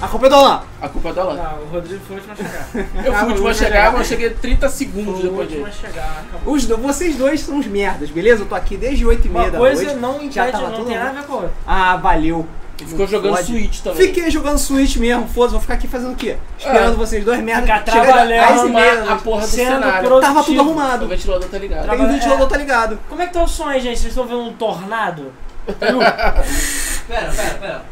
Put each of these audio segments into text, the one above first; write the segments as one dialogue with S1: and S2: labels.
S1: A culpa é do Alan.
S2: A culpa é do Alan.
S3: Não, Tá, o Rodrigo foi o último a chegar.
S2: Eu fui o último a chegar, mas eu cheguei 30 segundos
S3: Foi o
S2: depois
S3: último a
S2: dele.
S3: chegar, acabou.
S1: Os dois, vocês dois são uns merdas, beleza? Eu tô aqui desde 8 e meia
S3: Uma
S1: da
S3: coisa
S1: noite.
S3: não impede,
S1: já tava
S3: não
S1: tudo
S3: tem
S1: lá.
S3: nada a ver com a outra.
S1: Ah, valeu.
S2: E ficou jogando
S1: Pode.
S2: Switch também.
S1: Fiquei jogando Switch mesmo, foda-se, vou ficar aqui fazendo o quê? Esperando
S2: É.
S1: vocês dois merdas.
S3: Ficar
S1: Chega de-
S3: trabalhando, tipo,
S1: às
S2: arrumar
S1: e meia da
S2: a
S1: noite.
S2: porra do
S3: Sendo
S2: cenário.
S3: pro-
S1: Tava tudo
S3: produtivo.
S2: O
S1: arrumado.
S2: ventilador tá ligado.
S1: E o ventilador tá ligado.
S3: Como é que tá o som aí, gente? Vocês estão vendo um tornado?
S4: Pera, pera, pera.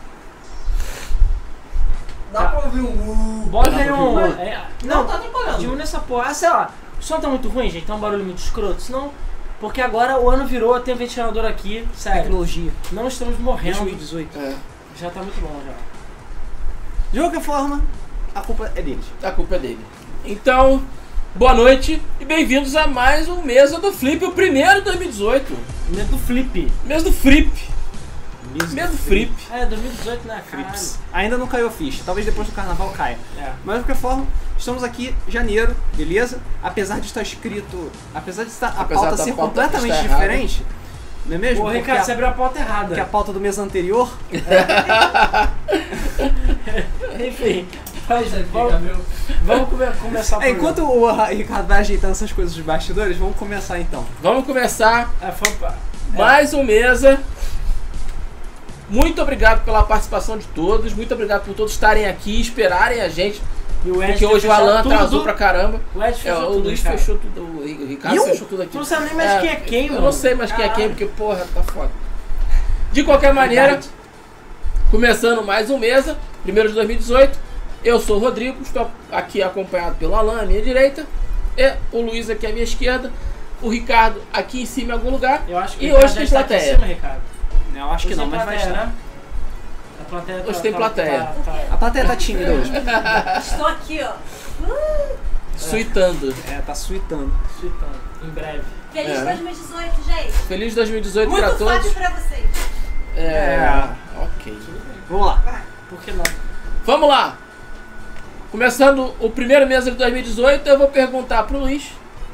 S4: Dá pra ouvir um.
S3: Tá. Bota aí um. é,
S4: Não,
S3: não,
S4: tá atrapalhando.
S3: diminui essa porra. Ah, sei lá. O som tá muito ruim, gente. Tá um barulho muito escroto. Senão. Porque agora o ano virou, tem um ventilador aqui. Sério.
S1: Tecnologia.
S3: Não estamos morrendo.
S1: 2018.
S2: É,
S3: Já tá muito bom já.
S1: De qualquer forma, a culpa é deles.
S2: a culpa é dele. Então, boa noite e bem-vindos a mais um Mesa do Flip, o primeiro de 2018.
S3: Medo do flip.
S2: Mesa do Flip.
S1: Mesmo,
S2: Mesa do Flip.
S3: É, 2018, né? Caralho.
S1: Ainda não caiu a ficha, talvez depois do carnaval caia.
S3: É.
S1: Mas de qualquer forma, estamos aqui em janeiro, beleza? Apesar de estar escrito. Apesar de estar, a
S2: Apesar
S1: pauta
S2: da
S1: ser
S2: pauta
S1: completamente
S2: estar errada.
S1: diferente, não é mesmo?
S3: Ô,
S1: Porque
S3: Ricardo,
S1: a-
S3: você abriu a porta errada.
S1: que a pauta do mês anterior.
S3: Enfim, faz- vamos, vamos come- começar
S1: É,
S3: por.
S1: enquanto o ah, Ricardo vai ajeitando essas coisas dos bastidores, vamos começar então.
S2: Vamos começar
S3: É, foi pra-
S2: mais um Mesa. Muito obrigado pela participação de todos. Muito obrigado por todos estarem aqui, esperarem a gente.
S3: E o Ed
S2: Porque
S3: fez
S2: É hoje o Alan
S3: tudo.
S2: atrasou pra caramba.
S3: O Ed
S2: É,
S3: fechou
S2: o
S3: tudo,
S2: Luiz
S3: cara.
S2: fechou tudo, o Ricardo
S1: Eu?
S2: fechou tudo aqui.
S3: Tu não sabe nem mais quem é quem,
S2: eu
S3: mano.
S2: não sei mais quem é quem,
S3: Caralho.
S2: porque, porra, tá foda. De qualquer maneira,
S3: Verdade.
S2: começando mais um Mesa, primeiro de 2018. Eu sou o Rodrigo, estou aqui acompanhado pelo Alan à minha direita, e o Luiz aqui à minha esquerda, o Ricardo aqui em cima em algum lugar.
S3: Eu acho que
S2: E
S3: o Ricardo
S2: hoje
S3: já
S2: tem
S3: está aqui em
S2: plateia.
S3: cima, Ricardo.
S1: Eu acho que
S3: Hoje
S1: não,
S3: tem
S1: mas vai
S3: plateia,
S1: estar.
S3: né? A plateia tá-
S2: Hoje tem
S3: tá-
S2: plateia.
S3: tá- tá-
S1: A plateia tá tímida hoje.
S5: Estou aqui, ó. Hum,
S2: Suitando.
S1: É, tá suitando.
S3: chutando. Em breve.
S5: Feliz
S2: É.
S5: 2018, gente.
S2: Feliz 2018
S5: Muito
S2: para
S5: fácil
S2: todos.
S5: pra vocês.
S2: É. Ok.
S1: Vamos lá.
S3: Por que não?
S2: Vamos lá! Começando o primeiro mês de 2018, eu vou perguntar pro Luiz.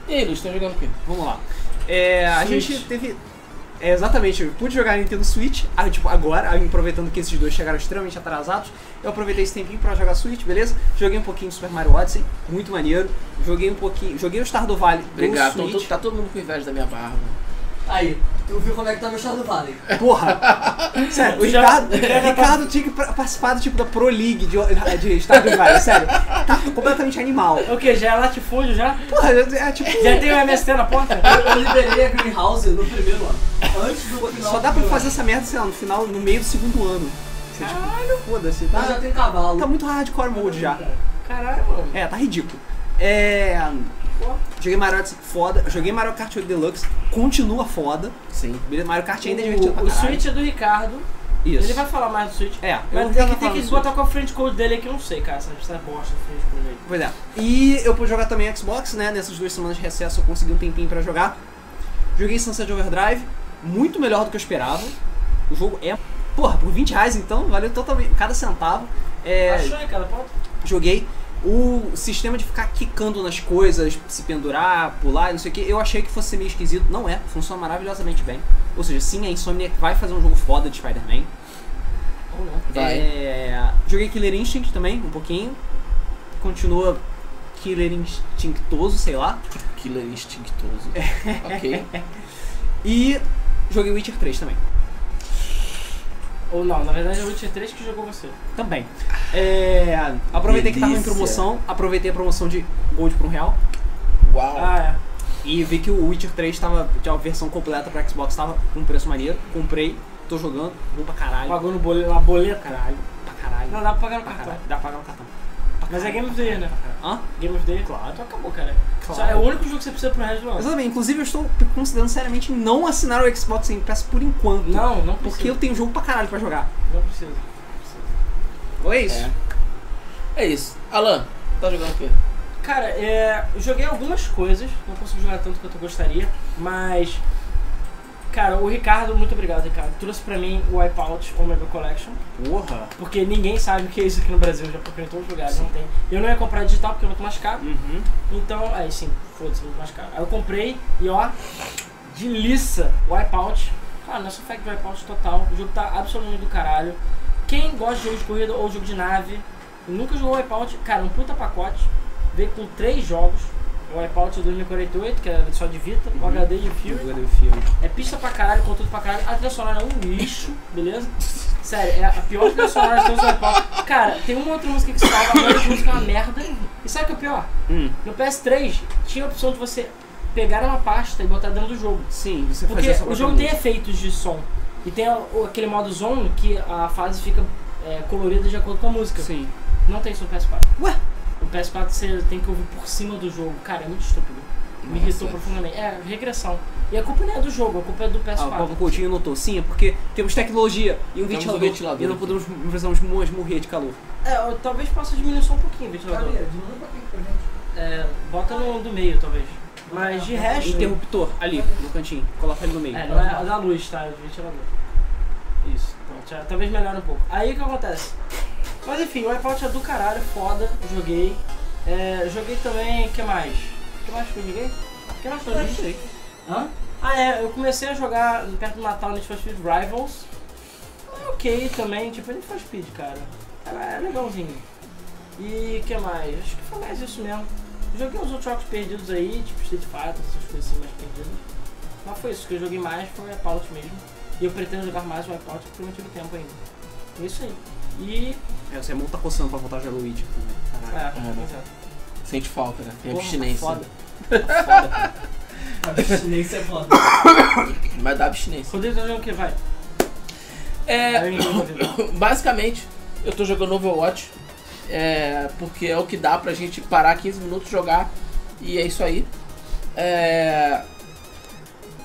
S2: E aí, Luiz, tá jogando o quê?
S1: Vamos lá. É, a
S2: Switch.
S1: gente teve. É, exatamente, eu pude jogar Nintendo Switch, ah, tipo, agora, ah, aproveitando que esses dois chegaram extremamente atrasados, eu aproveitei esse tempinho pra jogar Switch, beleza? Joguei um pouquinho de Super Mario Odyssey, muito maneiro. Joguei um pouquinho. Joguei o Star do Vale do
S2: Obrigado,
S3: então,
S2: tão-
S1: Switch.
S2: tá todo mundo com inveja da minha barba.
S4: Aí, tu viu como é que tá meu chá do Vale?
S1: Porra! Sério, o
S3: Já-
S1: Ricardo,
S3: É,
S1: o Ricardo tinha que pra- participar do tipo da Pro League de, de Star do Vale, sério. Tá completamente animal.
S3: O que? Já é latifúndio já?
S1: Porra, é tipo.
S3: Já tem o MST na porta?
S4: Eu liberei a Greenhouse no primeiro ano. Antes do final.
S1: Só dá pra
S4: do
S1: fazer essa merda, sei lá, no final, no meio do segundo ano. Você, tipo, foda-se,
S4: ano. Eu já
S1: tá,
S4: tenho cavalo.
S1: tá muito hardcore mode já.
S3: Caralho, mano.
S1: É, tá ridículo. É. Joguei Mario Odyssey foda, joguei Mario Kart 8 Deluxe, continua foda.
S2: Sim.
S1: beleza? Mario Kart ainda é divertido pra
S3: O, o
S1: caralho.
S3: Switch é do Ricardo.
S1: Isso.
S3: Ele vai falar mais do Switch.
S1: É, eu
S3: Mas
S1: vou
S3: tem
S1: falar
S3: que, tem
S1: do
S3: que
S1: Switch.
S3: botar com a frente code dele aqui, eu não sei, cara. Essa essa tá bosta do frente code dele.
S1: Pois é. E eu pude jogar também Xbox, né? Nessas duas semanas de recesso eu consegui um tempinho pra jogar. Joguei Sunset Overdrive, muito melhor do que eu esperava. O jogo é. Porra, por 20 reais então, valeu totalmente. Cada centavo. É,
S3: Achou aí, cara? Pronto.
S1: joguei. O sistema de ficar quicando nas coisas, se pendurar, pular, não sei o que, eu achei que fosse ser meio esquisito. Não é, funciona maravilhosamente bem. Ou seja, sim, a Insomniac vai fazer um jogo foda de Spider-Man.
S3: Ou não.
S2: Vai.
S1: É, joguei Killer Instinct também, um pouquinho. Continua Killer Instinctoso, sei lá.
S2: Killer instintoso. ok.
S1: E joguei Witcher 3 também.
S3: Ou não, na verdade é o Witcher 3 que jogou você.
S1: Também. É, aproveitei que tava em
S2: Delícia.
S1: promoção, aproveitei a promoção de Gold por um real.
S2: Uau.
S3: Ah, é.
S1: E vi que o Witcher 3 tava, tinha a versão completa pra Xbox, tava com um preço maneiro. Comprei, tô jogando, bom pra caralho.
S3: Pagou no boleto, na boleta.
S1: Caralho, pra caralho.
S3: Não, dá pra pagar no
S1: pra
S3: cartão.
S1: caralho. Dá pra pagar no cartão. Pra
S3: Mas é
S1: caralho.
S3: Game of the Year, né?
S1: Hã?
S3: Game of the Year?
S1: Claro.
S3: Então acabou, cara.
S1: Claro.
S3: Só é o único jogo que você precisa pro resto do ano.
S1: Exatamente, inclusive eu estou considerando seriamente não assinar o Xbox Game Pass por enquanto.
S3: Não, não precisa.
S1: Porque eu tenho jogo pra caralho pra jogar.
S3: Não precisa. não precisa.
S1: Ou é isso?
S2: É isso. Alan, tá jogando o quê?
S3: Cara, é, eu joguei algumas coisas, não consigo jogar tanto quanto eu gostaria, mas. Cara, o Ricardo, muito obrigado, Ricardo. Trouxe pra mim o Wipeout Omega Collection.
S1: Porra.
S3: Porque ninguém sabe o que é isso aqui no Brasil, já procurei em todos os lugares, não tem. Eu não ia comprar digital porque é muito mais caro.
S1: Uhum.
S3: Então, aí sim, foda-se, muito mais caro. Aí eu comprei e ó, de liça, Wipeout. Cara, não é só fact Wipeout total. O jogo tá absolutamente do caralho. Quem gosta de jogo de corrida ou jogo de nave, Nunca jogou Wipeout. Cara, um puta pacote. Veio com três jogos. O Wipeout é 2048, que era só de Vita. O HD de Fury.
S1: Agora o filme.
S3: É pista pra caralho, conteúdo pra caralho. A trilha sonora é um lixo, beleza? Sério, é a pior trilha sonora de todos os Wipeout. Cara, tem uma outra música que salva, a maioria das músicas é uma merda. E sabe o que é o pior?
S1: Hum.
S3: No PS3 tinha a opção de você pegar uma pasta e botar dentro do jogo.
S1: Sim, você
S3: Porque
S1: fazia só
S3: o jogo tem efeitos de som. E tem a- o- aquele modo zone que a fase fica é, colorida de acordo com a música.
S1: Sim.
S3: Não tem isso no PS4.
S1: Ué?
S3: O PS4 você tem que ouvir por cima do jogo. Cara, é muito estúpido. Me irritou profundamente. É, regressão. E a culpa não é do jogo, a culpa é do
S1: Ah, o
S3: PS4.
S1: Paulo Coutinho notou, sim, é porque temos tecnologia e um
S2: Temos
S1: ventilador,
S2: um ventilador.
S1: e não podemos, não precisamos mo- morrer de calor.
S3: É, eu talvez possa diminuir só um pouquinho o ventilador.
S4: Cadê? Diminui um pouquinho pra gente.
S3: É, bota no do meio, talvez. Mas de resto.
S1: Interruptor, ali, no cantinho. Coloca ele no meio.
S3: É, não é a da luz, tá? O ventilador. Isso, pronto. já- talvez melhore um pouco. Aí o que acontece? Mas enfim, o iPod é do caralho, foda, joguei. É, joguei também, o que mais? O que mais que eu joguei? O que mais que eu
S1: Não
S3: joguei?
S1: sei.
S3: Hã? Ah é, eu comecei a jogar perto do Natal Need for Speed Rivals. É ok também, tipo, ele for Speed, cara. É, é legalzinho. E o que mais? Acho que foi mais isso mesmo. Joguei uns outros jogos perdidos aí, tipo Street Fighter, essas coisas assim mais perdidas. Mas foi isso, o que eu joguei mais foi o Wipeout mesmo. E eu pretendo jogar mais o Wipeout porque eu não tive tempo ainda. É isso aí. E.
S1: É, o Simon tá coçando pra voltar a jogar Luigi.
S3: É,
S1: Caralho.
S2: né?
S3: pois é.
S2: Sente falta, né? Tem
S1: Porra,
S2: abstinência.
S1: foda.
S4: Abstinência é foda.
S2: Mas dá abstinência.
S3: Rodrigo, tá jogando o que? Vai.
S2: É,
S3: Aí eu jogo, Rodrigo.
S2: basicamente, eu tô jogando Overwatch. É, porque é o que dá pra gente parar 15 minutos, jogar e é isso aí. É,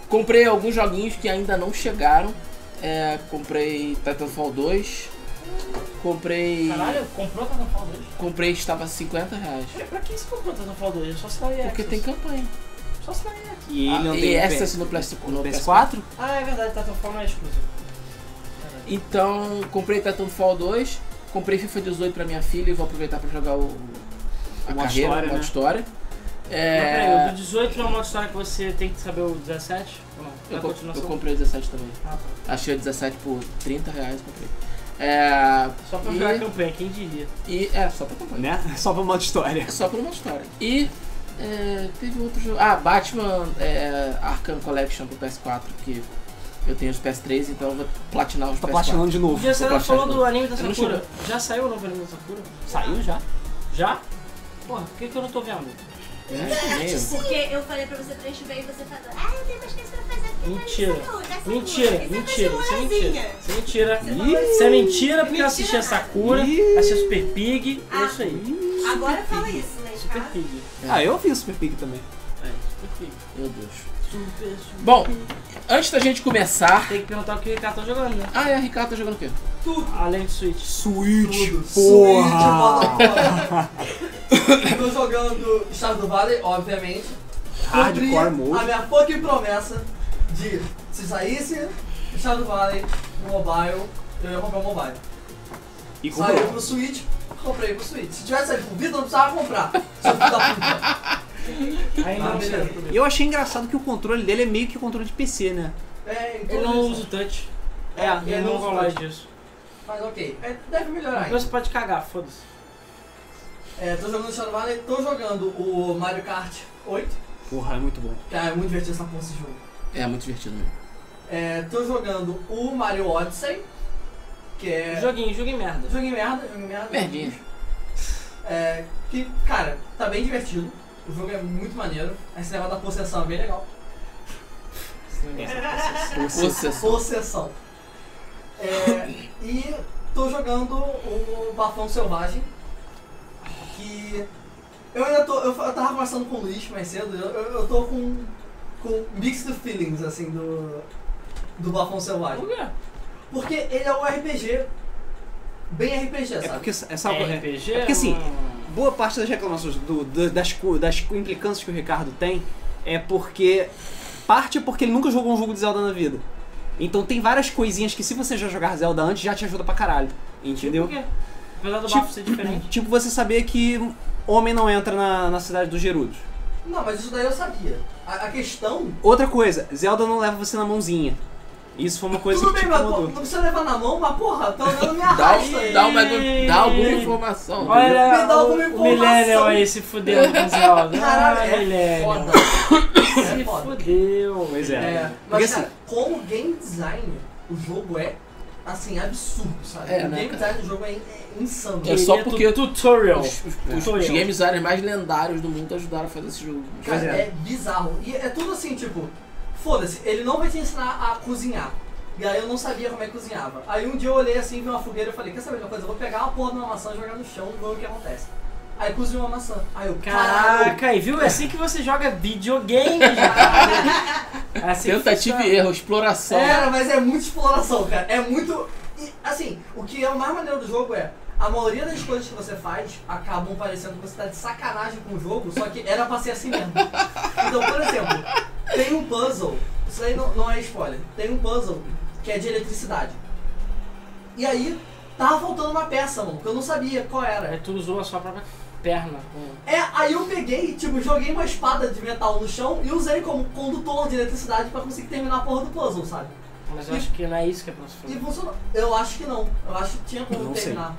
S2: comprei alguns joguinhos que ainda não chegaram. É, comprei Titanfall 2. Comprei.
S3: Caralho, comprou Titanfall 2?
S2: Comprei, estava 50 reais.
S3: É, Pra- Pra que você comprou Titanfall 2? É só se dá EA.
S2: Porque tem campanha.
S3: Só se dá EA.
S1: E ele não
S2: Ah,
S1: tem
S2: e
S1: P-
S2: essa no PS, no PS4.
S1: PS4?
S3: Ah, é verdade, Titanfall não é exclusivo.
S2: Então, comprei Titanfall 2, comprei FIFA 18 pra minha filha e vou aproveitar pra jogar o, a
S1: Modo
S2: carreira,
S1: história,
S2: o modo
S1: né?
S2: história.
S3: Não, peraí, o
S2: É,
S3: do 18 não é uma história que você tem que saber o 17? Ou não?
S2: eu,
S3: Na
S2: co- eu
S3: continuação?
S2: comprei o 17 também.
S3: Ah, tá.
S2: Achei o 17 por 30 reais, comprei. É,
S3: Só pra
S2: E-
S3: jogar a campanha, quem diria?
S2: e é, só pra campanha.
S1: Né? Só pra modo história.
S2: Só por uma história. E é, teve outro jogo. Ah, Batman é, Arkham Collection pro PS4, que eu tenho os PS3, então eu vou platinar os
S1: Tá
S2: PS4.
S1: platinando de novo.
S3: Dia você não
S2: baixar
S3: falou
S2: de
S3: do
S2: novo.
S3: anime da
S2: Eu não
S3: Sakura. Já saiu o novo anime da Sakura?
S1: Saiu já?
S3: Já? Porra, por que, que eu não tô vendo?
S2: É, meio.
S5: Porque eu falei pra você preencher bem e você falou, ah, eu tenho umas coisas pra fazer aqui.
S3: Mentira.
S5: tá
S3: Mentira, mentira, isso é mentira.
S5: Isso
S3: Isso é mentira.
S5: Ih.
S3: Isso é mentira porque eu assisti a Sakura,
S1: Ih.
S3: assisti a Super Pig, é isso aí.
S5: Agora fala isso, né?
S3: Super
S5: cara?
S3: Pig.
S1: Ah, eu vi o Super Pig também.
S3: É, Super Pig.
S2: Meu Deus.
S3: Super, super.
S2: Bom, antes da gente começar.
S3: Tem que perguntar o que o Ricardo tá jogando, né?
S2: Ah, é, a Ricardo tá jogando o quê?
S3: Além do Switch.
S1: Switch,
S4: Tudo.
S1: porra!
S4: Switch, eu Tô jogando Estado do Vale, obviamente. Cumpri
S1: Hardcore
S4: A
S1: mode.
S4: minha fucking promessa de se saísse Estado do Vale no mobile, eu ia comprar o mobile.
S1: E
S4: Saiu
S1: comprou.
S4: pro Switch, comprei pro Switch. Se tivesse saído pro Vita, eu não precisava comprar. Seu filho da puta.
S3: Ainda
S4: Ah,
S3: não
S4: beleza.
S3: saiu.
S1: E eu achei engraçado que o controle dele é meio que controle de PC, né?
S4: É, então
S3: Eu não
S4: beleza.
S3: uso touch.
S4: É,
S3: Eu
S4: eu
S3: não
S4: não
S3: vou
S4: uso
S3: mais
S4: touch.
S3: disso.
S4: Mas ok, é, deve melhorar ainda.
S3: Então você pode cagar, foda-se.
S4: É, tô jogando Shadow Valley, tô jogando o Mario Kart 8.
S1: Porra, é muito bom.
S4: Cara, é muito divertido essa porra desse jogo.
S2: É muito divertido mesmo.
S4: É, tô jogando o Mario Odyssey, que é...
S3: Joguinho, joguinho merda.
S4: Joguei merda, joguei merda.
S2: Merdinha.
S4: É, que, cara, tá bem divertido. O jogo é muito maneiro. Esse negócio da possessão é bem legal.
S3: é
S2: Possessão.
S4: Possessão. É, e tô jogando o Bafão Selvagem. Que. Eu ainda tô. Eu, fa- eu tava conversando com o Luiz mais cedo. Eu, eu, eu tô com. Com mixed feelings, assim, do. Do Bafão
S3: Por
S4: Selvagem.
S3: quê?
S4: Porque ele é um RPG. Bem RPG, sabe?
S1: É porque essa. é-
S3: RPG?
S1: é porque assim,
S3: hum,
S1: Boa parte das reclamações, do- do- das, co- das co- implicâncias que o Ricardo tem é porque. Parte é porque ele nunca jogou um jogo de Zelda na vida. Então tem várias coisinhas que se você já jogar Zelda antes já te ajuda pra caralho. Entendeu?
S3: Por quê? Apesar do
S1: Tipo-
S3: bafo ser diferente.
S1: Tipo você saber que homem não entra na, na cidade dos Gerudos.
S4: Não, mas isso daí eu sabia. A, a questão.
S1: Outra coisa, Zelda não leva você na mãozinha. Isso foi uma coisa
S4: Tudo
S1: que
S4: bem,
S1: te
S4: mas pô, não
S1: incomodou.
S4: precisa levar na mão, mas porra, tá pelo menos me
S2: Dá, um
S4: arrasta aí.
S2: dá, uma, dá alguma informação. entendeu?
S3: Olha,
S4: Me dá alguma
S3: o, o
S4: informação.
S3: Millennial aí se fudeu com o Zelda.
S4: Caralho,
S3: Ah,
S4: é
S3: Millennial.
S4: Foda.
S3: Se
S4: É foda.
S3: fudeu.
S1: Pois é.
S4: É,
S1: Porque,
S4: mas
S1: assim,
S4: cara, como game design, o jogo é assim, absurdo, sabe?
S2: É,
S4: o
S2: né,
S4: game
S2: cara?
S4: design do jogo é, é insano.
S2: É só
S3: Queria
S2: porque
S3: tu- tutorial.
S2: os, os, os,
S3: Tutorial.
S2: os game designers mais lendários do mundo ajudaram a fazer esse jogo.
S4: Cara,
S1: Pois
S4: é.
S1: é.
S4: bizarro. E é tudo assim, tipo, foda-se, ele não vai te ensinar a cozinhar. E aí eu não sabia como é que cozinhava. Aí um dia eu olhei assim, vi uma fogueira e falei, quer saber de uma coisa? Eu vou pegar uma porra de uma maçã, jogar no chão e ver o que acontece. Aí cozinhou uma maçã. Aí eu, caralho,
S3: Caraca, e viu? É assim que você joga videogame, cara. É assim que
S2: Tentativa e
S3: funciona.
S2: erro, exploração.
S4: Era, mas é muita exploração, cara. É muito. e, assim, o que é o mais maneiro do jogo é. A maioria das coisas que você faz acabam parecendo que você tá de sacanagem com o jogo, só que era pra ser assim mesmo. Então, por exemplo, tem um puzzle. Isso aí não, não é spoiler. Tem um puzzle que é de eletricidade. E aí, tava faltando uma peça, mano, que eu não sabia qual
S3: Aí
S4: era.
S3: é, tu usou a sua própria perna. com-
S4: É, aí eu peguei, tipo, joguei uma espada de metal no chão e usei como condutor de eletricidade pra conseguir terminar a porra do puzzle, sabe?
S3: Mas eu acho que não é isso que é pra se
S4: E
S3: fazer.
S4: funcionou. Eu acho que não. Eu acho que tinha como
S1: Não sei.
S4: terminar.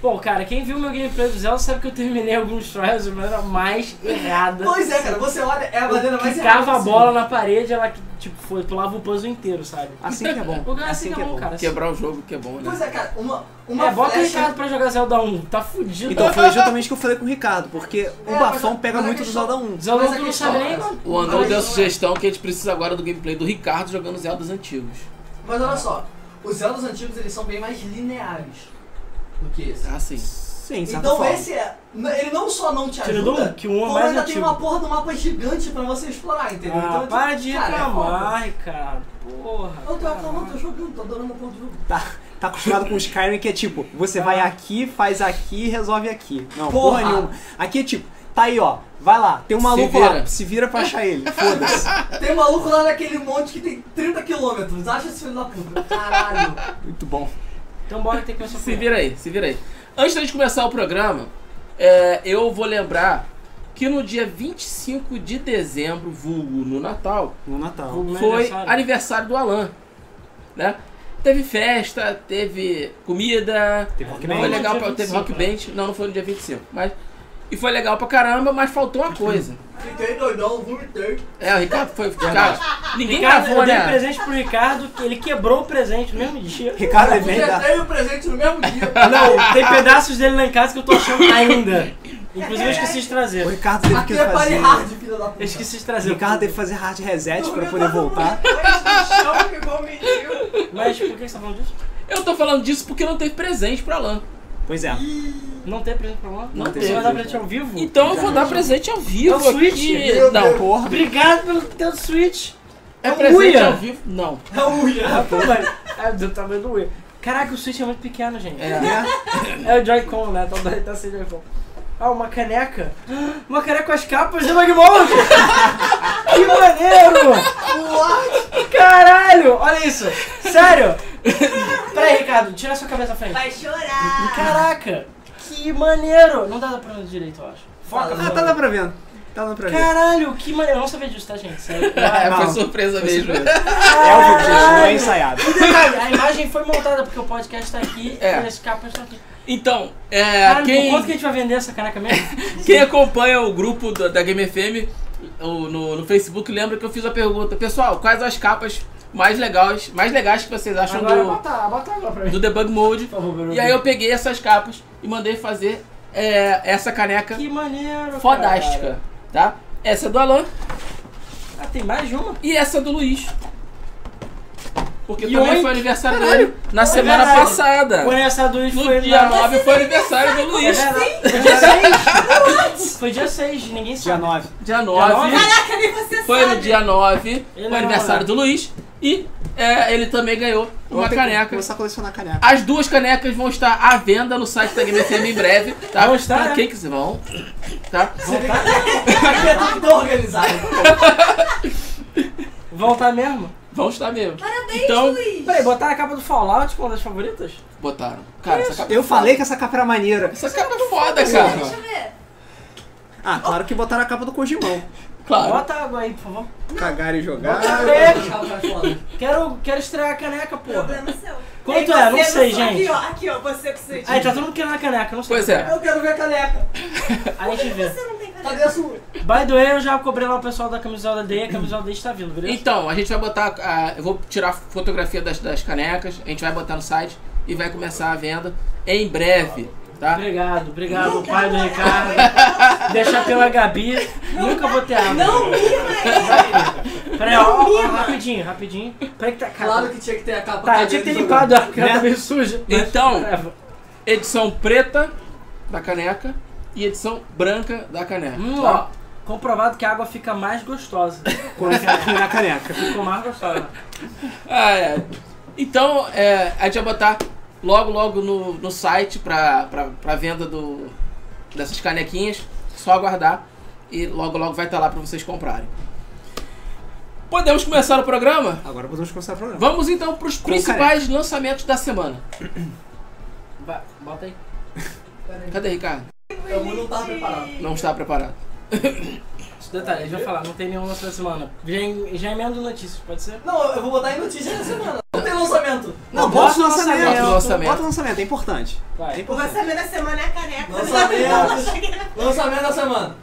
S3: Pô, cara, quem viu meu gameplay do Zelda sabe que eu terminei alguns trials de maneira mais errada.
S4: Pois é, cara, você olha, é a maneira mais
S3: Ficava a
S4: errada
S3: bola na parede, ela tipo, foi, pulava o puzzle inteiro, sabe?
S1: assim que é
S3: O
S1: bom.
S3: cara
S1: Assim que é bom.
S3: cara. assim.
S2: Quebrar o jogo que é bom,
S4: possível. Pois
S2: né?
S4: é, cara, uma, uma
S3: É, bota o
S4: flecha.
S3: Ricardo pra jogar Zelda 1, tá fudido.
S1: Então foi justamente o que eu falei com o Ricardo, porque o
S4: É,
S1: bafão
S4: mas a-
S1: pega
S4: mas a
S1: muito do
S4: questão-
S1: Zelda 1.
S3: Zelda
S4: mas
S3: 1
S4: a
S3: tu não
S4: questão
S3: sabe
S4: é
S3: nem
S4: essa.
S2: O Andrão
S4: Mas
S2: deu a
S4: não é.
S2: sugestão que a gente precisa agora do gameplay do Ricardo jogando Zelda dos antigos.
S4: Mas olha só, os Zeldas antigos eles são bem mais lineares do que esse.
S2: Ah, sim.
S1: Sim, de certa
S4: Então
S1: forma.
S4: esse é. Ele não só não te
S3: Tirando
S4: ajuda,
S3: um, que um é
S4: como
S3: mais
S4: ainda tem
S3: antigo.
S4: uma porra de um mapa gigante pra você explorar, entendeu?
S3: Ah,
S4: tipo,
S3: para de
S4: cara, é
S3: reclamar, Ricardo. Porra.
S4: foda. Eu tô reclamando, tô
S3: caralho.
S4: jogando, tô adorando a porra do jogo.
S1: Tá, tá acostumado com o Skyrim que é tipo, você vai aqui, faz aqui, resolve aqui. Não,
S4: Porra!
S1: porra, nenhuma. Aqui é tipo, tá aí ó, vai lá, tem um maluco
S2: vira.
S1: lá, se vira pra achar ele, foda-se.
S4: Tem um maluco lá naquele monte que tem 30 quilômetros, acha esse filho da puta. Caralho.
S1: Muito bom.
S3: Então bora ter que começar
S2: Se vira aí, se vira aí. Antes da gente começar o programa, é, eu vou lembrar que no dia 25 de dezembro, vulgo no Natal,
S1: No Natal.
S3: Né,
S2: foi aniversário do Alan. Né? Teve festa, teve comida,
S1: Teve Rock
S3: Não,
S2: foi
S1: Band.
S3: no
S2: legal
S3: dia
S2: pra, teve
S3: 25,
S2: rock
S3: né?
S2: band, não, não foi no dia 25, mas e foi legal pra caramba, mas faltou uma coisa.
S4: Fiquei doidão, vomitei.
S2: É, o Ricardo foi, cara, ninguém
S3: Ricardo, eu
S2: gravou,
S3: dei um
S2: né?
S3: presente pro Ricardo, que ele quebrou o presente no mesmo dia.
S1: Ricardo é bem da-
S4: Vomitei o presente no mesmo dia.
S3: Não, tem pedaços dele lá em casa que eu tô achando ainda. Inclusive eu esqueci de
S1: O
S3: trazer.
S1: Ricardo teve que
S4: Aqui é party
S1: fazer.
S4: hard, filho da puta.
S3: Eu esqueci de
S1: O
S3: trazer.
S1: Ricardo teve que fazer hard reset pra poder voltar.
S3: Mas por que você tá falando disso?
S2: Eu tô falando disso porque não teve presente pro Alan.
S1: Pois é.
S3: Não tem presente pra lá?
S2: Não
S3: Você
S2: teve.
S3: vai dar presente né? ao vivo?
S2: Então eu vou dar presente ao vivo
S3: É o Switch?
S2: aqui.
S4: Meu
S2: Não,
S4: Deus.
S1: Porra.
S3: Obrigado pelo teu Switch.
S2: é
S3: É um
S2: presente
S3: Uia.
S2: ao vivo? Não.
S4: É o Ian.
S3: Ah, pô, velho. É do tamanho do Wii. Caraca, o Switch é muito pequeno, gente. É,
S1: né?
S3: o Joy-Con, né? Tá, tá sem Joy-Con. Ah, uma caneca. Uma caneca com as capas do Magmolde. que maneiro! Caralho! Olha isso! Sério! Peraí, Ricardo, tira a sua cabeça da frente.
S5: Vai chorar!
S3: Caraca! Que maneiro! Não dá pra ver direito, eu acho. Foca,
S1: Ah,
S3: foca.
S1: tá lá pra vendo. Tá lá pra ver.
S3: Caralho, que maneiro. Eu não sabia disso, tá, gente? Sério.
S2: É, foi
S1: não.
S2: surpresa mesmo.
S1: É o vídeo, gente, não é ensaiado.
S3: Detalhe, a imagem foi montada porque o podcast tá aqui
S2: É.
S3: e as capas estão aqui.
S2: Então, é,
S3: Cara,
S2: quem,
S3: por quanto que a gente vai vender essa caneca mesmo?
S2: quem acompanha o grupo da, da Game FM o- no, no Facebook lembra que eu fiz a pergunta. Pessoal, quais as capas mais legais, mais legais que vocês acham
S3: Agora bota, bota agora pra
S2: do,
S3: mim.
S2: do Debug Mode?
S3: Por favor,
S2: E aí eu peguei essas capas e mandei fazer é, essa caneca
S3: Que maneiro,
S2: fodástica, tá? Essa é do Alan
S3: cara. Ah, tem mais de uma?
S2: e essa é do Luiz. Porque
S3: E
S2: também
S3: oink.
S2: foi aniversário dele na semana
S3: verdade.
S2: passada.
S3: O aniversário do Luiz
S2: No
S3: foi
S2: dia
S3: na...
S2: 9 foi aniversário do
S3: É
S2: Luiz.
S3: verdade. Foi dia 6? Foi dia 6, ninguém
S1: Dia
S3: sabe.
S1: 9.
S2: Dia
S3: nove?
S2: 9.
S5: Caraca, nem você
S2: Foi no
S5: sabe!
S2: dia 9,
S3: Ele
S2: o
S3: é
S2: aniversário do
S3: namorado.
S2: Luiz, e é, ele também ganhou
S1: Vou
S2: uma
S1: ter que
S2: caneca.
S1: Começar a colecionar caneca.
S2: As duas canecas vão estar à venda no site da Game FM em breve, tá?
S3: Vão estar,
S2: Pra
S3: né?
S2: quem quiser, vão. Tá?
S4: Aqui é tudo organizado.
S3: Voltar mesmo?
S2: Vão estar mesmo.
S5: Parabéns,
S2: Então,
S5: Luiz!
S3: Peraí, botaram a capa do Fallout como uma das favoritas?
S2: botaram. Cara, essa capa,
S1: Eu falei que essa capa era maneira.
S2: essa capa é foda,
S5: Deixa eu ver, deixa
S2: cara.
S5: eu ver.
S1: Ah, claro que botaram a capa do Cojimão.
S2: Claro.
S3: Bota água aí, por favor.
S1: Cagar e jogar.
S4: É.
S3: É, Quero, quero estrear a caneca, porra.
S6: Problema seu.
S3: Quanto
S6: Aí
S3: é? Não
S6: você
S3: sei,
S6: só- Aqui,
S3: gente.
S6: ó, aqui, ó, você que você
S3: Aí tá todo mundo querendo a caneca, não sei. é.
S2: Pois é.
S4: Eu quero ver a caneca.
S3: Aí a gente vê.
S6: Você não tem caneca.
S4: Cadê a sua?
S3: By the way, eu já cobrei lá o pessoal da camisola D, a camisola D está vindo, beleza?
S2: Então, a gente vai botar. a- eu vou tirar fotografia das, das canecas, a gente vai botar no site e vai começar a venda em breve, tá?
S3: Obrigado, obrigado, pai do Ricardo. Deixar pela Gabi. Nunca vou ter água.
S6: Não mira aí.
S3: Peraí, ó, ó, ó, rapidinho, rapidinho. Peraí que tá caro.
S4: Claro que tinha que ter a capa.
S3: Tá, eu tinha que ter limpado a cara tá meio suja. mas-
S2: Então,
S3: É,
S2: Edição preta da caneca e edição branca da caneca.
S3: hum,
S2: tá?
S3: ó, comprovado que a água fica mais gostosa.
S1: Quando cair na caneca.
S3: Ficou mais gostosa.
S2: Ah, é. Então, é, a gente vai botar logo, logo no, no site pra, pra, pra venda do, dessas canequinhas. Só aguardar e logo, logo vai estar lá pra vocês comprarem. Podemos começar o programa?
S1: Agora podemos começar o programa.
S2: Vamos então pros principais lançamentos da semana.
S3: Vai, bota aí.
S2: Cadê, Ricardo?
S4: Eu não tava preparado.
S2: Não está preparado.
S3: Detalhe, eles vão falar, não tem nenhum lance da semana. Já, em- já emendo notícias, pode ser?
S4: Não, eu vou botar em notícia da semana. Não tem lançamento.
S1: Não, bota o lançamento.
S2: Bota o lançamento.
S1: Bota o lançamento, é importante.
S3: Vai.
S1: É
S6: O
S1: importante.
S6: lançamento da semana é a caneca.
S4: Lançamento. Lançamento da semana.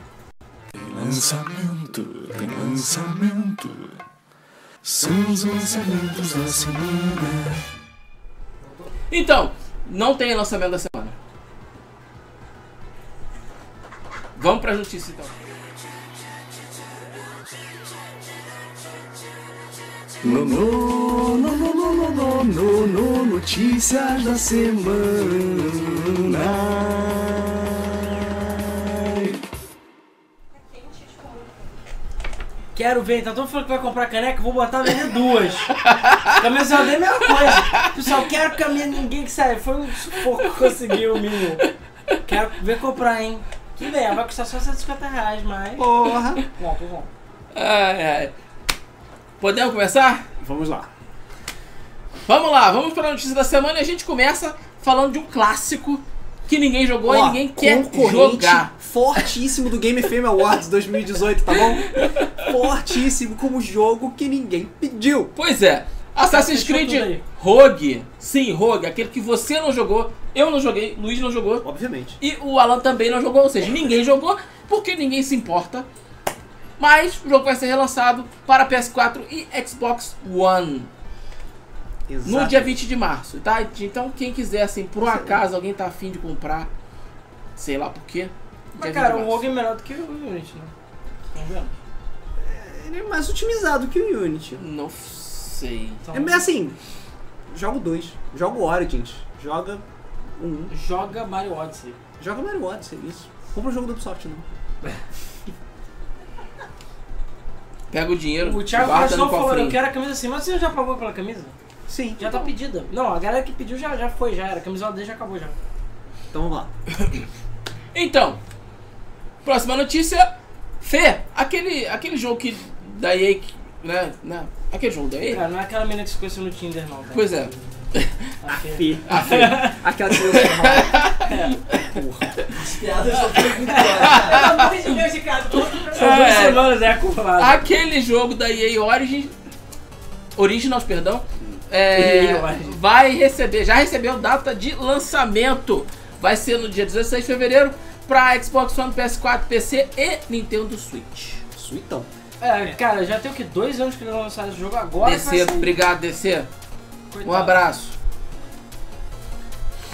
S7: Lançamento, tem lançamento. São os lançamentos da semana.
S2: Então, não tem lançamento da semana. Vamos pra notícia então.
S7: No, no, no, no, no, no, no, no, no, notícias da semana.
S3: Quero ver, então todo mundo falando que vai comprar caneca, eu vou botar vender duas. Camisa eu dei a mesma coisa. Pessoal, quero camisa, ninguém que saiu. Foi um sufoco conseguir o mínimo. Quero ver comprar, hein? Que ideia, vai custar só 150 reais, mas.
S1: Porra.
S3: Bom, tô bom.
S2: Ai, ai. Ah, é. Podemos começar?
S1: Vamos lá.
S2: Vamos lá, vamos para a notícia da semana e a gente começa falando de um clássico que ninguém jogou e
S1: Ó,
S2: ninguém quer
S1: concorrente
S2: jogar.
S1: fortíssimo do Game Fame Awards 2018, tá bom? Fortíssimo como jogo que ninguém pediu.
S2: Pois é, Assassin's
S3: Fechou Tá tudo
S2: Creed
S3: aí.
S2: Rogue. Sim, Rogue, aquele que você não jogou, eu não joguei, Luiz não jogou
S1: Obviamente.
S2: e o Alan também não jogou, ou seja, ninguém jogou porque ninguém se importa. Mas o jogo vai ser relançado para PS4 e Xbox One.
S1: Exato.
S2: No dia 20 de março, tá? Então quem quiser, assim, por um acaso, alguém tá afim de comprar, sei lá por quê. dia 20
S3: Mas
S2: de
S3: cara, o
S2: março.
S3: Rogue é melhor do que o Unity, né? Vamos ver.
S1: Ele é mais otimizado que o Unity.
S2: Não sei.
S3: Então,
S1: É mas assim, jogo 2, joga o Origins, joga um,
S3: Joga Mario Odyssey.
S1: joga Mario Odyssey, isso. Compra o jogo do Ubisoft, né? não.
S2: Pega o dinheiro.
S3: O Thiago
S2: guarda no
S3: Castro falou,
S2: cofrinho.
S3: eu quero a camisa assim, mas você já pagou pela camisa?
S1: Sim.
S3: Já tá pedida. Não, a galera que pediu já, já foi, já era. A camisola dele já acabou já.
S1: Então vamos lá.
S2: Então, próxima notícia. Fê, aquele, aquele jogo que da EA, que- né, né? Aquele jogo da EA?
S3: Cara, não é aquela menina que se conheceu no Tinder, não. velho.
S2: Pois é.
S3: Tá feio.
S1: Fê. Aquela que um eu chamava.
S4: As piadas estão ficando muito piores.
S6: Pelo amor de Deus, Ricardo. volta pra
S3: São
S2: É.
S3: duas semanas, é acumulado.
S2: Aquele jogo da EA Origin, Originals, perdão, é,
S3: EA Origin.
S2: vai receber, já recebeu data de lançamento. Vai ser no dia 16 de fevereiro para Xbox One, PS4, PC e Nintendo Switch.
S1: Suitão.
S3: É, cara, já tem o que? Dois anos que eles lançaram esse jogo agora. que vai
S2: DC,
S3: sair.
S2: obrigado DC.
S3: Coitado.
S2: Um abraço.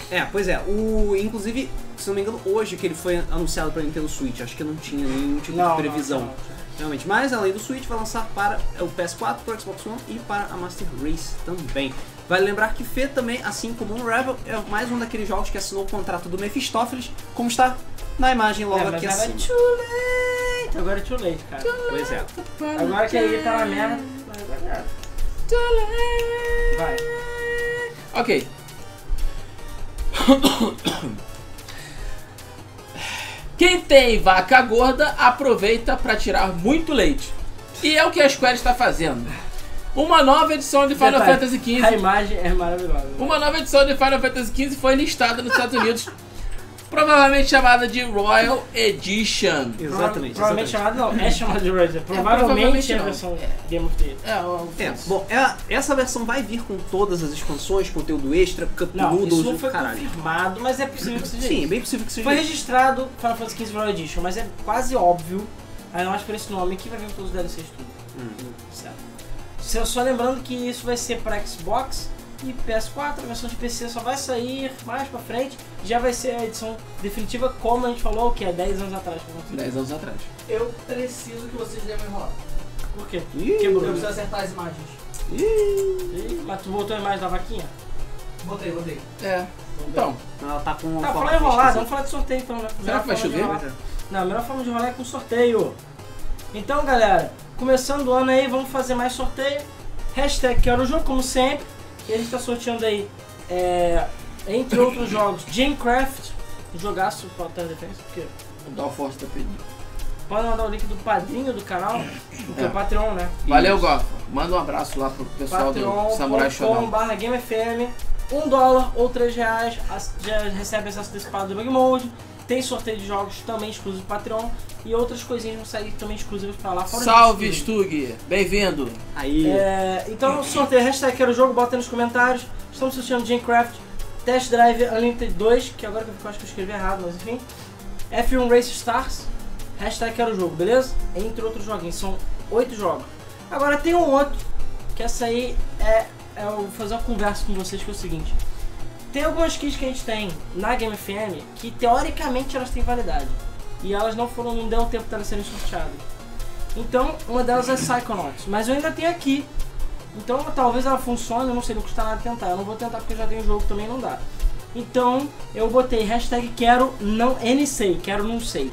S1: É, pois é, o. Inclusive, se não me engano, hoje que ele foi anunciado pra Nintendo Switch, acho que não tinha nenhum tipo
S3: Não,
S1: de previsão.
S3: não, não.
S1: Realmente, mas além do Switch, vai lançar para o PS4, para o Xbox One e para a Master Race também. Vale lembrar que Fê também, assim como Unravel, é mais um daqueles jogos que assinou o contrato do Mephistófeles, como está na imagem
S3: É,
S1: logo
S3: mas
S1: aqui
S3: agora
S1: acima.
S3: é too late. Agora é too late, cara.
S1: Pois é.
S3: Agora que aí tá na merda. vai dar merda. Vai.
S2: Ok. Quem tem vaca gorda aproveita para tirar muito leite. E é o que a Square está fazendo. Uma nova edição de Final
S3: Detalhe,
S2: Fantasy XV.
S3: A imagem é maravilhosa.
S2: Uma nova edição de Final Fantasy XV foi listada nos Estados Unidos provavelmente chamada de Royal Edition.
S1: Exatamente.
S3: Provavelmente
S1: exatamente.
S3: chamado não, é chamado de Roger.
S2: provavelmente
S3: Provavelmente é a
S2: não.
S3: versão Game of the Year.
S2: É, o-
S1: É, bom, é- essa versão vai vir com todas as expansões, conteúdo extra, cup
S3: Não,
S1: noodles,
S3: isso não foi
S1: caralho.
S3: confirmado, mas é possível que seja
S1: Sim, é
S3: isso.
S1: bem possível que seja.
S3: Foi
S1: isso.
S3: registrado Final Fantasy XV Royal Edition, mas é quase óbvio, ainda mais por esse nome, que vai vir com todos os DLCs tudo.
S2: Uhum.
S3: Certo. Só- Só lembrando que isso vai ser para Xbox e PS4, a versão de PC só vai sair mais pra frente, já vai ser a edição definitiva, como a gente falou, que é 10 anos atrás. que aconteceu.
S2: 10 anos atrás.
S4: Eu preciso que vocês dêem uma enrolada.
S3: Por quê?
S1: Ih,
S4: Eu
S3: Quebrou.
S4: preciso acertar as imagens.
S3: Ih, Mas tu botou a imagem da vaquinha?
S4: Botei, botei.
S2: É. Então,
S1: ela tá com.
S3: Tá,
S1: com
S3: falar
S1: uma
S3: enrolado,
S1: pesquisa.
S3: vamos falar de sorteio então, né?
S2: Será que vai
S3: Melhor forma de
S2: chover?
S3: enrolar. Não, a melhor forma de rolar é com sorteio. Então, galera, começando o ano aí, vamos fazer mais sorteio. Hashtag Quero Jogo, como sempre. E a gente tá sorteando aí, é, entre outros jogos, Gamecraft, jogaço para o Defense, porque
S2: vou dar uma força tá pra pedir.
S3: pode mandar o link do padrinho do canal, do que é
S2: É.
S3: o Patreon, né?
S2: Valeu, Gofa. Manda um abraço lá pro pessoal do Samurai
S3: patreon.com
S2: Shodown.
S3: barra GameFM, um dólar ou três reais, as- já recebe acesso antecipado do Bug Mode, tem sorteio de jogos também exclusivos do Patreon e outras coisinhas vão sair também exclusivas pra lá. fora
S2: Salve,
S3: isso tudo.
S2: Stug. Bem-vindo.
S1: Aí.
S3: É, então, sorteio, hashtag quero jogo, bota aí nos comentários. Estamos sorteando Gamecraft, Test Drive Unlimited 2, que agora que eu acho que eu escrevi errado, mas enfim. F1 Race Stars, hashtag quero jogo, beleza? Entre outros joguinhos, são oito jogos. Agora tem um outro, que essa aí é, é eu vou fazer uma conversa com vocês que é o seguinte. Tem algumas kits que a gente tem na Game FM que teoricamente elas têm validade. E elas não foram, não deu tempo para elas serem sorteadas. Então, uma delas é Psychonauts, mas eu ainda tenho aqui. Então, talvez ela funcione, eu não sei, não custa nada tentar. Eu não vou tentar porque eu já tenho o jogo, também não dá. Então, eu botei hashtag quero não NC, quero não sei.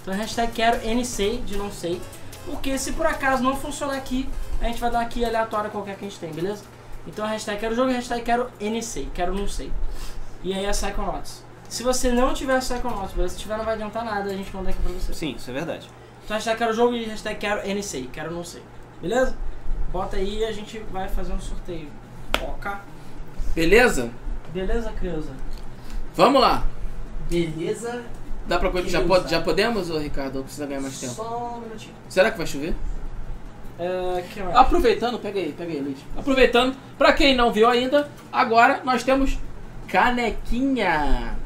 S3: Então, hashtag quero NC de não sei. Porque se por acaso não funcionar aqui, a gente vai dar aqui aleatória qualquer que a gente tem, beleza? Então, hashtag quero jogo e hashtag quero NC, quero não sei. E aí é Psychonauts. Se você não tiver Psychonauts, beleza? Se tiver, não vai adiantar nada, a gente manda aqui pra você.
S1: Sim, isso é verdade.
S3: Então hashtag quero jogo e hashtag quero NC, quero não sei. Beleza? Bota aí e a gente vai fazer um sorteio. Ok.
S2: Beleza?
S3: Beleza, criança?
S2: Vamos lá.
S4: Beleza?
S2: Dá pra coisa que já,
S4: Que
S2: pode,
S4: usar.
S2: já podemos, ô Ricardo? Ou precisa ganhar mais tempo?
S4: Só um minutinho.
S2: Será que vai chover?
S3: É, que
S2: Ah,
S3: mais?
S2: Aproveitando, pega aí, pega aí, Luiz. Aproveitando, pra quem não viu ainda, agora nós temos canequinha.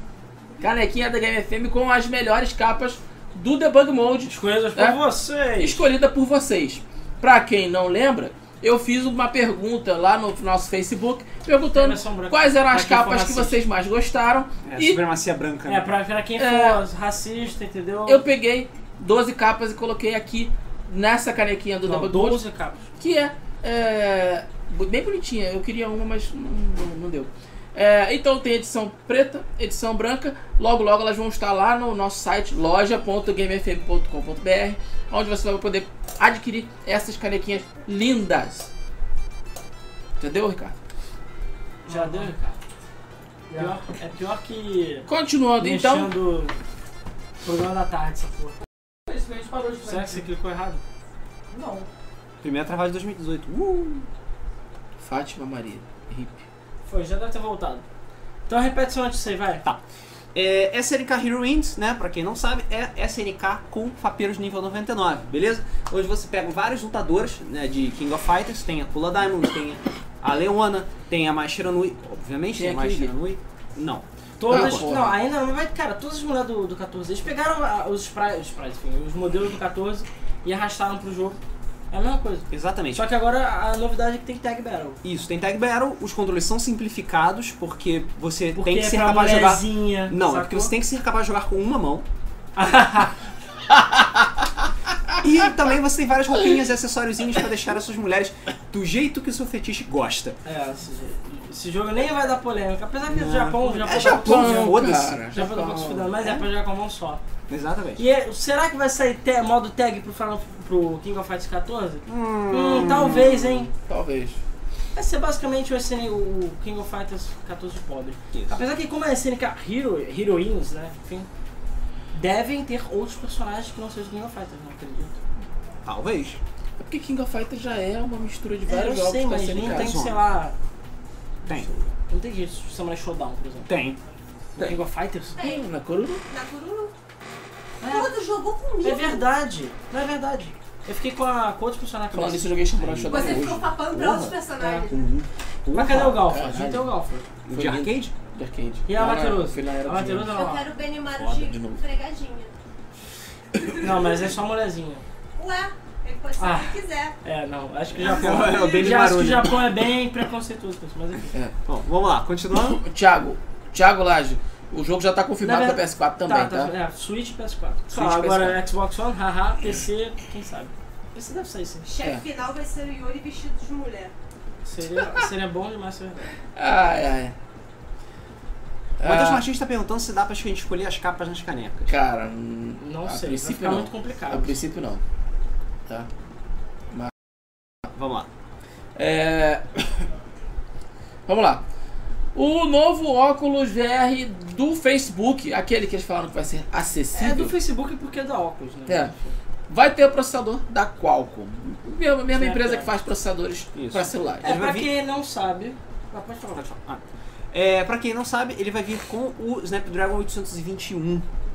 S2: Canequinha da Game FM com as melhores capas do Debug Mode.
S3: Coisas
S2: É.
S3: pra vocês!
S2: escolhida por vocês. Pra quem não lembra, eu fiz uma pergunta lá no nosso Facebook perguntando
S3: Emerson Branco.
S2: quais eram as
S3: Pra quem for
S2: capas que
S3: racista.
S2: vocês mais gostaram
S1: É,
S2: e
S1: supremacia branca.
S3: É, pra, pra quem
S2: É.
S3: for racista, entendeu?
S2: eu peguei 12 capas e coloquei aqui nessa canequinha do
S3: não,
S2: Double
S3: 12 cabos.
S2: que é, é, bem bonitinha. Eu queria uma, mas não, não- não deu. É, então tem edição preta, edição branca. Logo, logo elas vão estar lá no nosso site loja.gamefm.com.br, onde você vai poder adquirir essas canequinhas lindas. Entendeu, Ricardo?
S3: Já
S2: Ah.
S3: deu, Ricardo? Pior, é pior que.
S2: Continuando, então.
S3: Mexendo. Programa da tarde, essa porra.
S4: Infelizmente parou de
S3: Será que você clicou errado?
S4: Não.
S1: Primeira travagem de 2018. Uh!
S2: Fátima Maria, hip.
S3: Foi, já deve ter voltado. Então repete só antes de você,
S2: Tá.
S3: vai.
S1: É, SNK Hero Wings, né? Pra quem não sabe, é SNK com fapeiros nível 99, beleza? Onde você pega vários lutadores né, de King of Fighters, tem a Pula Diamond, tem a Leona, tem a Maishira Nui, obviamente, tem,
S2: Tem
S1: a
S2: aquele-
S1: Maishira Nui. Não.
S3: Todas.
S2: Ah, porra.
S3: não, ainda não, vai. Cara, todas as mulheres do, do 14, eles pegaram ah, os sprites, os, sprites, enfim, os modelos do 14 e arrastaram pro jogo. É a mesma coisa.
S1: Exatamente.
S3: Só que agora a novidade é que tem tag battle.
S1: Isso, tem Tag Battle, os controles são simplificados, porque você
S3: Porque
S1: tem que ser
S3: é pra
S1: capaz de jogar.
S3: mulherzinha.
S1: Não, é porque você tem que ser capaz de jogar com uma mão. e também você tem várias roupinhas e acessóriozinhos pra deixar as suas mulheres do jeito que o seu fetiche gosta.
S3: É, esse, jogo- esse jogo nem vai dar polêmica. Apesar que o
S1: Não.
S3: Japão, o Japão. tá
S1: É Japão, foda-se.
S2: cara,
S3: Já foi se fudendo, mas é, pra jogar com a mão só.
S1: Exatamente.
S3: E é- será que vai sair te- modo tag pro, Final- pro King of Fighters 14? hum talvez, hein?
S2: Talvez.
S3: Vai ser basicamente o, SN, o King of Fighters 14 pobre.
S1: Isso.
S3: Apesar que como é SNK Hero, Heroines, né? Enfim. Devem ter outros personagens que não sejam King of Fighters, não acredito.
S1: Talvez.
S2: É porque King of Fighters já é uma mistura de
S3: É,
S2: vários
S3: eu
S2: jogos
S3: sei,
S2: com a
S3: mas
S2: SNK.
S3: não tem,
S1: Zona.
S3: sei lá.
S1: Tem.
S3: Não tem isso. Samurai Showdown, por exemplo.
S1: Tem.
S3: King of Fighters?
S6: Tem.
S2: Na Coruru.
S6: Na Cururu.
S3: É,
S6: Todo jogou comigo.
S3: é verdade. Não é verdade. Eu fiquei com a com outros personagens.
S2: Falando nisso, eu joguei Samurai Shodown
S6: Você
S2: hoje.
S6: ficou papando pra
S2: Porra.
S6: outros personagens.
S3: Mas cadê o Galfas?
S2: Caralho.
S3: Não tem o Galfas.
S1: De
S2: Foi lindo.
S1: arcade?
S2: De arcade.
S3: E a
S2: Lá na-
S3: Amateroso?
S2: foi na era
S3: A
S2: do-
S3: Amateroso ela
S6: Não.
S5: Eu
S3: lá.
S5: quero o Benimaru
S2: Foda,
S5: de,
S2: de novo.
S5: fregadinha.
S3: Não, mas é só mulherzinha.
S6: Ué, ele pode ser
S3: Ah.
S6: o que quiser.
S3: É, não. Acho que o Japão.
S1: É o Benny
S3: já, acho que o
S1: Marulho.
S3: Japão é bem preconceituoso com isso, mas enfim.
S1: Bom, vamos lá, continuando.
S2: Thiago, Thiago Laje, o jogo já tá confirmado
S3: Na
S2: pra
S3: verdade-
S2: PS4 também, tá?
S3: É, Switch e PS4.
S2: Switch
S3: Switch,
S2: e
S3: agora Xbox One, haha, PC, quem sabe. PC deve sair sim.
S6: Chefe
S2: É.
S6: final vai ser o Yuri vestido de mulher.
S3: Seria, seria bom demais, se é verdade.
S2: Ai, ai.
S1: O Matheus
S2: Ah,
S1: Martins tá perguntando se dá pra gente escolher as capas nas canecas.
S2: Cara, hum,
S3: Não
S2: a
S3: sei, vai
S2: princípio
S3: ficar
S2: não.
S3: muito complicado.
S2: A princípio não. Tá?
S1: Vamos lá.
S2: É... Vamos lá. O novo óculos VR do Facebook, aquele que eles falaram que vai ser
S3: É
S2: acessível,
S3: do Facebook porque é da Oculus, né?
S2: É. vai ter o processador da Qualcomm. Mesma, mesma
S3: Certo.
S2: empresa que faz processadores
S1: Isso.
S2: para celulares.
S3: É, pra
S1: vi-
S3: quem não sabe. Ah, pode falar.
S1: Pode falar. Ah. É, pra quem não sabe, ele vai vir com o Snapdragon 821,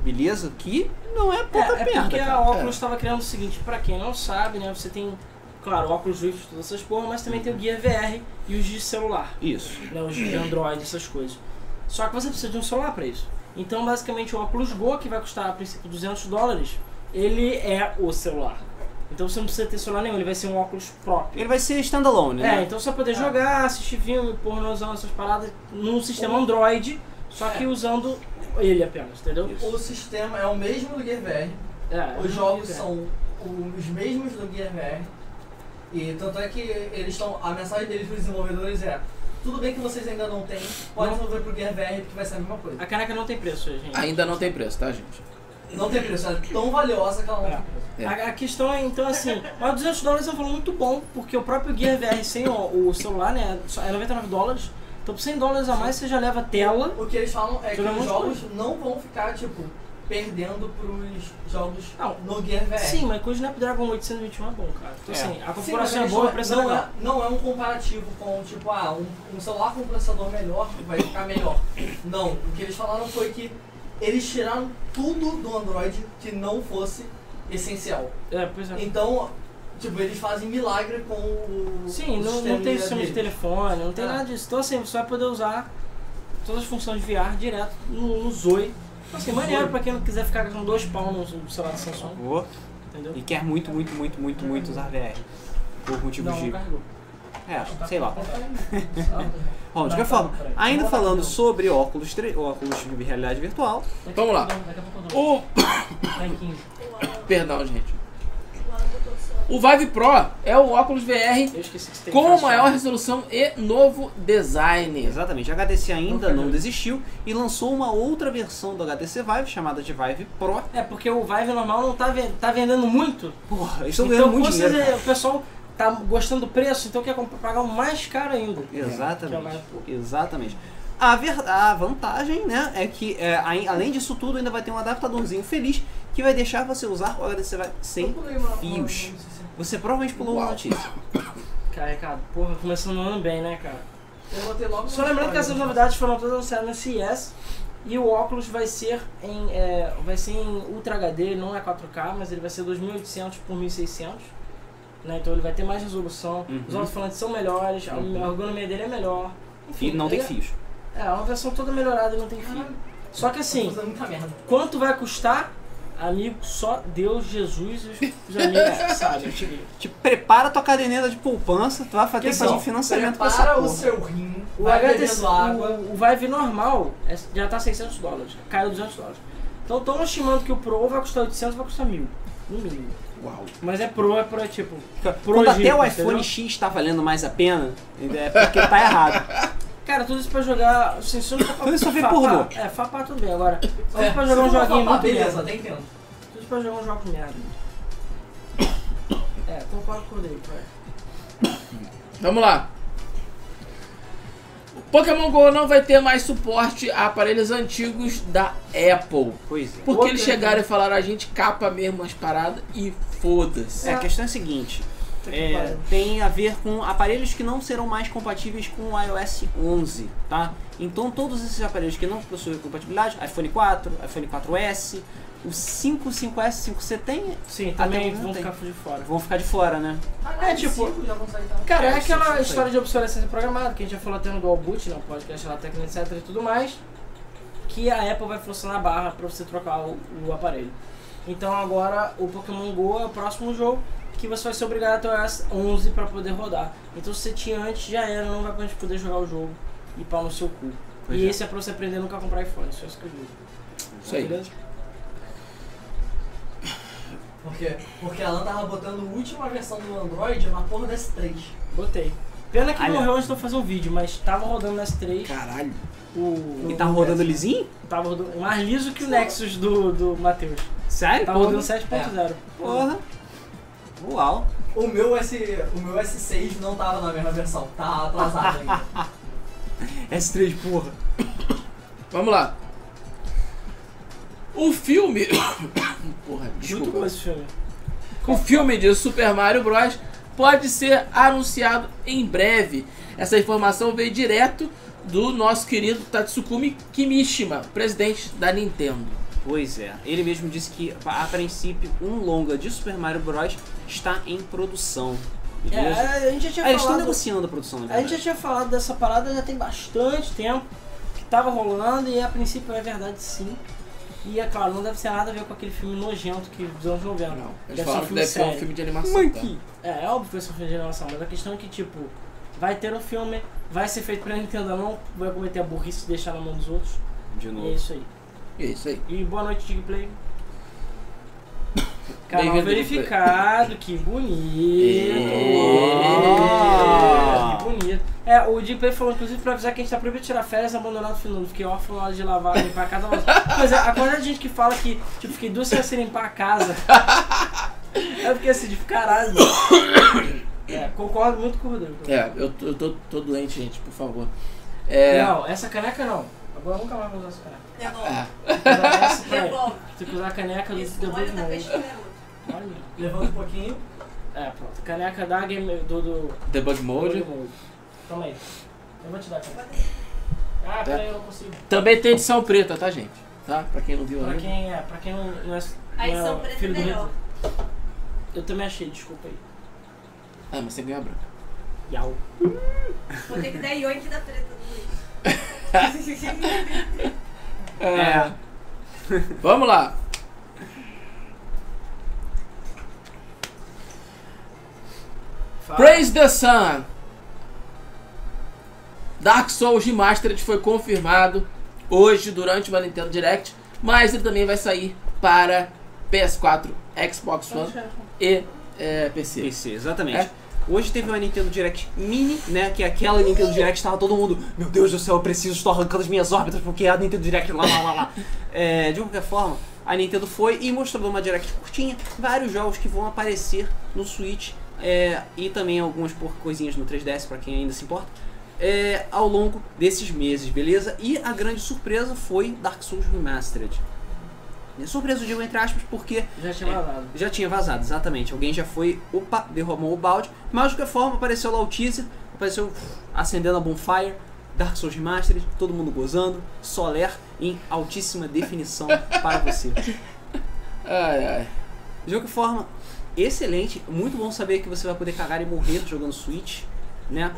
S1: beleza? Que não é pouca
S3: É, é
S1: merda.
S3: porque
S1: cara.
S3: a Oculus estava criando o seguinte, pra quem não sabe, né? Você tem, claro, óculos Rift, todas essas porra, mas também tem o Gear VR e os de celular,
S1: Isso.
S3: né? Os de Android, essas coisas. Só que você precisa de um celular pra isso. Então, basicamente, o óculos Go, que vai custar a princípio 200 dólares, ele é o celular. Então você não precisa ter celular nenhum, ele vai ser um óculos próprio.
S1: Ele vai ser standalone,
S3: É,
S1: né?
S3: então você vai poder jogar, assistir filme, pornozão, essas paradas, num sistema Android, só
S4: É.
S3: que usando ele apenas, entendeu?
S4: O sistema é o mesmo do Gear VR.
S3: É,
S4: Os jogos são os mesmos do Gear VR. E tanto é que eles estão. A mensagem deles para os desenvolvedores é. Tudo bem que vocês ainda não têm, pode desenvolver pro Gear VR porque vai ser a mesma coisa.
S3: A caneca não tem preço, gente.
S2: Ainda não tem preço, tá, gente?
S4: Não tem preço, é tão valiosa que ela não tem
S3: É.
S4: preço.
S2: É.
S3: A, a questão é, então, assim, mas 200 dólares é um valor muito bom, porque o próprio Gear VR sem o, o celular, né, só é 99 dólares. Então, por 100 dólares a mais, você já leva tela.
S4: O que eles falam é que
S3: Tudo é
S4: os
S3: muito
S4: jogos não vão ficar, tipo, perdendo pros jogos
S3: Não.
S4: no Gear VR.
S3: Sim, mas com o Snapdragon 821 é bom, cara. Então,
S1: É.
S3: assim, a
S4: É. Sim, mas
S3: configuração é
S4: eles
S3: boa, a
S4: não-
S3: pressão é
S4: não
S3: legal.
S4: é, não é um comparativo com, tipo, ah, um, um celular com um processador melhor vai ficar melhor. Não, o que eles falaram foi que eles tiraram tudo do Android que não fosse essencial.
S3: É, pois é.
S4: Então, tipo, eles fazem milagre com o
S3: Sim,
S4: o
S3: não, não tem sistema de
S4: deles.
S3: telefone, não tem
S4: É.
S3: nada disso. Então, assim, você vai poder usar todas as funções de VR direto no, no Zoe. Então, assim, maneiro pra quem não quiser ficar com dois pau no celular da Samsung,
S1: Vou.
S3: entendeu?
S1: E quer muito, muito, muito, muito, muito usar VR. Por motivos
S3: Não,
S1: tipo de.
S3: não carregou.
S1: É, sei lá. Bom, de qualquer forma, ainda falando sobre óculos, tre- óculos de realidade virtual,
S2: Vamos lá.
S3: Daqui a pouco eu dou.
S2: O...
S3: Tá em 15.
S5: O Alan,
S2: Perdão, gente.
S5: o Alan botou o celular.
S2: O Vive Pro é o óculos VR
S3: Eu esqueci que você tem
S2: com
S3: que
S2: maior
S3: fazer.
S2: resolução e novo design.
S1: exatamente, a HTC ainda não
S2: Não.
S1: desistiu e lançou uma outra versão do HTC Vive, chamada de Vive Pro.
S3: É, porque o Vive normal não tá, ven- tá vendendo muito.
S1: Porra, eles estão
S3: então,
S1: ganhando muito
S3: com certeza,
S1: dinheiro.
S3: o pessoal tá gostando do preço, então quer comp- pagar o mais caro ainda. Que é o
S1: Exatamente.
S3: mais pouco.
S1: Exatamente. A, ver- a vantagem, né, é que é, ai- além disso tudo, ainda vai ter um adaptadorzinho feliz que vai deixar você usar o HDC vai sem fios.
S4: assim.
S1: Você provavelmente pulou uma
S2: Uau.
S1: notícia.
S3: Cara, Ricardo, porra, começando o ano bem, né, cara?
S4: Eu botei logo um
S3: Só
S4: no
S3: lembrando que essas
S4: Instagram.
S3: novidades foram todas anunciadas na CES e o óculos vai ser em, é, vai ser em Ultra HD, não é 4K, mas ele vai ser 2800 por 1600. Né? Então ele vai ter mais resolução,
S1: Uhum.
S3: os alto-falantes são melhores, a-
S1: Uhum.
S3: a ergonomia dele é melhor. Enfim,
S1: E não tem
S3: ele é-
S1: fios.
S3: É, é uma versão toda melhorada, não tem fio. Só que
S4: Tô
S3: assim,
S4: fazendo muita merda.
S3: quanto vai custar? Amigo, só Deus, Jesus e os amigos que sabem.
S1: Te prepara tua caderneta de poupança, tu vai fazer,
S3: Que
S1: que fazer
S3: só
S1: um financiamento pra essa
S4: Prepara o
S1: porra.
S4: seu rim,
S3: assim, O,
S4: vai
S3: HTC,
S4: bebendo água.
S3: o, o Vive normal é- já tá 600 dólares, caiu 200 dólares. Então estão estimando que o Pro vai custar 800, vai custar 1000, no mínimo.
S2: Uau.
S3: Mas é Pro, é Pro, é tipo...
S1: Quando até o
S3: Pro,
S1: iPhone
S3: entendeu?
S1: X tá valendo mais a pena, é porque tá errado.
S3: Cara, tudo isso pra jogar... Assim, se eu não
S1: Tudo isso só vem pornô.
S3: É, Fapá tudo bem agora. Tudo
S4: É,
S3: isso pra jogar um
S4: se for
S3: joguinho
S4: papar,
S3: muito
S4: Beleza, tá
S3: merda.
S4: tem tempo.
S3: Tudo isso pra jogar um jogo merda. É, então quase acordei, vai.
S2: Vamos lá. O Pokémon GO não vai ter mais suporte a aparelhos antigos da Apple.
S1: Pois é.
S2: Porque
S3: Outro
S2: eles
S3: exemplo.
S2: chegaram e falaram, a gente capa mesmo as paradas e foda-se.
S1: É, a questão é a seguinte:
S4: Puta que
S1: É,
S4: pariu.
S1: tem a ver com aparelhos que não serão mais compatíveis com o iOS 11, tá? Então todos esses aparelhos que não possuem compatibilidade, iPhone 4, iPhone 4S, o 5, 5S, 5C tem,
S3: Sim,
S1: Até o
S3: também
S1: momento
S3: vão
S1: tem.
S3: ficar de fora.
S1: vão ficar de fora, né?
S4: Ah,
S3: É, tipo-
S4: cinco Já vão sair, tá?
S3: Cara, é
S1: É, sim, sim,
S3: aquela
S1: sim.
S3: história de obsolescência programada que a gente já falou até no Dual Boot, né? o Podcast lá técnica, etc e tudo mais. Que a Apple vai forçar na barra pra você trocar o, o aparelho. Então agora o Pokémon GO é o próximo jogo que você vai ser obrigado a ter o iOS 11 pra poder rodar. Então se você tinha antes, já era, não vai pra gente poder jogar o jogo e pau no seu cu.
S1: Pois
S3: e
S1: é.
S3: esse é pra você aprender a nunca comprar iPhone, isso é isso que eu digo.
S2: Isso aí.
S3: Beleza?
S4: Por quê? Porque a Alan tava botando a última versão do Android na porra do S3.
S3: Botei. Pena que
S1: Olha.
S3: morreu antes de eu fazer o vídeo, mas tava rodando no S3
S2: Caralho.
S3: o.
S1: E tá rodando lisinho?
S3: Tava rodando mais liso que o Nexus do, do Matheus.
S1: Sério?
S3: Tava
S1: Porra.
S3: Tá rodando 7.0.
S1: Porra. Uau.
S4: O meu, S, o meu S6 não tava na mesma versão, tá atrasado ainda.
S1: S3, porra.
S2: Vamos lá. O filme. Porra,
S3: Muito
S2: desculpa.
S3: bom esse filme.
S2: O filme de Super Mario Bros. pode ser anunciado em breve. Essa informação veio direto do nosso querido Tatsukumi Kimishima, presidente da Nintendo.
S1: Pois é, ele mesmo disse que a princípio um longa de Super Mario Bros está em produção.
S3: É,
S1: Beleza?
S3: a gente já tinha
S1: Ah, eles estão
S3: falado.
S1: negociando a produção, né?
S3: A gente já tinha falado dessa parada já tem bastante tempo que tava rolando e a princípio é verdade sim. E é claro, não deve ser nada a ver com aquele filme nojento que dos anos 90.
S2: Não, eles
S3: Deve ser um
S2: falaram que
S3: filme
S2: deve ser um
S3: sério.
S2: filme de tá? animação.
S1: Monkey.
S3: É, é óbvio que vai ser um filme de animação, mas a questão é que, tipo, vai ter um filme, vai ser feito pela Nintendo, não vai cometer a burrice de deixar na mão dos outros.
S1: De
S3: E é
S1: novo.
S3: isso aí.
S2: Tá? Isso aí.
S3: E boa noite, Digplay. Canal
S2: Digplay.
S3: verificado, que
S2: Eee.
S3: bonito. Que bonito. É, o Digplay falou inclusive pra avisar que a gente tá proibido de tirar férias abandonado Finlândia. Fiquei órfão na hora de lavar, limpar a casa. Mas, mas é, a quantidade de gente que fala que, tipo, fiquei duas semanas sem limpar a casa. Eu fiquei assim, de caralho. É, concordo muito com o Rodrigo.
S2: É, eu, tô- eu tô, tô doente, gente, por favor. É.
S3: Não, essa caneca não. Agora eu nunca mais vou usar essa caneca.
S2: é.
S3: Usar essa pra-
S6: Devolve.
S3: Tem que usar a caneca do
S6: Esse
S3: Devolve
S6: olho tá
S3: Mundo.
S6: pescando é outro.
S3: Olha.
S4: Levanta um pouquinho.
S3: É, pronto. Caneca da game do. do
S2: Debug
S3: Hoje
S2: Mode.
S3: Toma aí. Eu vou te dar, cara. Ah, peraí, eu não consigo.
S2: Também tem edição preta, tá, gente? Tá? Pra quem não viu
S3: Pra
S2: ainda.
S3: quem é, pra quem não, não é, não
S6: A
S3: é
S6: edição preta é
S3: filho do
S6: melhor.
S3: Hitler. Eu também achei, desculpa aí.
S2: Ah, mas você ganha a branca.
S3: Yau.
S6: Vou ter que dar ioique da preta do Luiz.
S1: É.
S2: Vamos lá.
S3: Fala.
S2: Praise the Sun. Dark Souls Remastered foi confirmado hoje durante uma Nintendo Direct, mas ele também vai sair para PS4, Xbox One e é, PC.
S1: PC, exatamente.
S2: É.
S1: Hoje teve uma Nintendo Direct Mini, né? Que aquela Nintendo Direct tava todo mundo, meu Deus do céu, eu preciso, estou arrancando as minhas órbitas porque a Nintendo Direct lá, lá, lá, lá. É, de qualquer forma, a Nintendo foi e mostrou numa Direct curtinha vários jogos que vão aparecer no Switch é, e também algumas por- coisinhas no 3DS, pra quem ainda se importa, é, ao longo desses meses, beleza? E a grande surpresa foi Dark Souls Remastered. Surpresa, eu digo entre aspas, porque
S3: Já tinha mandado.
S1: já tinha vazado, exatamente. Alguém já foi, opa, derramou o balde. Mas de qualquer forma, apareceu lá o teaser, apareceu uf, acendendo a bonfire, Dark Souls Remastered, todo mundo gozando, Soler em altíssima definição para você.
S2: Ai, ai.
S1: De qualquer forma, excelente. Muito bom saber que você vai poder cagar e morrer jogando Switch, né?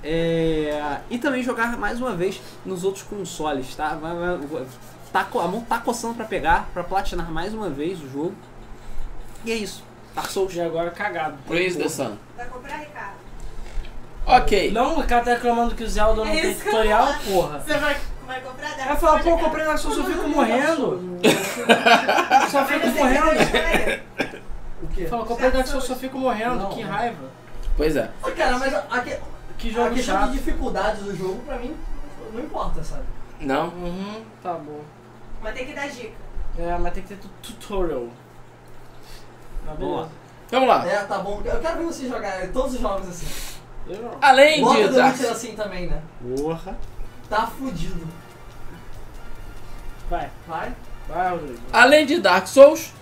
S1: É, E também jogar mais uma vez nos outros consoles, tá? Vai- vai- vai- tá co- a mão tá coçando pra pegar, pra platinar mais uma vez o jogo. E é isso. Dark Souls.
S3: E agora cagado.
S2: Praise the Sun.
S6: Vai comprar, Ricardo?
S2: Ok.
S3: Não, o cara tá reclamando que o Zelda não
S6: É
S3: tem
S6: isso que eu
S3: tutorial,
S6: ia falar.
S3: porra.
S6: Você vai, vai comprar dela?
S3: Ela fala,
S6: Pode
S3: pô, tá eu
S6: dar.
S3: comprei na sua, só fico morrendo. Só
S6: Mas
S3: fico
S6: eu sei que
S3: morrendo.
S6: você vai escolher.
S4: O quê?
S3: Fala, comprei na sua, só fico morrendo.
S4: Não,
S3: Que
S4: não.
S3: raiva.
S2: Pois é.
S4: Ah, Cara, mas a, a, que-
S3: Que
S4: a
S3: jogo
S4: questão de
S3: chato.
S4: dificuldade do jogo, pra mim, não importa, sabe?
S2: Não.
S3: Uhum, tá bom.
S6: Vai ter que dar dica.
S3: É, mas tem que ter tu- tutorial. Tá
S1: Boa.
S3: beleza.
S2: Vamos lá.
S4: É, tá bom. Eu quero ver você jogar todos os jogos assim.
S3: Eu não.
S2: Além
S4: Bota
S2: de
S4: o The
S2: Dark
S4: Witcher assim também, né?
S1: Porra.
S4: Tá fudido.
S3: Vai,
S4: Vai.
S3: vai, Rodrigo.
S2: Além de Dark Souls,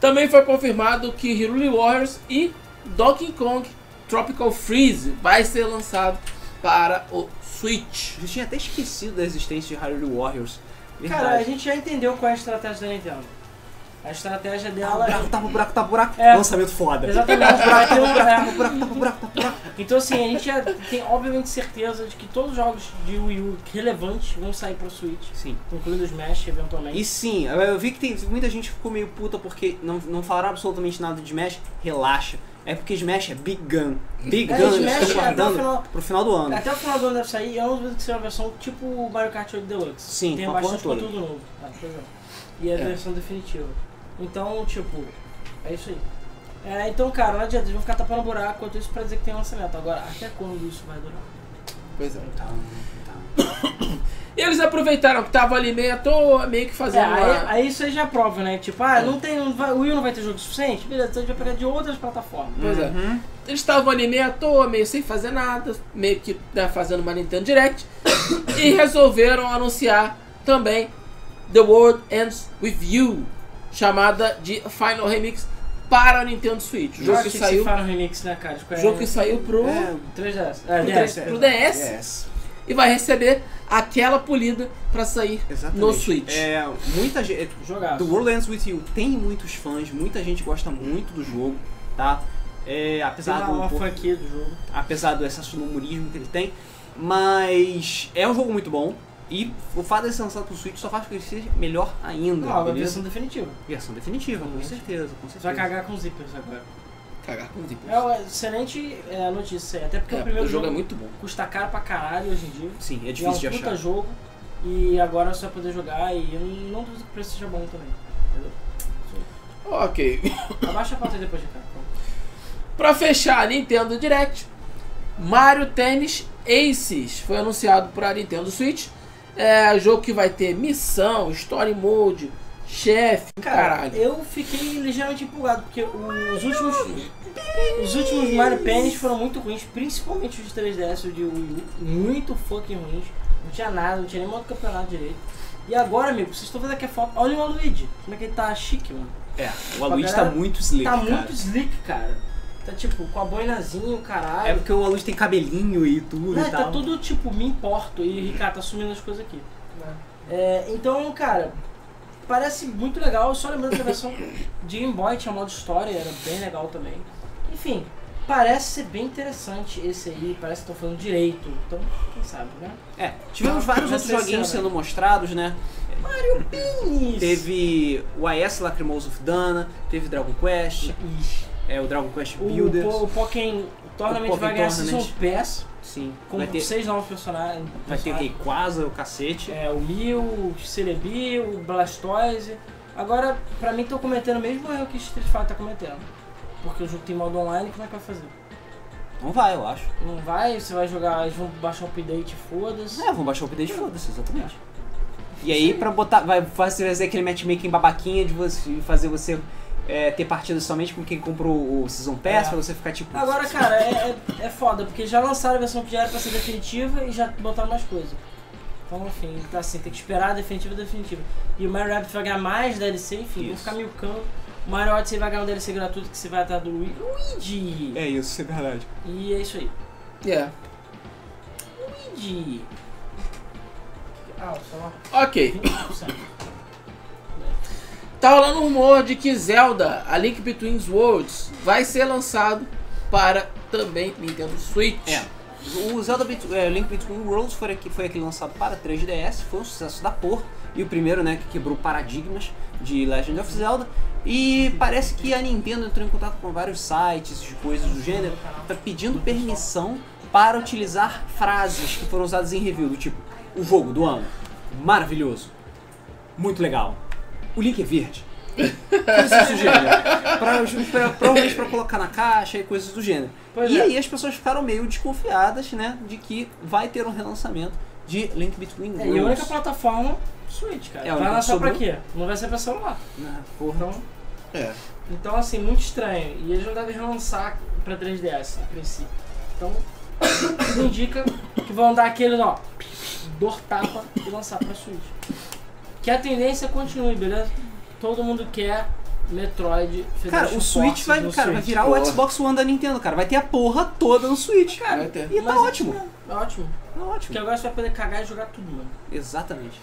S2: também foi confirmado que Hyrule Warriors e Donkey Kong Tropical Freeze vai ser lançado para o Switch.
S1: Eu tinha até esquecido da existência de Hyrule Warriors. Verdade.
S3: Cara, a gente já entendeu qual é a estratégia da Nintendo. A estratégia dela.
S1: Buraco, tapa, buraco, tapa, buraco.
S3: É.
S1: Lançamento foda.
S3: Exatamente, vai ter um- é.
S1: Buraco, tapa, buraco, tá tapa, buraco.
S3: Então assim, a gente já tem obviamente certeza de que todos os jogos de Wii U relevantes vão sair pro Switch,
S1: Sim.
S3: incluindo o Smash eventualmente.
S1: E sim, eu vi que tem muita gente ficou meio puta porque não, não falaram absolutamente nada de Smash. Relaxa. É porque Smash é Big Gun. Big
S3: É,
S1: Gun eles
S3: Smash
S1: estão
S3: é até o
S1: guardando
S3: final- É.
S1: pro final do ano.
S3: Até o final do ano deve sair, eu não duvido que seja uma versão tipo Mario Kart 8 Deluxe.
S1: Sim,
S3: Tem
S1: com a porra
S3: bastante
S1: toda.
S3: conteúdo novo. Ah, pois é. E é a
S1: É.
S3: versão definitiva. Então, tipo, é isso aí. É, então, cara, não adianta, eles vão ficar tapando buraco quanto isso pra dizer que tem lançamento. Agora, até quando isso vai durar?
S2: Pois é.
S1: Tá,
S2: E eles aproveitaram que tava ali meio à toa, meio que
S3: É,
S2: fazendo
S3: aí,
S2: uma...
S3: aí isso aí já é prova, né? Tipo, ah, não tem, não vai, o Wii U não vai ter jogo suficiente? Beleza, então a gente vai pegar de outras plataformas.
S2: Pois é. Eles estavam ali meio à toa, meio sem fazer nada, meio que né, fazendo uma Nintendo Direct. e resolveram anunciar também The World Ends With You, chamada de Final Remix para a Nintendo Switch. O jogo que
S3: Joystick se
S2: saiu,
S3: fala no remix, né, cara? Tipo,
S2: o
S3: é-
S2: jogo que saiu pro,
S1: É,
S3: 3DS. É,
S2: pro,
S3: DS.
S2: pro DS
S1: Yes.
S2: e vai receber aquela polida pra sair
S1: Exatamente.
S2: no Switch.
S1: É, muita gente.
S3: Jogaço.
S1: The World Ends With You tem muitos fãs, muita gente gosta muito do jogo, tá? É,
S3: Tem
S1: apesar do.
S3: uma
S1: um pouco-
S3: franquia do jogo.
S1: apesar do excesso de humorismo que ele tem. Mas é um jogo muito bom. E o fato de ser lançado pro Switch só faz com que ele seja melhor ainda.
S3: Não, a
S1: beleza?
S3: versão definitiva.
S1: Versão definitiva, com
S3: Realmente.
S1: certeza, com
S3: Você
S1: certeza.
S3: vai cagar com zippers agora.
S2: Cagar com o Deep.
S3: É uma excelente é, notícia aí. Até porque
S2: É,
S3: o primeiro
S2: o jogo é muito bom.
S3: custa caro pra caralho hoje em dia.
S1: Sim, é
S3: E é um
S1: difícil de
S3: puta
S1: achar.
S3: jogo. E agora você vai poder jogar e eu não duvido que o preço seja bom também. entendeu?
S2: Ok.
S3: Abaixa a pauta aí depois de cara.
S2: Pra fechar a Nintendo Direct, Mario Tennis Aces foi anunciado para Nintendo Switch. É jogo que vai ter missão, story mode, chefe, caralho.
S3: eu fiquei ligeiramente empolgado, porque os últimos. Os últimos Mario Pennies foram muito ruins, principalmente os de 3DS e de Wii U, muito fucking ruins. Não tinha nada, não tinha nem modo campeonato direito. E agora, amigo, vocês estão vendo aqui a foto. Olha o Waluigi, como é que ele tá chique, mano.
S1: É, o Aluísio tá
S3: galera
S1: muito slick,
S3: tá
S1: cara.
S3: muito sleek, cara. Tá tipo, com a boinazinha, o caralho.
S1: É porque o Aluísio tem cabelinho e tudo
S3: Não,
S1: e
S3: tá
S1: tal.
S3: tudo tipo, me importo e Ricardo tá sumindo as coisas aqui. É, então, cara, parece muito legal. Eu só lembrando que a versão de Game Boy tinha um modo história, era bem legal também. Enfim, parece ser bem interessante esse aí. Parece que estão falando direito. Então, quem sabe, né?
S1: É, tivemos vários
S3: Não
S1: outros
S3: sei se
S1: joguinhos
S3: era.
S1: sendo mostrados, né?
S3: Isso.
S1: Teve o AS Lacrimosa of Dana, teve Dragon Quest,
S3: Isso.
S1: é o Dragon Quest
S3: O,
S1: Builders.
S3: po- o Pokémon Tournament
S1: O Pokémon
S3: vai ganhar
S1: Tournament.
S3: Season Pass
S1: Sim,
S3: com
S1: vai ter,
S3: seis novos personagens.
S1: vai ter o Rayquaza, o cacete.
S3: É, o Mil, o Celebi, o Blastoise. Agora, pra mim, tô cometendo o mesmo erro que Street Fighter tá cometendo. Porque o jogo tem modo online, como é que vai fazer?
S1: Não vai, eu acho.
S3: Não vai, você vai jogar, eles vão baixar o update, foda-se.
S1: É, vão baixar o update, foda-se, exatamente. E aí, pra botar. Vai fazer fazer aquele matchmaking babaquinha de você fazer você é, ter partidas somente com quem comprou o Season Pass,
S3: É.
S1: pra você ficar tipo.
S3: Agora, cara, é, é, é foda, porque já lançaram a versão que já era pra ser definitiva e já botaram mais coisa. Então, enfim, tá assim, tem que esperar a definitiva definitiva. E o Mario Rabbit vai ganhar mais DLC, enfim, vão
S1: Isso.
S3: ficar milcão. O Mario Odyssey vai ganhar um DLC gratuito que você vai atrás do Luigi. Luigi!
S1: É isso, é verdade.
S3: E é isso aí.
S2: É.
S3: Luigi! Ah, só uma
S2: Ok.
S3: 20%.
S2: Tá rolando um rumor de que Zelda, a Link Between Worlds, vai ser lançado para também Nintendo Switch.
S1: É. O Zelda Bet- é, Link Between Worlds foi, aqui, foi aquele lançado para 3DS, foi um sucesso da porra. E o primeiro, né, que quebrou paradigmas de Legend of Zelda. E parece que a Nintendo entrou em contato com vários sites e coisas do gênero, tá pedindo permissão para utilizar frases que foram usadas em review, do tipo, o jogo do ano, maravilhoso, muito legal, o Link é verde. Coisas do gênero. Pra, pra- provavelmente pra colocar na caixa e coisas do gênero.
S3: Pois
S1: e
S3: é.
S1: aí as pessoas ficaram meio desconfiadas, né? De que vai ter um relançamento de Link Between
S3: É,
S1: Worlds.
S3: e a única plataforma Switch, cara.
S1: É, a
S3: vai
S1: única que
S3: lançar pra
S1: sobrou.
S3: quê? Não vai ser pra celular.
S1: Ah, porra.
S3: Então,
S2: É.
S3: então assim, muito estranho. E eles não devem relançar pra 3DS, a princípio. Então, tudo indica que vão dar aquele, ó, dor tapa e lançar pra Switch. Que a tendência continue, beleza? Todo mundo quer Metroid
S1: Cara,
S3: Federation
S1: o Switch
S3: Forces
S1: vai,
S3: no
S1: cara, vai
S3: Switch.
S1: virar
S2: Porra.
S1: o Xbox One da Nintendo, cara. Vai ter a porra toda no Switch. Cara,
S2: Vai ter.
S1: e tá
S3: Mas é
S1: ótimo.
S3: É ótimo.
S1: Tá
S3: Porque
S1: ótimo.
S3: agora você vai poder cagar e jogar tudo, mano.
S1: Exatamente.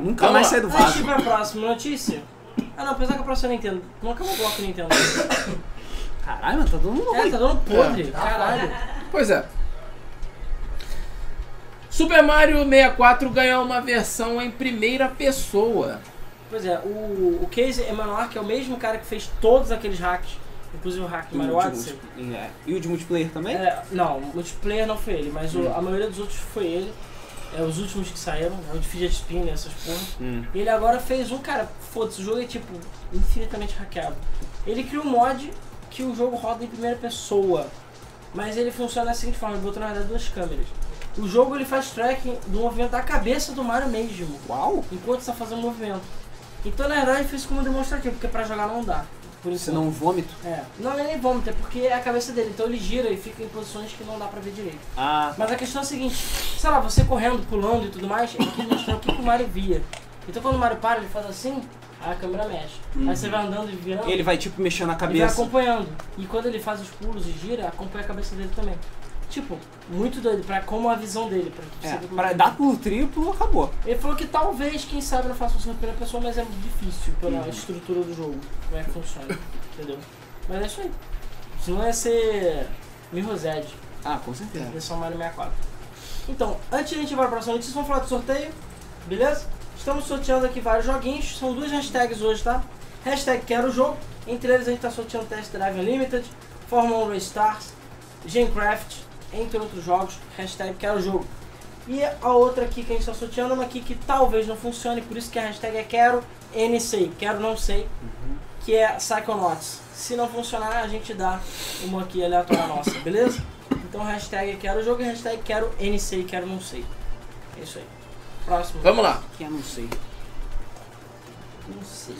S1: Nunca
S2: Vamos
S1: mais
S2: lá.
S1: sai do
S3: Antes de
S1: vaso.
S3: ir pra próxima notíma. Ah não, apesar que a próxima é Nintendo. Não acabou o bloco Nintendo.
S1: Caralho, mano, tá todo mundo
S3: É,
S1: ruim.
S3: tá dando podre,
S2: É.
S3: caralho.
S2: Pois é. Super Mario 64 ganhou uma versão em primeira pessoa.
S3: Pois é, o, o Casey Emmanuel, que é o mesmo cara que fez todos aqueles hacks, inclusive o hack
S1: E
S3: do
S1: o
S3: Mario
S1: de
S3: Odyssey.
S1: multi- é. E o de multiplayer também?
S3: É, não, o multiplayer não foi ele, mas o-
S1: Hum.
S3: a maioria dos outros foi ele. É, os últimos que saíram, é o de Fidget Spinner, essas porra.
S1: Hum.
S3: E ele agora fez um, cara, foda-se, o jogo é tipo infinitamente hackeado. Ele criou um mod que o jogo roda em primeira pessoa. Mas ele funciona da seguinte forma, ele botou na verdade duas câmeras. O jogo ele faz tracking do movimento da cabeça do Mario mesmo
S1: Uau!
S3: enquanto está fazendo o movimento. Então, na verdade, eu fiz como demonstrativo, porque pra jogar não dá. Por isso
S1: Senão um vômito.
S3: É. Não, é nem vômito, é porque é a cabeça dele, então ele gira e fica em posições que não dá pra ver direito.
S1: Ah,
S3: Mas a questão é a seguinte, sei lá, você correndo, pulando e tudo mais, é que mostrou o que que o Mario via. Então quando o Mario para, ele faz assim, aí a câmera mexe. Aí você vai andando e virando,
S1: ele vai tipo mexendo a
S3: e vai
S1: cabeça.
S3: acompanhando. E quando ele faz os pulos e gira, acompanha a cabeça dele também. Tipo, muito doido, pra como a visão dele, pra que você
S1: É,
S3: ver como
S1: pra
S3: ele-
S1: dar pulo triplo, acabou.
S3: ele falou que talvez, quem sabe, não faça funcionar em primeira pessoa, mas é difícil pela estrutura do jogo, como é que funciona, entendeu? Mas é isso aí. Senão ia ser Mirror's Edge,
S1: Ah, com certeza.
S3: versão Mario 64. Então, antes de a gente ir para a próxima notícia, vamos falar do sorteio, beleza? Estamos sorteando aqui vários joguinhos, são duas hashtags hoje, tá? Hashtag quero o jogo, entre eles a gente está sorteando Test Drive Unlimited, Fórmula 1 Race Stars, Gamecraft, entre outros jogos, hashtag quero o jogo. E a outra aqui que a gente está sorteando é uma aqui que talvez não funcione, por isso que a hashtag é quero NC, quero não sei, que é Psychonauts. Se não funcionar, a gente dá uma aqui aleatória nossa, beleza? Então hashtag quero jogo e hashtag quero NC, quero não sei. É isso aí. Próximo.
S2: Vamos lá.
S1: Que eu não sei.
S3: Não sei.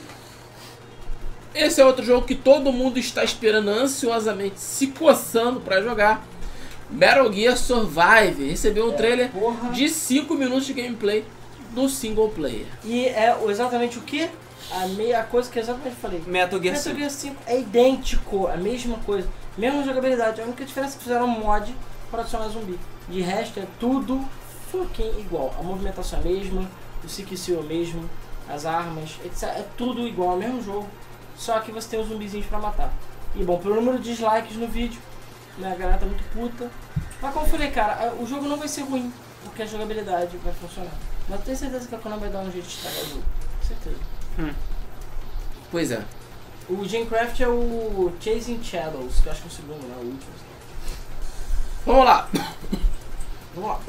S2: Esse é outro jogo que todo mundo está esperando ansiosamente, se coçando para jogar. Metal Gear Survive recebeu um trailer de 5 minutos de gameplay do single player.
S3: E é o- exatamente o que? A meia coisa que eu exatamente falei.
S1: Metal Gear
S3: Metal
S1: 5.
S3: Gear 5 é idêntico, a mesma coisa, mesma jogabilidade. A única diferença é que fizeram um mod para adicionar zumbi. De resto é tudo fucking igual. A movimentação é a mesma, o Sikisio é o mesmo, as armas, etc. É tudo igual, é o mesmo jogo. Só que você tem os zumbizinhos para matar. E bom, pelo número de dislikes no vídeo, né, a galera tá muito puta. Mas como eu falei, cara, a- o jogo não vai ser ruim, porque a jogabilidade vai funcionar. Mas eu tenho certeza que a Konami vai dar um jeito de estragar o jogo. Certeza.
S2: Pois é.
S3: O Gamecraft é o Chasing Shadows, que eu acho que é o segundo, né? O último.
S2: Vamos lá.
S3: Vamos lá.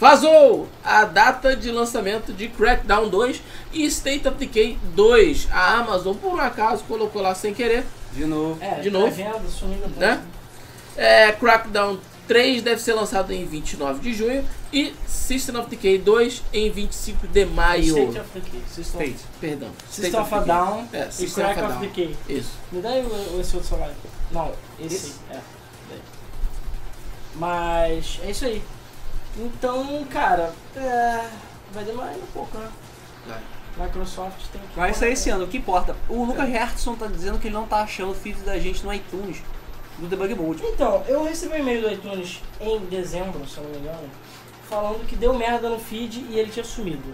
S2: Vazou a data de lançamento de Crackdown 2 e State of Decay 2. A Amazon, por um acaso, colocou lá sem querer,
S1: De novo.
S3: É,
S2: De novo.
S3: Venda, sumindo
S2: né? É, Crackdown 3 deve ser lançado em 29 de junho e System of Decay 2 em 25 de maio.
S3: State of the Key. System of-
S1: Feito.
S2: Perdão.
S3: System of a
S2: Decay.
S3: Down
S2: É,
S3: e
S2: System
S3: Crack
S2: of a
S3: of the
S2: Down.
S3: Key.
S2: Isso.
S3: Me dá aí o- esse outro celular. Não, esse.
S1: Esse?
S3: É. Daí. Mas é isso aí. Então, cara, é, vai demorar ainda um pouco, né?
S2: Vai.
S3: Microsoft tem que.
S1: Vai sair esse ano, o que importa. O Lucas Hertzson tá dizendo que ele não tá achando o feed da gente no iTunes do Debug Mode.
S3: Então, eu recebi um e-mail do iTunes em dezembro, se eu não me engano, falando que deu merda no feed e ele tinha sumido.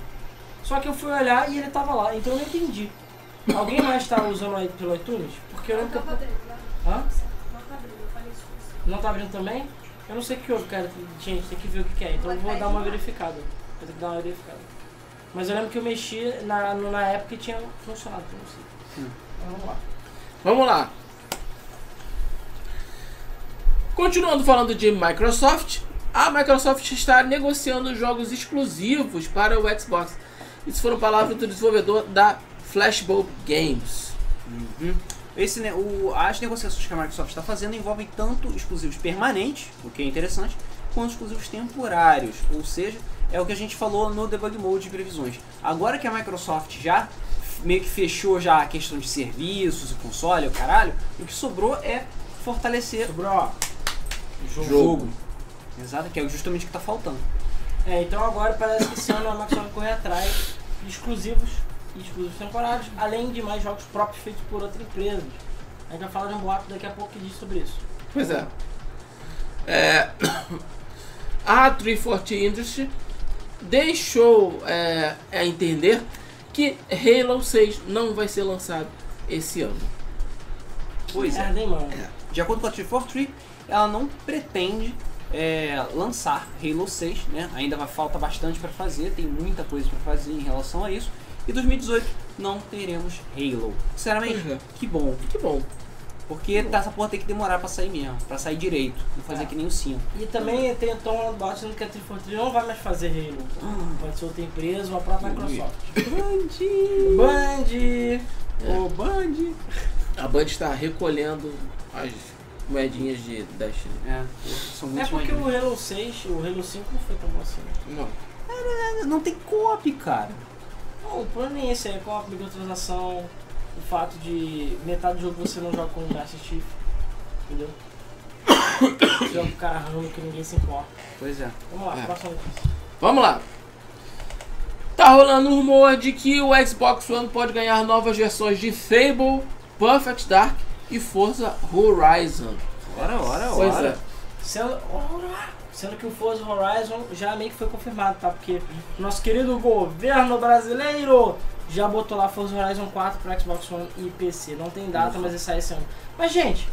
S3: Só que eu fui olhar e ele tava lá, então eu não entendi. Alguém mais tá usando aí pelo iTunes? Porque eu lembro que
S6: Não tá
S3: eu...
S6: abrindo, né?
S3: Hã?
S6: Não tá abrindo, eu falei isso.
S3: Não tá abrindo também? Eu não sei o que houve, cara. Gente, tem que ver o que que é. Então eu vou dar uma verificada. Vou ter que dar uma verificada. Mas eu lembro que eu mexi na, na época e tinha funcionado, então não sei. Mas Vamos lá.
S2: Vamos lá. Continuando falando de Microsoft, a Microsoft está negociando jogos exclusivos para o Xbox. Isso foram palavras do desenvolvedor da Flashbulb Games.
S1: Esse, né, o, as negociações que a Microsoft está fazendo envolvem tanto exclusivos permanentes, o que é interessante, quanto exclusivos temporários. Ou seja, é o que a gente falou no Debug Mode de previsões. Agora que a Microsoft já f- meio que fechou já a questão de serviços e console, o caralho, o que sobrou é fortalecer
S3: Sobrou, ó.
S1: o jogo. Exato, que é justamente o que está faltando.
S3: É, então agora parece que esse ano a Microsoft corre atrás de exclusivos e exclusivos temporários, além de mais jogos próprios feitos por outras empresas. A gente vai falar de um boato daqui a pouco que diz sobre isso.
S2: Pois é. É, a 340 Industry deixou é, a entender que Halo 6 não vai ser lançado esse ano.
S1: Pois é.
S3: Merda, hein, mano?
S1: De acordo com a 343, ela não pretende é, lançar Halo 6, né? Ainda vai, falta bastante para fazer, tem muita coisa para fazer em relação a isso. E 2018 não teremos Halo. Sinceramente,
S2: Pois é.
S1: que bom.
S2: Que bom.
S1: Porque tá, essa porra tem que demorar pra sair mesmo, pra sair direito. Não fazer
S3: É.
S1: que nem o 5.
S3: E também tem o Tom Bot dizendo que a 343 não vai mais fazer Halo.
S1: Hum.
S3: Pode ser outra empresa ou a própria Microsoft.
S1: Band!
S3: Band!
S1: Ô, Band!
S2: A Band está recolhendo as moedinhas de Destiny.
S1: É, são
S3: É
S1: muitos
S3: porque
S1: mais-
S3: o Halo 6, o Halo 5 não foi tão bom assim.
S2: Não.
S1: Não tem co-op, cara.
S3: Não, o plano é esse, é com a microtransação, o fato de metade do jogo você não joga com o Master Chief, entendeu? Você joga com o cara rando que ninguém se importa.
S1: Pois é.
S3: Vamos lá,
S2: É.
S3: próxima notícia.
S2: Vamos lá. Tá rolando um rumor de que o Xbox One pode ganhar novas versões de Fable, Perfect Dark e Forza Horizon.
S1: Ora, ora,
S2: Pois
S1: ora.
S2: é.
S3: Sendo, Ora! sendo que o Forza Horizon já meio que foi confirmado, tá? Porque o nosso querido governo brasileiro já botou lá Forza Horizon 4 para Xbox One e PC. Não tem data, mas esse sai esse ano. Mas, gente,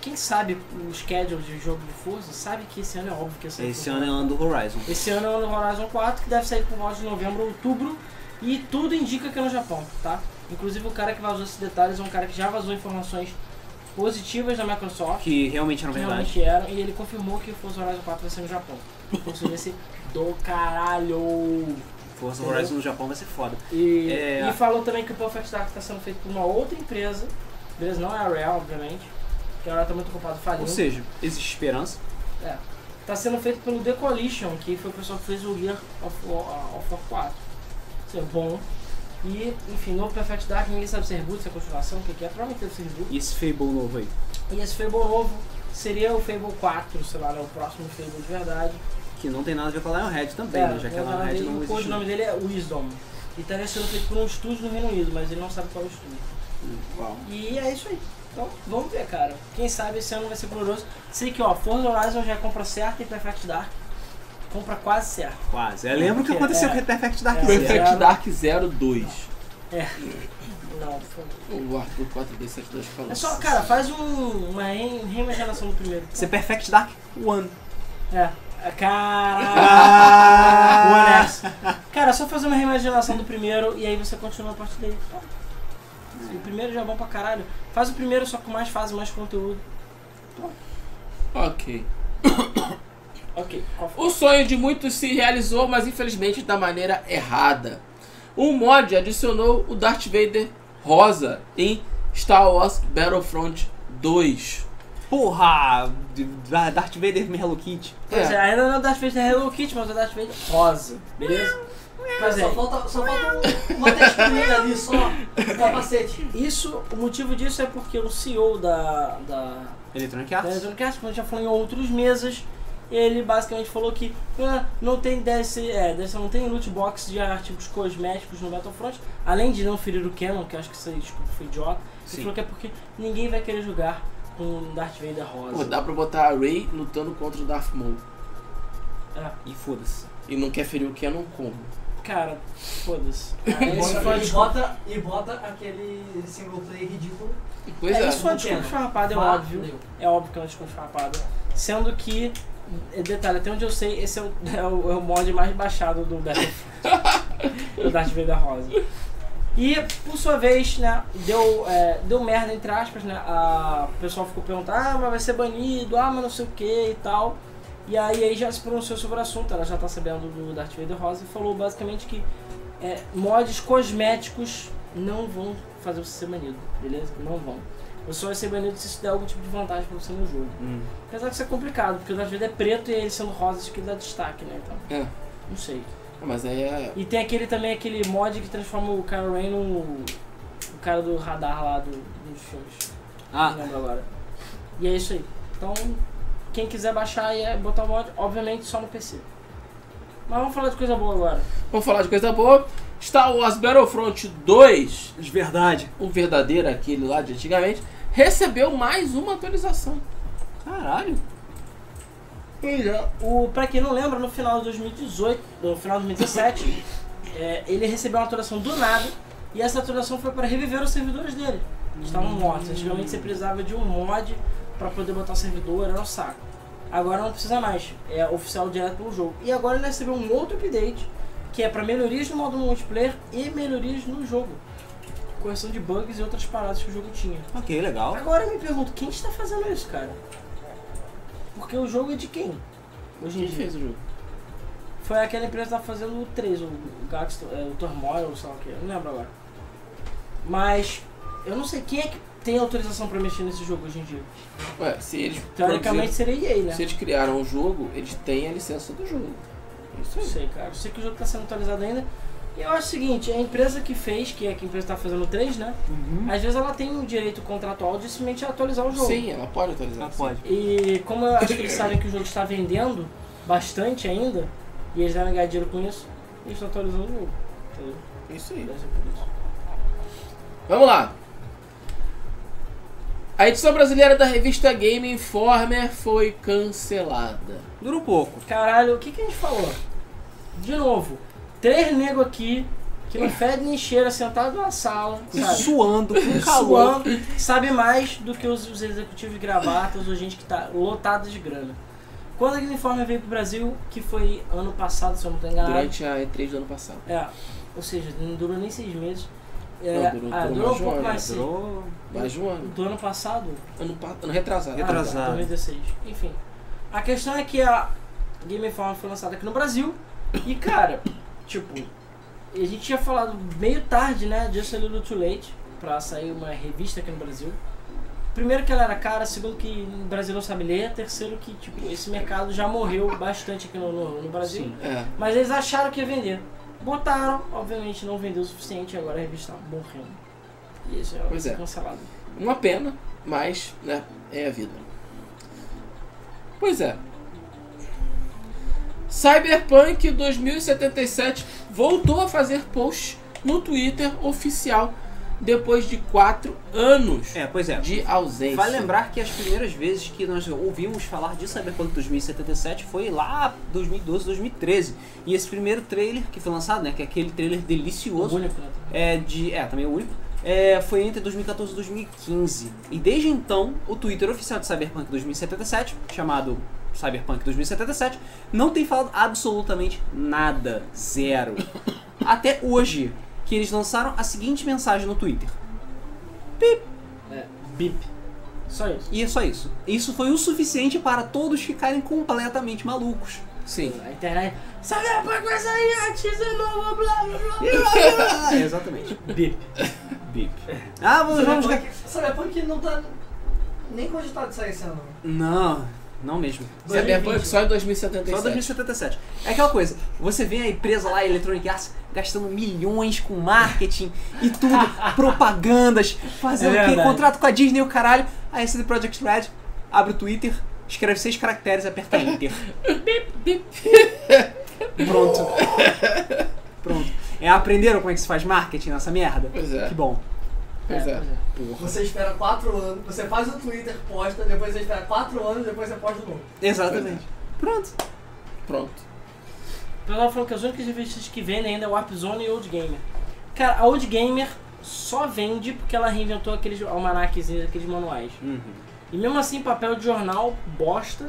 S3: quem sabe o schedule de jogo de Forza sabe que esse ano é óbvio que ia sair
S1: Esse
S3: Forza
S1: ano é ano do Horizon.
S3: Esse ano é o Horizon 4, que deve sair por volta de novembro ou outubro. E tudo indica que é no Japão, tá? Inclusive o cara que vazou esses detalhes é um cara que já vazou informações positivas da Microsoft.
S1: Que realmente era
S3: que
S1: verdade.
S3: realmente eram. E ele confirmou que o Forza Horizon 4 vai ser no Japão. Ou seja, esse do caralho.
S1: Forza Horizon no Japão vai ser foda.
S3: E,
S1: É.
S3: e falou também que o Perfect Dark está sendo feito por uma outra empresa. Beleza? Não é a Real, obviamente. Porque a Real tá muito ocupada falindo.
S1: Ou seja, existe esperança.
S3: É. Tá sendo feito pelo The Coalition, que foi o pessoal que fez o Gear of War, ah, of War 4. Isso é bom. E, enfim, novo Perfect Dark, ninguém sabe se é reboot, se é continuação, o que, que é. Provavelmente deve ser reboot.
S1: E esse Fable novo aí.
S3: E esse Fable novo seria o Fable 4, sei lá, né, o próximo Fable de verdade.
S1: Que não tem nada a ver com a Lionhead também, né? Já que a
S3: É, o
S1: Lionhead não
S3: o
S1: existe.
S3: codinome dele é Wisdom. E estaria sendo feito por um estúdio no Reino Unido, mas ele não sabe qual é o estúdio.
S1: Hum, Uau.
S3: E é isso aí. Então, vamos ver, cara. Quem sabe esse ano vai ser glorioso. Sei que, ó, Forza Horizon já é compra certa e Perfect Dark compra quase certa.
S1: Quase. Eu lembro o que
S3: É,
S1: aconteceu
S3: é.
S1: com o Perfect Dark
S3: É.
S1: Zero.
S2: Perfect Dark 02.
S3: Não, por favor.
S1: um
S2: O Arthur 4B72 falou.
S3: É só, cara, faz um, uma re- reimaginação do primeiro.
S1: Você é Perfect Dark One.
S3: É. Ah, Caralho. One X. Cara, é só fazer uma reimaginação do primeiro e aí você continua a partir daí. Ah. O primeiro já é bom pra caralho. Faz o primeiro só com mais fase, mais conteúdo.
S2: Ok.
S3: Ok. Qual foi?
S2: O sonho de muitos se realizou, mas infelizmente da maneira errada. Um mod adicionou o Darth Vader rosa em Star Wars Battlefront 2.
S1: Porra! de- da- Darth Vader com Hello Kitty.
S3: Pois é, ainda não é o Darth Vader Hello Kitty, mas é o Darth Vader rosa. Beleza? Mas é.
S4: Só falta, só falta um- uma texturinha ali só, um capacete.
S3: Isso, o motivo disso é porque o CEO da, da,
S1: Electronic
S3: da
S1: Arts.
S3: Electronic Arts, como a gente já falou em outros mesas, ele basicamente falou que ah, não tem DLC, é, DLC não tem loot box de artigos cosméticos no Battlefront, além de não ferir o canon, que eu acho que isso aí, desculpa, foi idiota.
S1: Sim.
S3: Ele falou que é porque ninguém vai querer jogar com Darth Vader
S2: Pô,
S3: rosa.
S2: dá pra botar a Rey lutando contra o Darth Maul.
S1: E foda-se.
S2: E não quer ferir o Canon como?
S3: Cara, foda-se.
S4: E
S3: Isso foi uma
S4: bota, e,
S3: desculpa-
S4: bota, e bota aquele single play ridículo.
S2: Pois é.
S3: é, isso foi uma desculpa
S4: Entendo.
S3: esfarrapada, é
S4: Valeu.
S3: óbvio. É óbvio que é uma desculpa esfarrapada. Sendo que, eh, detalhe, até onde eu sei, esse é o, é o, é o mod mais baixado do Battlefront. o Darth Vader Rosa. E, por sua vez, né, deu, eh, deu merda, entre aspas, né, a, o pessoal ficou perguntando, ah, mas vai ser banido, ah, mas não sei o que e tal. E aí, aí já se pronunciou sobre o assunto, ela já tá sabendo do Darth Vader Rosa e falou basicamente que eh, mods cosméticos não vão fazer você ser banido, beleza? Não vão. Você só vai ser banido se isso der algum tipo de vantagem pra você no jogo.
S1: Hum.
S3: Apesar que isso é complicado, porque o Darth Vader é preto e ele sendo rosa, acho que ele dá destaque, né? Então,
S2: É.
S3: não sei.
S2: Mas aí é.
S3: E tem aquele também, aquele mod que transforma o Kylo Ren no... O cara do radar lá do, dos filmes.
S1: Ah,
S3: Não lembro agora. E é isso aí. Então, quem quiser baixar e é, botar o mod, obviamente só no PC. Mas vamos falar de coisa boa agora.
S2: Vamos falar de coisa boa. Star Wars Battlefront 2,
S1: De verdade.
S2: o verdadeiro, aquele lá de antigamente, recebeu mais uma atualização.
S1: Caralho.
S2: Pois é.
S3: O, pra quem não lembra, no final de 2018, no final de 2017, é, ele recebeu uma atualização do nada e essa atualização foi para reviver os servidores dele. que Estavam mortos. Antigamente você precisava de um mod para poder botar o servidor, era um saco. Agora não precisa mais, é oficial direto pelo jogo. E agora ele recebeu um outro update que é para melhorias no modo multiplayer e melhorias no jogo. Correção de bugs e outras paradas que o jogo tinha.
S1: Ok, legal.
S3: Agora eu me pergunto, quem está fazendo isso, cara? Porque o jogo é de quem? Hoje em
S2: Quem
S3: dia.
S2: fez o jogo?
S3: Foi aquela empresa que tá fazendo o 3, o Gaxton, é, o Turmoil, sei lá o que, não lembro agora. Mas eu não sei quem é que tem autorização pra mexer nesse jogo hoje em dia.
S2: Ué, se eles
S3: Teoricamente seria EA, né?
S2: produziram- se eles criaram o jogo, eles têm a licença do jogo. É Isso
S3: Não
S2: aí.
S3: sei, cara. Eu sei que o jogo tá sendo atualizado ainda. E eu acho o seguinte, a empresa que fez, que é que a empresa que tá fazendo o 3, né? Às vezes ela tem um direito contratual de simplesmente atualizar o é um jogo.
S2: Sim, ela pode atualizar.
S1: Ah,
S2: sim.
S1: pode.
S3: E como eu acho que eles sabem que o jogo está vendendo bastante ainda, e eles devem ganhar dinheiro com isso, eles estão atualizando o jogo. Entendeu?
S2: Isso aí.
S3: Deve ser é por isso.
S2: Vamos lá. A edição brasileira da revista Game Informer foi cancelada.
S1: Dura um pouco.
S3: Caralho, o que, que a gente falou? De novo, três nego aqui que não fede nem cheira, sentado numa sala, sabe?
S1: Suando, com calor.
S3: Suando, sabe mais do que os, os executivos de gravatas ou gente que tá lotada de grana. Quando a Game Informer veio pro Brasil, que foi ano passado, se eu não tô enganado.
S2: Durante a E3 do ano passado.
S3: É, ou seja, não durou nem seis meses.
S2: Não,
S3: É,
S2: durou-
S3: ah,
S2: durou
S3: durou um
S2: mais de um
S3: pouco
S2: ano,
S3: mais sim.
S1: Durou.
S2: Mais de um ano.
S3: Do ano passado?
S2: Ano, pa- ano retrasado.
S3: Ah,
S1: Retrasado.
S3: tá, 2016. Enfim. A questão é que a Game Informer foi lançada aqui no Brasil. E, cara, tipo, a gente tinha falado meio tarde, né? Just a Little Too Late, pra sair uma revista aqui no Brasil. Primeiro que ela era cara, segundo que no Brasil não sabe ler, terceiro que, tipo, esse mercado já morreu bastante aqui no, no, no Brasil.
S2: É.
S3: Mas eles acharam que ia vender. Botaram, obviamente não vendeu o suficiente, agora a revista tá morrendo. E isso
S2: Pois
S3: é
S2: é.
S3: cancelado.
S2: Uma pena, mas, né, é a vida. Pois é. Cyberpunk 2077 voltou a fazer post no Twitter oficial depois de 4 anos
S1: É, pois é.
S2: de ausência.
S1: Vale lembrar que as primeiras vezes que nós ouvimos falar de Cyberpunk 2077 foi lá 2012, 2013. E esse primeiro trailer que foi lançado, né, que é aquele trailer delicioso,
S3: Único, né?
S1: é de, é, também o único, é, foi entre 2014 e 2015. E desde então, o Twitter oficial de Cyberpunk 2077, chamado Cyberpunk 2077, não tem falado absolutamente nada, zero. Até hoje, que eles lançaram a seguinte mensagem no Twitter.
S3: Bip. Só isso.
S1: E é só isso. Isso foi o suficiente para todos ficarem completamente malucos.
S2: Sim.
S3: A internet. Sabe é a parte vai sair artista novo, blá blá blá.
S1: Ah, exatamente.
S3: Bip.
S1: Bip. Ah, vamos, vamos.
S4: Cyberpunk, Cyberpunk não tá nem cogitado de sair esse ano.
S1: Não, não mesmo.
S2: Cyberpunk só em 2077.
S1: Só 2077. É aquela coisa, você vê a empresa lá, Electronic Arts, gastando milhões com marketing e tudo, propagandas, fazendo
S3: É
S1: o quê?
S3: verdade.
S1: Contrato com a Disney e o caralho. Aí CD Projekt Red abre o Twitter, escreve seis caracteres e aperta Enter. Pronto. Pronto. É, aprenderam como é que se faz marketing nessa merda?
S2: Pois é.
S1: Que bom.
S2: Pois é.
S4: Você espera 4 anos, você faz o Twitter, posta, depois você espera 4 anos, depois você posta de novo.
S1: Exatamente. Pronto.
S2: Pronto.
S3: O pessoal Então, falou que as únicas revistas que vendem ainda é Warp Zone e Old Gamer. Cara, a Old Gamer só vende porque ela reinventou aqueles almanaquezinhos, aqueles manuais. E mesmo assim, papel de jornal, bosta.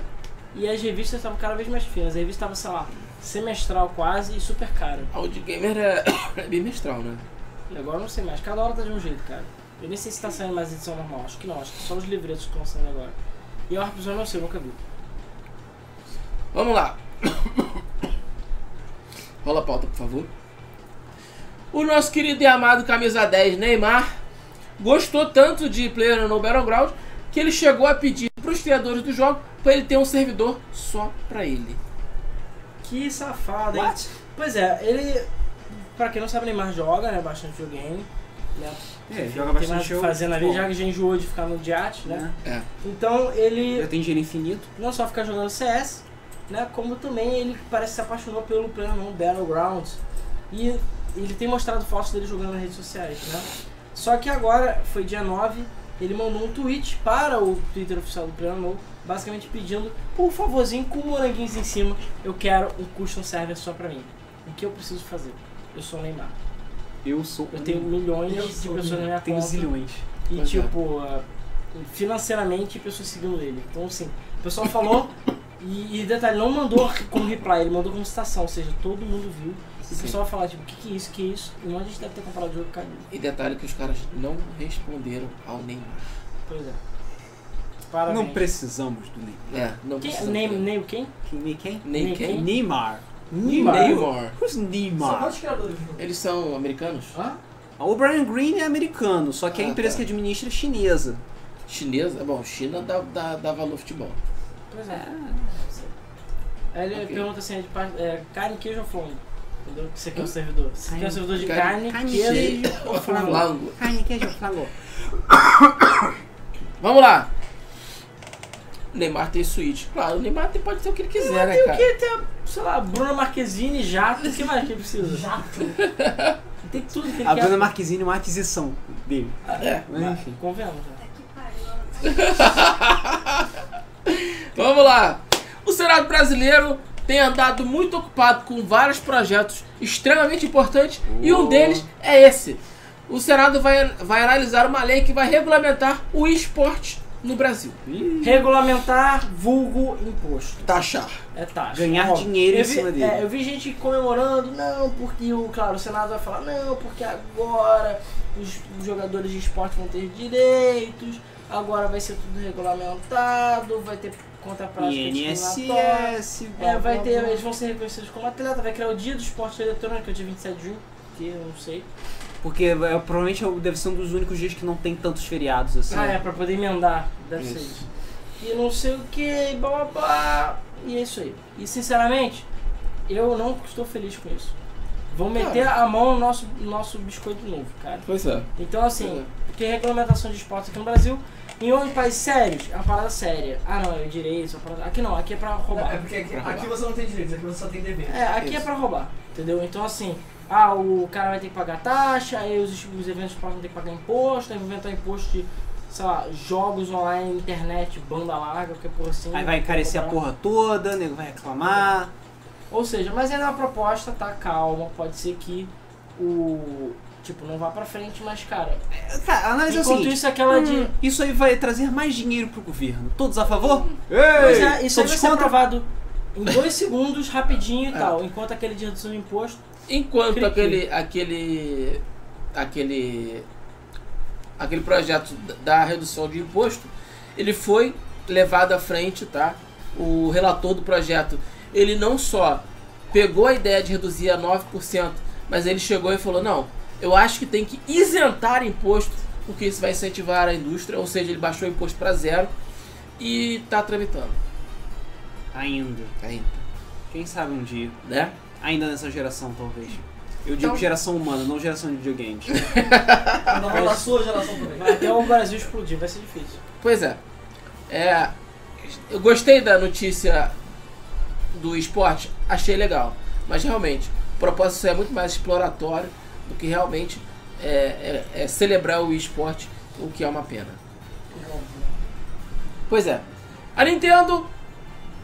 S3: E as revistas estavam cada vez mais finas. A revista estava, sei lá, semestral quase e super cara.
S2: A Old Gamer é bimestral, né?
S3: E agora eu não sei mais. Cada hora tá de um jeito, cara. Eu nem sei se tá saindo mais edição normal. Acho que não. Acho que só os livretos que estão saindo agora. E a Warp Zone eu não sei, eu nunca vi.
S2: Vamos lá. Rola a pauta, por favor. O nosso querido e amado camisa 10, Neymar, gostou tanto de Player no Battleground que ele chegou a pedir para os criadores do jogo para ele ter um servidor só para ele.
S3: Que safado, hein?
S1: What?
S3: Pois é, ele... Pra quem não sabe, Neymar joga, né? Bastante videogame. Né?
S1: É, joga
S3: Tem mais
S1: bastante
S3: o que
S1: jogo.
S3: fazer na vida,
S1: Bom,
S3: já que já enjoou de ficar no diate, né?
S1: né?
S2: É.
S3: Então, ele
S1: Já tem dinheiro infinito.
S3: não só fica jogando CS, né, como também ele parece se apaixonou pelo Player Battlegrounds. E ele tem mostrado fotos dele jogando nas redes sociais, né? Só que agora, foi dia 9, ele mandou um tweet para o Twitter oficial do Plano basicamente pedindo, por favorzinho, com moranguinhos em cima, eu quero um custom server só pra mim. O que eu preciso fazer? Eu sou o Neymar.
S1: Eu sou.
S3: Eu tenho um milhões de pessoas na minha
S1: Tem
S3: conta.
S1: zilhões.
S3: E
S2: Pois é.
S3: tipo, ah, financeiramente pessoas seguindo ele. Então assim, o pessoal falou e, e detalhe, não mandou como reply, ele mandou como citação, ou seja, todo mundo viu. E o
S2: Sim.
S3: pessoal vai falar, tipo, o que, que é isso, que é isso? E onde a gente deve ter comprado o jogo caro.
S2: E detalhe que os caras não responderam ao Neymar.
S3: Pois é. Parabéns.
S1: Não precisamos do Neymar.
S2: É, não
S3: quem,
S2: precisa-
S3: nem, nem o quem?
S1: Quem? Quem?
S2: Nem
S3: Quem?
S2: quem?
S1: Neymar.
S2: Neymar.
S1: Who's
S4: São
S1: Neymar?
S4: quantos criadores do jogo?
S2: Eles são americanos?
S4: Hã?
S1: O Brian Green é americano, só que a
S2: Ah,
S1: empresa
S2: tá.
S1: que administra é chinesa.
S2: Chinesa? Bom, China dá, dá, dá valor ao futebol.
S3: Pois é. Aí ele
S2: Ok.
S3: pergunta assim, é de par- é, carne, queijo ou frango? Entendeu? Que você quer um servidor. Você quer um servidor de
S2: Carne-
S3: carne,
S1: carne,
S3: queijo ou frango?
S2: Flango.
S1: Ai, que flagou.
S2: Vamos lá. O Neymar tem suíte. Claro, o Neymar tem- pode ser o que ele quiser, né,
S3: Tem o
S2: cara?
S3: que? Tem, a, sei lá, Bruna Marquezine, Jato, o que mais que ele precisa?
S4: Jato.
S3: Tem tudo que ele
S1: A
S3: quer.
S1: Bruna Marquezine é uma aquisição dele.
S2: É.
S1: Mas, enfim.
S3: Convenhamos, né?
S5: Que pariu.
S2: Vamos lá. O Senado brasileiro tem andado muito ocupado com vários projetos extremamente importantes e um deles é esse. O Senado vai, vai analisar uma lei que vai regulamentar o esporte no Brasil.
S3: Regulamentar, vulgo, imposto.
S2: Taxar.
S3: É taxa.
S1: Ganhar
S3: Óbvio.
S1: dinheiro em
S3: Eu vi-
S1: cima dele.
S3: é, eu vi gente comemorando, não, porque o, claro, o Senado vai falar, não, porque agora os jogadores de esporte vão ter direitos, agora vai ser tudo regulamentado, vai ter é contra prática discriminatória.
S1: INSS.
S3: É, vai
S1: blá,
S3: ter,
S1: blá, blá.
S3: eles vão ser reconhecidos como atleta, vai criar o dia do esporte eletrônico, que é o dia 27 de junho, que eu não sei.
S1: Porque é, provavelmente é o- deve ser um dos únicos dias que não tem tantos feriados assim.
S3: Ah, é, pra poder emendar, deve ser
S2: Isso.
S3: isso. E não sei o que, blá blá blá. E é isso aí. E sinceramente, eu não estou feliz com isso. Vão meter
S4: né?
S3: a mão no nosso, nosso biscoito novo, cara.
S2: Pois é.
S3: Então
S4: Uhum.
S3: assim, porque regulamentação de esportes aqui no Brasil, em outros países sérios, é uma parada séria. Ah não, é direito, é uma parada... Aqui não, aqui é pra
S4: Não,
S3: roubar.
S4: É porque aqui, aqui você não tem direitos, aqui você só tem dever.
S3: É, aqui é pra roubar, entendeu? Então assim, ah, o cara vai ter que pagar taxa, aí os, os eventos próximos vão ter que pagar imposto, aí vão inventar imposto de, sei lá, jogos online, internet, banda larga, qualquer porra assim.
S1: Aí vai encarecer a porra toda, o nego vai reclamar.
S3: Ou seja, mas ainda é uma proposta, tá? Calma, pode ser que o. Tipo, não vá pra frente, mas cara.
S1: Cara, a análise é o
S3: enquanto
S1: seguinte,
S3: isso, aquela de.
S1: hum, isso aí vai trazer mais dinheiro pro governo. Todos a favor?
S3: Mas
S1: Ei,
S3: é, isso aí vai
S1: todos
S3: ser
S1: contra?
S3: aprovado em dois segundos, rapidinho e
S2: É.
S3: tal. Enquanto aquele de redução de imposto.
S2: Enquanto
S3: Cri-cri.
S2: aquele aquele aquele aquele projeto da- da redução de imposto, ele foi levado à frente, tá? O relator do projeto, ele não só pegou a ideia de reduzir a 9%, mas ele chegou e falou: "Não, eu acho que tem que isentar imposto, porque isso vai incentivar a indústria", ou seja, ele baixou o imposto para zero e tá tramitando.
S1: Ainda.
S2: Aí,
S1: Quem sabe um dia.
S2: né?
S1: Ainda nessa geração, talvez. Eu digo
S2: Então-
S1: geração humana, não geração de videogames.
S4: Não, um da sua geração também.
S3: Vai até o Brasil explodir, vai ser difícil.
S2: Pois é. É, eu gostei da notícia do esporte, achei legal. Mas realmente, o propósito é muito mais exploratório do que realmente é, é- é celebrar o esporte, o que é uma pena. Pois é. A Nintendo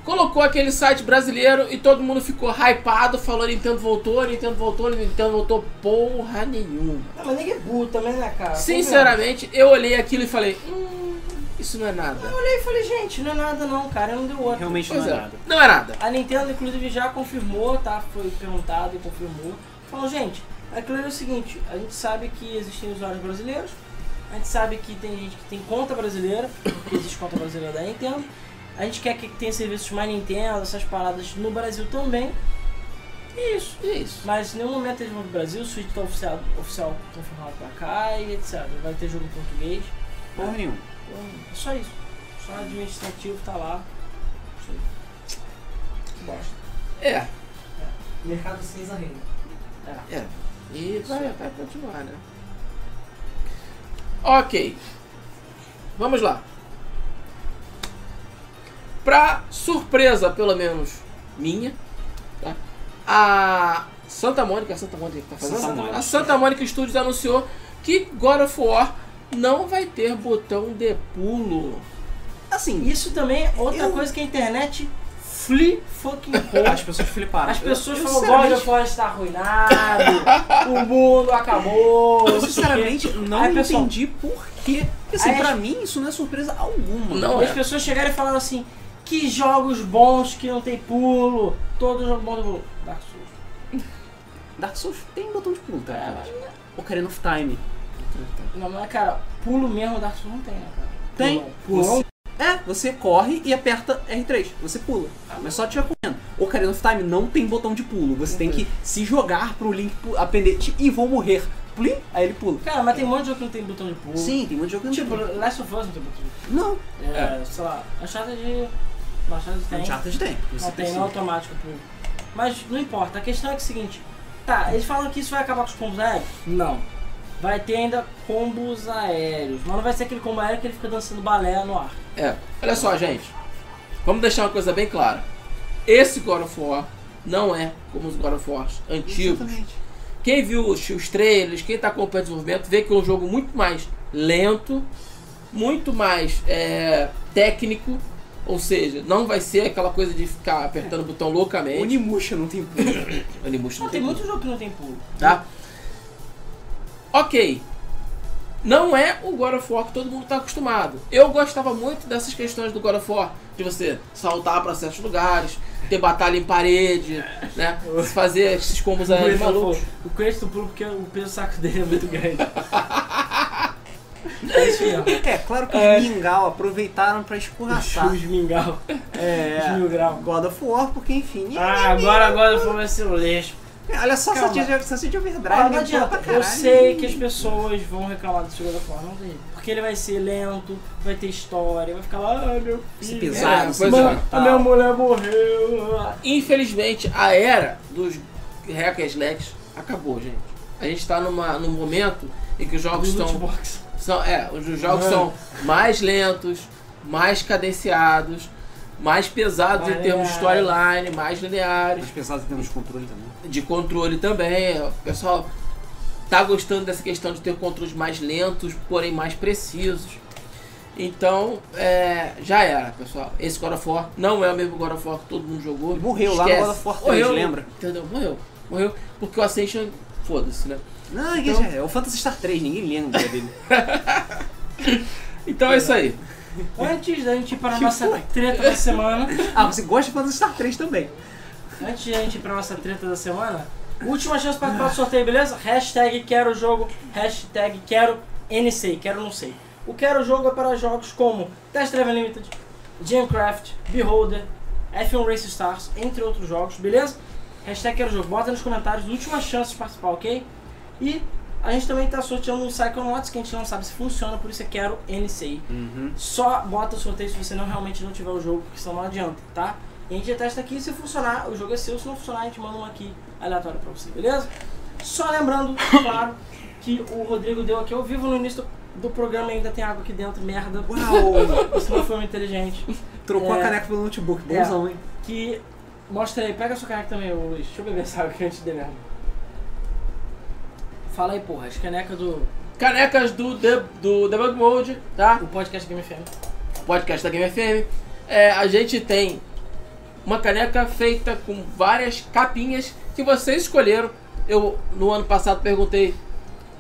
S2: colocou aquele site brasileiro e todo mundo ficou hypado, falou Nintendo voltou, Nintendo voltou, Nintendo voltou porra nenhuma.
S3: Não, mas ninguém é burro também, né, cara?
S2: Sinceramente, eu olhei aquilo e falei, hum, isso não é nada.
S3: Eu olhei e falei, gente, não é nada não, cara, não deu outro.
S1: Realmente
S2: Pois
S1: não é
S2: é,
S1: nada.
S2: não é nada.
S3: A Nintendo, inclusive, já confirmou, tá? Foi perguntado e confirmou. Falou, gente, aquilo é o seguinte, a gente sabe que existem usuários brasileiros, a gente sabe que tem gente que tem conta brasileira, porque existe conta brasileira da Nintendo. A gente quer que tenha serviços mais Nintendo, essas paradas no Brasil também. E é isso.
S2: É isso.
S3: Mas em nenhum momento eles vão pro Brasil, o Switch tá oficial, oficial confirmado pra cá e etc. Vai ter jogo em português.
S1: Porra nenhuma.
S3: É só isso. Só administrativo tá lá. Isso aí. Que bosta.
S2: É,
S4: Mercado cinza reina.
S2: é. E vai, vai continuar, né? Ok. Vamos lá. Pra surpresa, pelo menos minha, tá? a Santa Mônica, a Santa Mônica que tá fazendo.
S1: Santa Mônica.
S2: A Santa Mônica Studios anunciou que God of War não vai ter botão de pulo.
S1: Assim,
S3: Isso também é outra
S1: Eu-
S3: coisa que a internet fli fucking
S1: as
S3: hoje.
S1: pessoas fliparam.
S3: As pessoas
S1: eu, eu,
S3: falam, God of
S1: sinceramente,
S3: War está arruinado, o mundo acabou.
S1: eu sinceramente não
S3: Aí, pessoal-
S1: entendi por quê. Porque assim,
S3: Aí,
S1: pra
S3: as-
S1: mim isso não é surpresa alguma.
S2: Não
S3: E as
S2: é.
S3: pessoas chegaram e falaram assim, que jogos bons que não tem pulo, todo jogo bom tem pulo. Dark Souls.
S1: Dark Souls tem botão de pulo,
S3: É,
S1: cara.
S3: mas-
S1: Ocarina of Time.
S3: Não, mas cara, pulo mesmo Dark Souls não tem, né, cara?
S1: Tem.
S3: Pulo. um-
S1: Você- É, você corre e aperta R3, você pula. Ah, Mas só tiver correndo. Ocarina of Time não tem botão de pulo. Você tem que se jogar pro Link pu- aprender. Tipo, e vou morrer. Plim, aí ele pula.
S3: Cara, mas tem um monte de jogo que não tem botão de pulo.
S1: Sim, tem um monte de jogo que
S3: Tipo,
S1: não tem.
S3: Last of Us não tem botão de
S1: Não,
S3: pulo. É, um sei lá, Uncharted... Uncharted tem.
S1: Uncharted tem. Você
S3: Não tem,
S1: precisa.
S3: não é automático pulo. Mas não importa, a questão é que é o seguinte, tá, eles falam que isso vai acabar com os combos aéreos? Não. Vai ter ainda combos aéreos, mas não vai ser aquele combo aéreo que ele fica dançando balé no ar.
S2: É, olha só, gente. Vamos deixar uma coisa bem clara. Esse God of War não é como os God of War antigos.
S1: Exatamente.
S2: Quem viu os, os trailers, quem tá acompanhando o desenvolvimento, vê que é um jogo muito mais lento, muito mais é, técnico. Ou seja, não vai ser aquela coisa de ficar apertando o botão
S1: O
S2: loucamente.
S1: Nimusha não tem pulo.
S2: Onimusha
S3: Não, tem muito jogo que não tem pulo.
S2: tá? Ok. Não é o God of War que todo mundo está acostumado. Eu gostava muito dessas questões do God of War, de você saltar para certos lugares, ter batalha em parede, né? Fazer esses combos
S3: O
S2: aí
S3: Chris falou,
S2: malucos.
S3: é, o Chris do pulo porque o peso do saco dele é muito grande. é isso mesmo.
S1: É, claro que os Mingau aproveitaram pra
S3: Ah,
S1: escorraçar.
S3: Os mingau, os
S1: É.
S3: mil grau.
S1: God of War, porque enfim.
S3: Ah, agora, agora eu vou ver se eu lixo.
S1: é, Olha só,
S3: Calma.
S1: só tinha só tinha overdrive.
S3: Ah, não
S1: né?
S3: adianta,
S1: Pra caralho.
S3: eu sei que as pessoas vão reclamar do segundo forma, não tem jeito. Porque ele vai ser lento, vai ter história, vai ficar lá, ah, meu
S1: Esse
S3: filho.
S1: pesado,
S2: É,
S1: esse
S2: pois é.
S3: Mano,
S1: mortal.
S3: a minha mulher morreu. ah.
S2: Infelizmente, a era dos hack and slacks acabou, gente. A gente está numa, num momento em que os jogos
S3: Do
S1: um
S2: estão
S3: lootbox.
S2: São, é, os jogos
S3: Ah.
S2: são mais lentos, mais cadenciados, mais pesados em termos de storyline, mais lineares,
S1: Mas pesados em termos de controle também.
S2: de controle também. O pessoal tá gostando dessa questão de ter controles mais lentos, porém mais precisos. Então, é, já era, pessoal. Esse God of War não é o mesmo God of War que todo mundo jogou.
S1: Ele morreu lá no God of War 3,
S2: Morreu,
S1: lembra?
S2: Entendeu? Morreu. Morreu. Porque o Ascension, foda-se, né?
S1: Não, é que
S2: Então-
S1: já é o Phantasy Star 3, ninguém lembra dele.
S2: Então é isso aí.
S3: Antes da gente ir para a
S1: Que
S3: nossa
S1: foi?
S3: treta da semana,
S1: ah, você gosta de Phantasy Star 3 também.
S3: antes da gente ir para a nossa treta da semana, última chance para participar do sorteio, beleza? Hashtag quero jogo, hashtag quero NC, quero não sei. O quero jogo é para jogos como Test Drive Unlimited, Jamcraft, Beholder, F1 Race Stars, entre outros jogos, beleza? Hashtag quero jogo, bota nos comentários, última chance de participar, ok? E a gente também está sorteando um Psychonauts que a gente não sabe se funciona, por isso é quero NCI. Só bota o sorteio se você não realmente não tiver o jogo, porque senão não adianta, tá? E a gente testa aqui, se funcionar, o jogo é seu, se não funcionar, a gente manda um aqui aleatório pra você, beleza? Só lembrando, claro, que o Rodrigo deu aqui ao vivo no início do programa, ainda tem água aqui dentro, merda.
S1: Uau!
S3: Isso não foi muito inteligente.
S1: Trocou
S3: É.
S1: a caneca pelo notebook,
S3: É.
S1: bonzão, hein?
S3: Que. Mostra aí, pega a sua caneca também, ô Luiz. Deixa eu beber essa água aqui antes de merda. Fala aí, porra, as canecas do
S2: Canecas do, The- do Debug Mode, tá?
S3: do podcast Game FM.
S2: podcast da Game FM. É, a gente tem uma caneca feita com várias capinhas que vocês escolheram. Eu no ano passado perguntei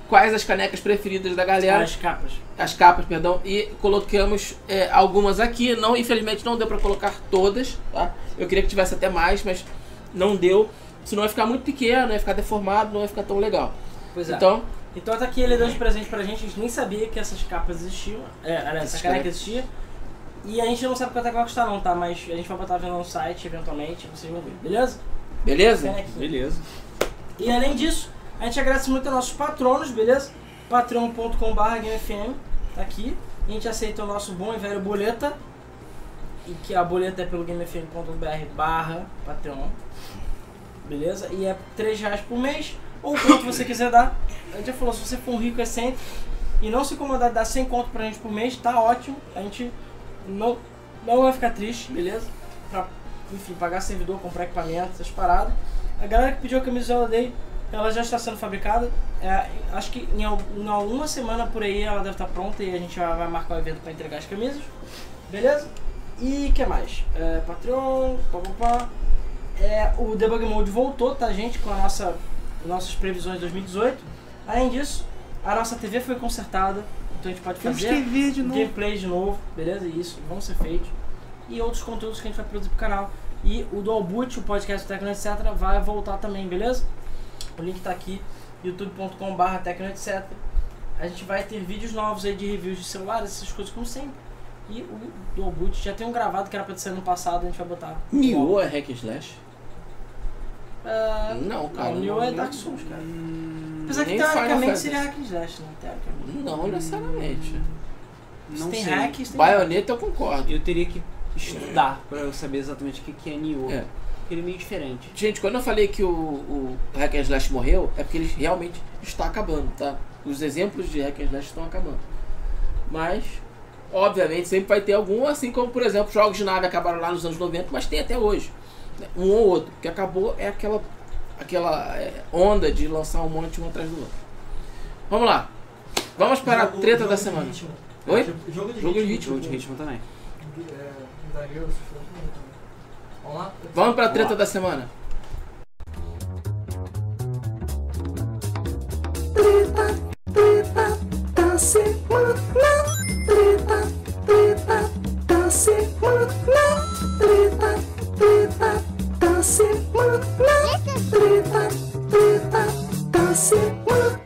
S2: quais as canecas preferidas da galera,
S3: As capas.
S2: as capas, perdão, e colocamos é, algumas aqui. Não, infelizmente não deu para colocar todas, tá? Eu queria que tivesse até mais, mas não deu. Senão ia ficar muito pequeno, ia ficar deformado, não ia ficar tão legal.
S3: Pois
S2: Então,
S3: Então tá aqui, ele deu de presente pra gente, a gente nem sabia que essas capas existiam. É, aliás, essa
S2: Essas
S3: caneca
S2: canecas.
S3: existia. E a gente não sabe quanto é que vai custar não, tá? Mas a gente vai botar vendo no site, eventualmente, vocês vão ver, beleza?
S2: beleza?
S3: Canequinha.
S1: Beleza.
S3: E além disso, a gente agradece muito aos nossos patronos, beleza? patreon.com.br GameFM, tá aqui. A gente aceita o nosso bom e velho boleta. E que a boleta é pelo gamefm.br barra Patreon. Beleza? E é 3 reais por mês, ou quanto você quiser dar. A gente já falou, se você for um rico excêntrico e não se incomodar de dar 100 conto pra gente por mês, tá ótimo. A gente não, não vai ficar triste, beleza? Pra, enfim, pagar servidor, comprar equipamento, essas paradas. A galera que pediu a camisola dele, ela já está sendo fabricada. É, acho que em, al- em alguma semana por aí ela deve estar pronta e a gente já vai marcar o evento para entregar as camisas. Beleza? E que mais? É, Patreon, pá, pá, pá. É, o Debug Mode voltou, tá, gente? Com a nossa, nossas previsões de 2018. Além disso, a nossa TV foi consertada, então a gente pode fazer
S1: TV de
S3: gameplay de novo, beleza? Isso, vão ser feitos. E outros conteúdos que a gente vai produzir pro canal. E o Dual Boot, o podcast Tecno Etc, vai voltar também, beleza? O link tá aqui, youtube.com.br Tecno Etc. A gente vai ter vídeos novos aí de reviews de celulares, essas coisas como sempre. E o Dual Boot já tem um gravado que era pra ser ano passado, a gente vai botar.
S2: Nioh é hack and slash?
S3: Ah,
S2: Não, cara.
S3: não, Nioh é Dark Souls, cara. Apesar que
S2: nem Final
S3: teoricamente
S2: Fantasy.
S3: seria hack and slash, né? Teoricamente.
S2: Não necessariamente.
S1: Não
S3: Se tem
S1: sei.
S3: hack, se tem
S2: Baioneta eu concordo.
S1: Eu teria que estudar pra eu saber exatamente o que que é Nioh.
S2: É.
S1: Porque ele é meio diferente.
S2: Gente, quando eu falei que o, o Hack and Slash morreu, é porque ele realmente está acabando, tá? Os exemplos de Hack and Slash estão acabando. Mas, obviamente, sempre vai ter algum, assim como, por exemplo, jogos de nave acabaram lá nos anos 90, mas tem até hoje. né? Um ou outro. O que acabou é aquela, aquela é, onda de lançar um monte um atrás do outro. Vamos lá. Vamos para a
S4: Jogo-
S2: treta
S4: jogo
S2: da
S4: de
S2: semana.
S4: ritmo.
S2: Oi?
S4: Jogo de
S2: Jogo de
S4: ritmo.
S1: Jogo de ritmo também.
S4: É, Metal Gear, essas coisas também. né? Vamos lá?
S2: Vamos para a treta
S1: Vamos
S2: da semana.
S7: da semana. Treta, treta da semana. Treta, treta da semana. Treta, treta da semana.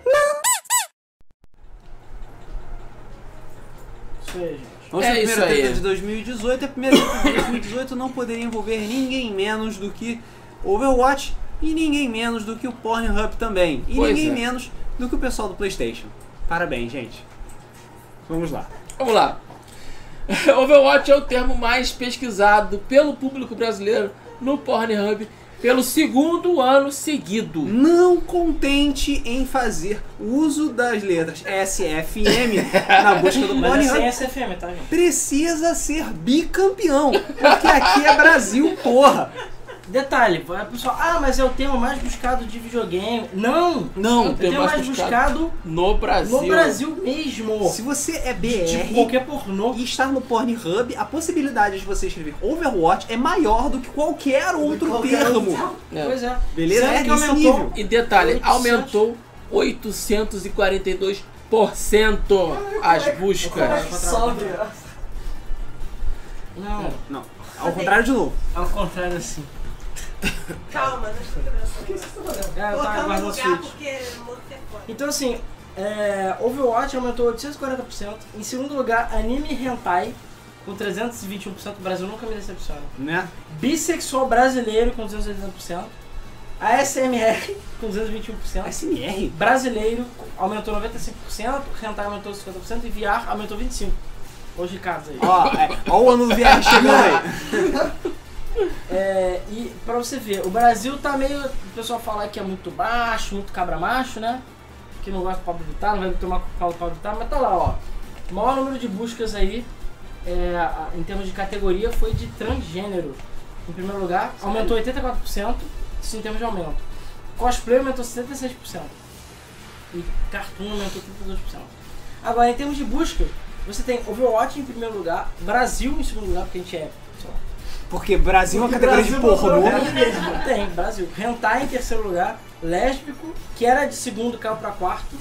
S3: Isso aí, gente.
S1: Vamos
S2: É
S1: para a
S2: isso
S1: primeira treta
S2: aí.
S1: de 2018. é A primeira treta de 2018 não poderia envolver ninguém menos do que Overwatch e ninguém menos do que o Pornhub também. E
S2: Pois
S1: ninguém
S2: é.
S1: menos do que o pessoal do PlayStation. Parabéns, gente. Vamos lá.
S2: Vamos lá. Overwatch é o termo mais pesquisado pelo público brasileiro no Pornhub pelo segundo ano seguido.
S1: Não contente em fazer uso das letras SFM na busca do
S3: Mas é sem
S1: Pornhub,
S3: SFM, tá, gente?
S1: precisa ser bicampeão, porque aqui é Brasil, porra.
S3: Detalhe, a pessoa, ah, mas é o tema mais buscado de videogame. Não!
S2: Não,
S3: É o tema mais buscado,
S2: no Brasil.
S3: no Brasil mesmo.
S1: Se você é
S3: Tipo
S1: BR
S3: qualquer pornô.
S1: e está no Pornhub, a possibilidade de você escrever Overwatch é maior do que qualquer outro
S4: Qualquer
S1: termo.
S4: outro.
S2: É.
S3: Pois é.
S1: Beleza?
S3: Sendo
S1: É
S3: que
S1: nesse
S3: aumentou
S1: nível.
S2: E detalhe,
S3: 800.
S2: aumentou 842% as
S4: Como é
S2: buscas.
S4: que sobe?
S3: Não,
S1: Não, ao contrário de novo.
S3: ao contrário assim.
S6: Calma, não estou
S4: O que vocês estão fazendo?
S3: É, eu tava
S6: Colocando tá no
S3: guardando o
S6: lugar
S3: Switch.
S6: porque o outro é foda.
S3: Então assim, é, Overwatch aumentou 840%. Em segundo lugar, anime hentai com 321%. O Brasil nunca me decepciona.
S1: Né?
S3: Bissexual brasileiro com 280%. ASMR com 221%.
S1: SMR?
S3: Brasileiro aumentou 95%, Hentai aumentou 50% e VR aumentou 25%. Hoje Ricardo aí.
S1: Ó, é, ó o ano do VR chegando aí.
S3: É, e pra você ver, o Brasil tá meio. O pessoal fala que é muito baixo, muito cabra macho, né? Que não gosta do Pablo Vittar, não vai tomar com o Paulo Pablo Vittar, mas tá lá, ó. O maior número de buscas aí, é, a- em termos de categoria, foi de transgênero. Em primeiro lugar, aumentou 84%, isso em termos de aumento. Cosplay aumentou 76%. E cartoon aumentou 32%. Agora, em termos de busca, você tem Overwatch em primeiro lugar, Brasil em segundo lugar, porque a gente é, sei lá,
S1: Porque Brasil é uma categoria de
S4: Brasil não
S3: Então,
S1: pornô.
S4: sobe.
S3: tem, Brasil. Hentai em terceiro lugar, lésbico, que era de segundo, caiu pra quarto.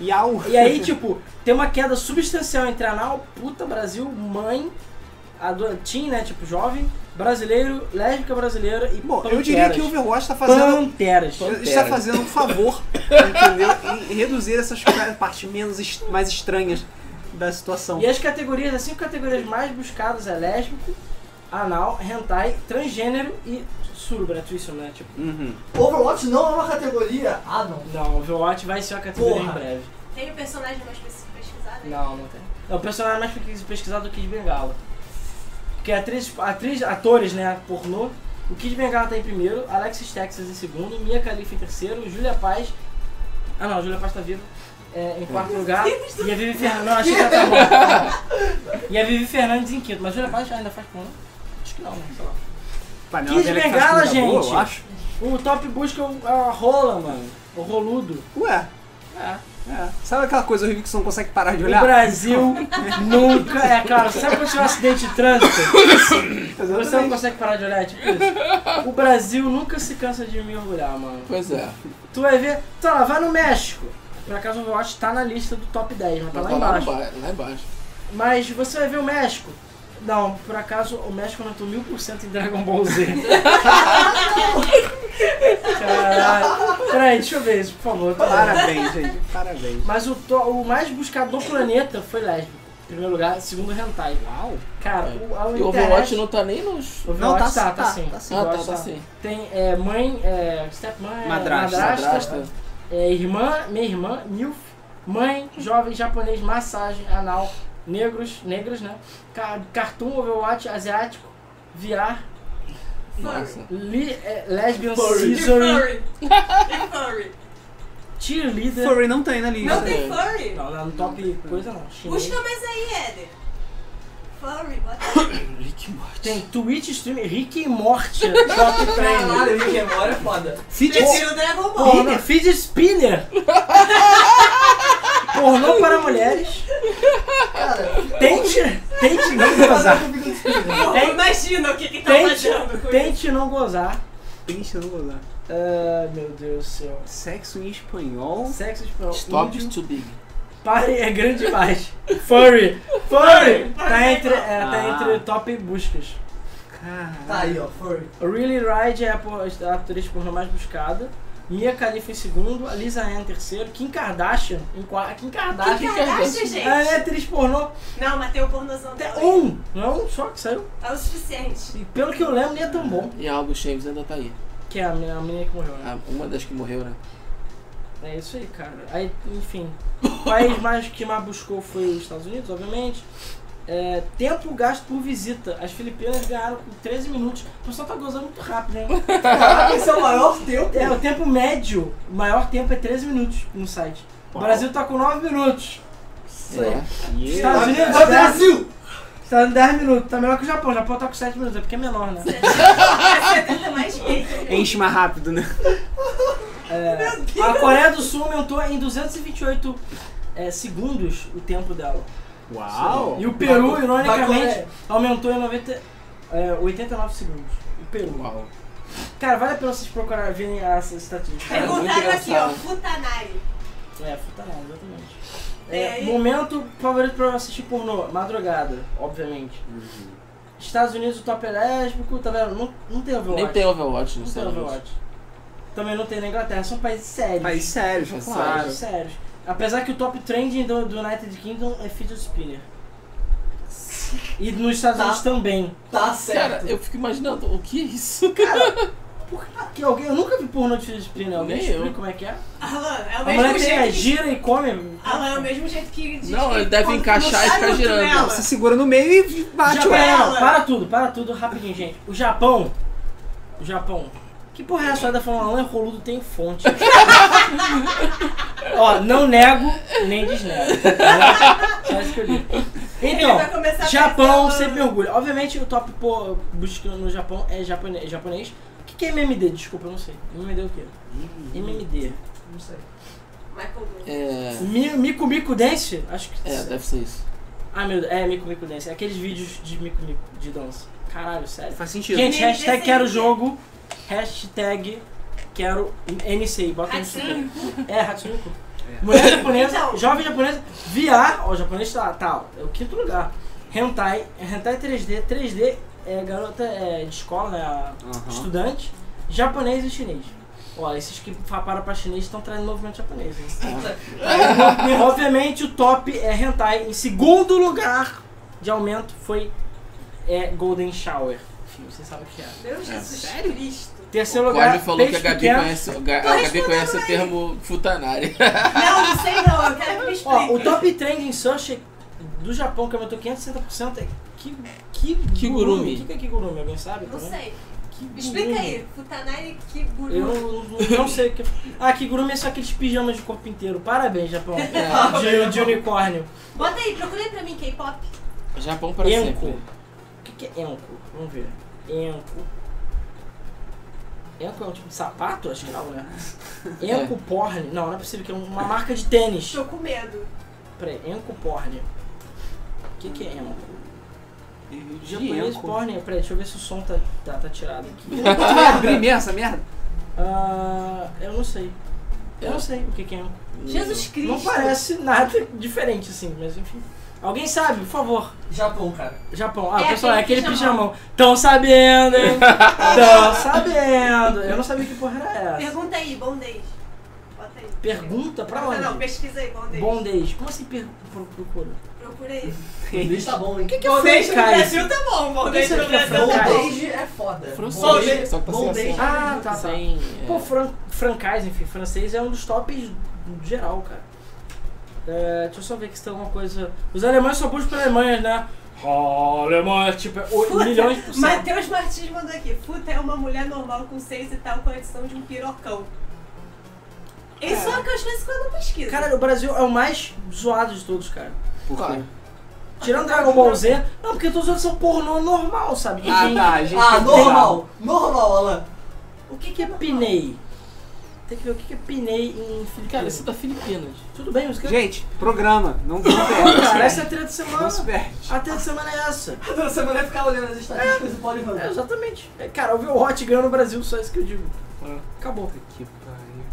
S1: E ao...
S3: E aí, tipo, tem uma queda substancial entre anal, puta, Brasil, mãe, ado- teen, né, tipo, jovem, brasileiro, lésbica brasileira e
S1: Bom,
S3: panteras.
S1: eu diria que o Overwatch tá fazendo...
S3: Panteras.
S1: Está
S2: Pantera.
S1: fazendo um favor, entendeu? Em reduzir essas partes menos est- mais estranhas da situação.
S3: E é as categorias, as cinco categorias mais buscadas é lésbico, anal, hentai, transgênero e surubra, tuition, né, tipo.
S1: Uhum.
S4: Overwatch não é uma categoria. Ah, não.
S3: Não, o Overwatch vai ser uma categoria
S4: Porra.
S3: em breve.
S6: Tem o personagem mais pesqui- pesquisado? né?
S3: Não, não tem. Não, o personagem mais pesquis- pesquisado é o Kid Bengala. Porque atriz, atriz, atores, né, pornô, o Kid Bengala tá em primeiro, Alexis Texas em segundo, Mia Khalifa em terceiro, Júlia Paz... Ah não, Júlia Paz tá viva. É, em quarto lugar, e a Vivi Fernandes... Não, achei que ela tá morta. E a Vivi Fernandes em quinto, mas Júlia Paz ainda faz pornô? Acho que não, né, sei lá.
S1: Panela
S3: Kid
S1: velha que faz
S3: Bengala,
S1: comida boa,
S3: gente.
S1: eu acho.
S3: O Top Busca é um- é uma rola, mano. O roludo.
S1: Ué,
S3: É.
S1: é. Sabe aquela coisa horrível que você não consegue parar de
S3: O
S1: olhar?
S3: Brasil nunca. É, cara, sabe quando tiver um acidente de trânsito? Você não
S1: Exatamente.
S3: consegue parar de olhar, é tipo isso. O Brasil nunca se cansa de me orgulhar, mano.
S2: Pois é.
S3: Tu vai ver. Tá lá, vai no México. Por acaso o Watch tá na lista do top 10, mas tá lá
S2: Tá lá,
S3: embaixo.
S2: embaixo. lá embaixo.
S3: Mas você vai ver o México. Não, por acaso o México aumentou mil por cento em Dragon Ball Z. Caralho. Peraí, deixa eu ver isso, por favor. tá né?
S1: Parabéns, gente. Parabéns.
S3: Mas o, to- o mais buscado do planeta foi lésbico. Em primeiro lugar, segundo Hentai. Uau! Cara, o, a
S2: E o
S3: internet-
S2: Overwatch não tá nem nos.
S3: Overwatch
S1: Não, tá-
S3: tá, tá,
S1: tá-
S3: sim.
S1: tá sim.
S2: Ah, tá,
S3: Overwatch
S2: tá sim.
S3: Tem é, mãe, é, stepmãe,
S1: Madrasta.
S3: madrasta,
S2: Madrasta.
S3: é, irmã, minha irmã, MILF, mãe, jovem, japonês, massagem, anal, negros, negros, né? Ca- Cartoon, Overwatch, asiático, VR,
S2: Nossa.
S3: li, é, lesbian,
S6: E
S3: scissoring,
S6: furry. E furry. é.
S3: cheerleader...
S1: Furry não tem na
S6: Não
S1: lista.
S6: tem furry?
S3: Não, não, no top coisa não, chinês.
S6: Busca mais aí, Éder. Furry, bota aí.
S2: Rick Morty.
S3: Tem Twitch streamer Rick e Morty, top
S4: Caralho,
S3: trend.
S4: o Rick and Morty é foda.
S1: Fidget
S6: Prefiro Dragon
S3: Porra,
S6: Ball.
S3: não, Feed Spinner. Pornô para mulheres.
S4: Cara,
S3: Tente, tente não
S4: fazer
S3: gozar.
S4: um vídeo de espírito.
S6: Porra,
S3: tem-
S6: Imagina o que que tá
S3: Tente,
S6: fazendo com isso.
S3: tente não gozar.
S1: Deixa eu gozar.
S3: Ah, meu Deus do céu.
S1: Sexo em espanhol.
S3: Sexo espanhol.
S2: Stop
S3: Índio.
S2: is too big.
S3: Pare é grande demais. Furry. Furry. Tá entre, é, tá entre top buscas.
S4: Tá
S1: Caralho.
S4: aí, ó, furry.
S3: Really Ride é a por- a atriz pornô mais buscada. Mia Khalifa em segundo. A Lisa Ann em terceiro. Kim Kardashian em quarto. Kim Kardashian.
S6: Que cadastro, gente.
S3: Ela é atriz pornô.
S6: Não, mas tem um pornozão
S3: Até
S6: dela.
S3: um. Não é um só que saiu.
S6: É o suficiente.
S3: E pelo que eu lembro, nem é tão bom.
S2: E algo Shames ainda tá aí.
S3: Que é a menina, a menina que morreu, né?
S2: Ah, Uma das que morreu, né?
S3: É isso aí, cara. Aí, enfim. O país mais que mais buscou foi os Estados Unidos, obviamente. É, tempo gasto por visita. As Filipinas ganharam com 13 minutos. O pessoal tá gozando muito rápido, hein?
S4: Caraca, esse é o maior tempo.
S3: É, o tempo médio, o maior tempo é 13 minutos no site. O Brasil tá com 9 minutos.
S2: É.
S3: Estados Unidos,
S4: É o Brasil!
S3: Tá em 10 minutos. Tá melhor que o Japão. O Japão tá com 7 minutos, é porque é menor, né?
S6: Você tenta mais peito.
S1: Enche mais rápido, né?
S3: É, A Coreia do Sul aumentou em 228 é, segundos o tempo dela.
S1: Uau.
S3: E o Peru,
S4: Vai- vai
S3: ironicamente,
S4: Coreia.
S3: aumentou em 90, é, 89 segundos. O Peru.
S2: Uau.
S3: Cara, vale a pena vocês procurarem verem essas estatísticas.
S2: É muito
S6: Perguntaram aqui, ó.
S2: engraçado.
S6: Futanari.
S3: É, puta não, exatamente.
S6: E
S3: É,
S6: aí?
S3: momento favorito pra eu assistir pornô, madrugada, obviamente. Estados Unidos, o top é lésbico, tá vendo? Não, não tem Overwatch.
S2: Nem tem Overwatch no
S3: Não tem
S2: celular.
S3: Overwatch. Também não tem na Inglaterra, são países sérios.
S1: Mas sério,
S2: Mas
S1: claro.
S3: Sérios, sérios. Apesar que o top trending do, do United Kingdom é Fidget Spinner. E nos Estados
S4: Tá.
S3: Unidos também.
S4: Tá
S2: Cara,
S4: certo.
S2: eu fico imaginando, o que é isso?
S3: Por que alguém. Eu nunca vi pornô de Fidget Spinner. Alguém
S2: Nem
S3: explica
S2: eu.
S3: como é que é?
S6: Alan, é
S3: A
S6: o
S3: mulher
S6: mesmo
S3: tem a
S6: jeito que...
S3: gira e come.
S6: Alan, é o mesmo jeito que... diz
S2: Não,
S6: que
S2: ele deve
S6: quando tu
S2: encaixar e
S6: sai
S2: ficar
S6: muito
S2: girando.
S6: nela.
S1: Você segura no meio e bate o
S3: Japão,
S6: ela.
S3: não, para tudo, para tudo, rapidinho, gente. O Japão. O Japão. Que porra é essa da falando, Alan Roludo tem fonte. Ó, não nego, nem desnego. né? Só isso que eu digo. Então,
S6: vai começar a
S3: Japão
S6: pensar,
S3: sempre me orgulha. Obviamente o top pô, buscando no Japão é japonês. japonês. O que, que é MMD? Desculpa, eu não sei. MMD é o quê?
S1: Hum.
S3: MMD.
S4: Não sei.
S6: Michael Moore.
S2: É.
S3: Mi- Mico Mico Dance? Acho que
S2: É, deve ser isso.
S3: Ah, meu Deus. É, Mico Mico Dance. Aqueles vídeos de Mico Mico de dança. Caralho, sério.
S1: Faz sentido.
S3: é. Gente,
S6: Nem
S3: hashtag
S6: percebi.
S3: quero jogo, hashtag quero NCI, bota isso aí. É, Hatsuniku. Mulher japonesa,
S6: Então.
S3: jovem japonesa, VR, ó, o japonês tá, tá, ó, é o quinto lugar. Hentai, é Hentai 3D, 3D é garota é, de escola, né, a
S1: Aham.
S3: estudante, japonês e chinês. Ó, esses que faparam pra chinês estão trazendo movimento japonês. hein? E,
S2: É.
S3: obviamente o top é Hentai. Em segundo lugar de aumento foi é, Golden Shower. Enfim, vocês sabem o que é.
S6: Meu Jesus Cristo.
S3: Terceiro
S2: O
S3: lugar,
S2: Cosme falou que a
S3: peixe
S2: Gabi
S3: pequeno.
S2: conhece, a Ga- a Gabi conhece o termo futanari.
S6: Não, não sei não. Eu quero que me explique.
S3: Ó, o top trend em sushi do Japão que aumentou 560% é que que
S2: Kigurumi.
S3: O que que é kigurumi? Alguém sabe?
S6: Não
S3: também?
S6: sei.
S3: Kigurumi.
S6: Explica aí. Futanari Kiburu.
S3: Eu não, não- não sei o que. Ah, kigurumi é só aqueles pijamas de corpo inteiro. Parabéns, Japão. De, de unicórnio.
S6: Bota aí, procura aí pra mim K-pop.
S2: Japão pra
S3: Enco.
S2: sempre.
S3: O que, que é enco? Vamos ver. Enco. Enco é um tipo de sapato? Acho que não, né?
S2: É.
S3: Enco Porn. Não, não é possível, que é uma marca de tênis.
S6: Tô com medo.
S3: Peraí, Enco Porn. O que, que é Enco? Japonês
S1: Gienko.
S3: Porn. Peraí, deixa eu ver se o som tá, tá, tá tirado aqui.
S1: Tu vai abrir mesmo essa merda?
S3: Ah, eu não sei. Eu não sei o que, que é Enco.
S6: Jesus Cristo.
S3: Não parece nada diferente assim, mas enfim. Alguém sabe, por favor.
S4: Japão, cara.
S3: Japão. Ah,
S6: É
S3: pessoal, é
S6: aquele
S3: aquele
S6: pijamão.
S3: pijamão. Tão sabendo, hein? Tão sabendo. Eu não sabia que porra era essa.
S6: Pergunta aí, bondage. Bota aí.
S3: Pergunta pra
S6: Não, não,
S3: onde?
S6: pesquisa aí, bondage.
S3: Bondage. Como assim per- pro- procura?
S6: Procura aí.
S4: O inglês tá bom, hein?
S3: O que que é
S6: Bondage no
S3: francês?
S6: Brasil tá bom, bondage
S3: Isso
S6: no
S3: aqui é
S6: Brasil tá bom.
S4: Bondage é foda.
S2: Francês,
S4: Bondage-
S2: só que tá sem
S4: Bondage-
S2: acento.
S3: Ah, tá, tá.
S2: Sem, é,
S3: Pô, fran francais, enfim, francês é um dos tops geral, cara. É, deixa eu só ver que se tem alguma coisa. Os alemães são bons pra Alemanha, né? Alemanha, tipo, é oito
S6: Puta,
S3: milhões por cento.
S6: Matheus Martins mandou aqui. Futa é uma mulher normal com seis e tal, com a edição de um pirocão. Isso é o que eu esqueço quando eu pesquiso.
S3: Cara, o Brasil é o mais zoado de todos, cara.
S1: Por
S2: Claro.
S3: Tirando Dragon Ball Z, não, porque todos os outros são pornô normal, sabe? Que
S1: Ah,
S3: tem-
S1: tá, a gente
S4: Ah,
S1: tem que
S4: normal. Normal, Alan.
S3: O que, que é pinei? Tem que ver o que, que é pinei em
S2: Cara,
S3: Filipinas.
S2: esse é da Filipinas.
S3: Tudo bem, mas que...
S1: usar. Gente, programa. Não não perde.
S3: cara, essa é a treta da
S1: Não se
S3: semana.
S1: perde.
S3: A treta da semana é essa.
S4: Toda semana vai ficar olhando as estatísticas do Polyhand.
S3: É, exatamente. É, cara, o Overwatch ganhou no Brasil, só isso que eu digo. Acabou.
S1: Que pariu.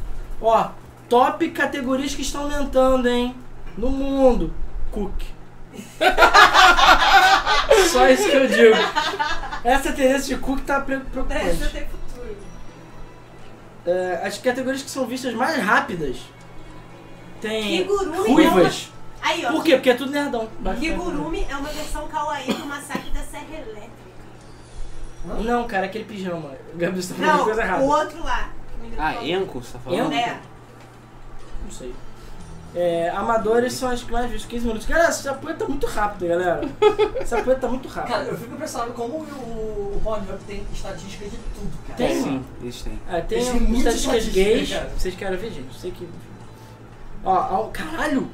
S3: Ó, top categorias que estão aumentando, hein? No mundo. Cook. Só isso que eu digo. Essa tendência de cook tá pre-
S6: O Brasil
S3: preocupante.
S6: tem futuro.
S3: É, as categorias que são vistas mais rápidas tem
S6: Kigurumi
S3: ruivas.
S6: então, Aí, ó.
S3: Por quê? Porque é tudo nerdão.
S6: Kigurumi é uma versão kawaii do massacre da Serra Elétrica.
S3: Não, cara, é aquele pijama. O Gabi está falando
S6: Não,
S3: coisa errada.
S6: o outro lá. que o menino
S1: Ah,
S6: falou.
S1: Enco, você tá
S3: Enco?
S1: falando?
S6: É.
S3: Não sei. É, amadores são as que mais vistas, 15 minutos. Cara, essa punha tá muito rápido, galera. Essa punha tá muito
S4: Cara, eu
S3: rápida.
S4: fico impressionado como o, o Pornhub tem estatística de tudo, cara.
S3: Tem?
S4: Assim,
S6: assim,
S1: Sim, eles têm.
S3: É, tem né,
S4: Eles têm
S3: algumas
S4: muitas
S3: estatísticas
S4: estatísticas,
S3: gays.
S4: cara.
S3: Vocês querem ver, gente? Sei que. Ó, ao- caralho!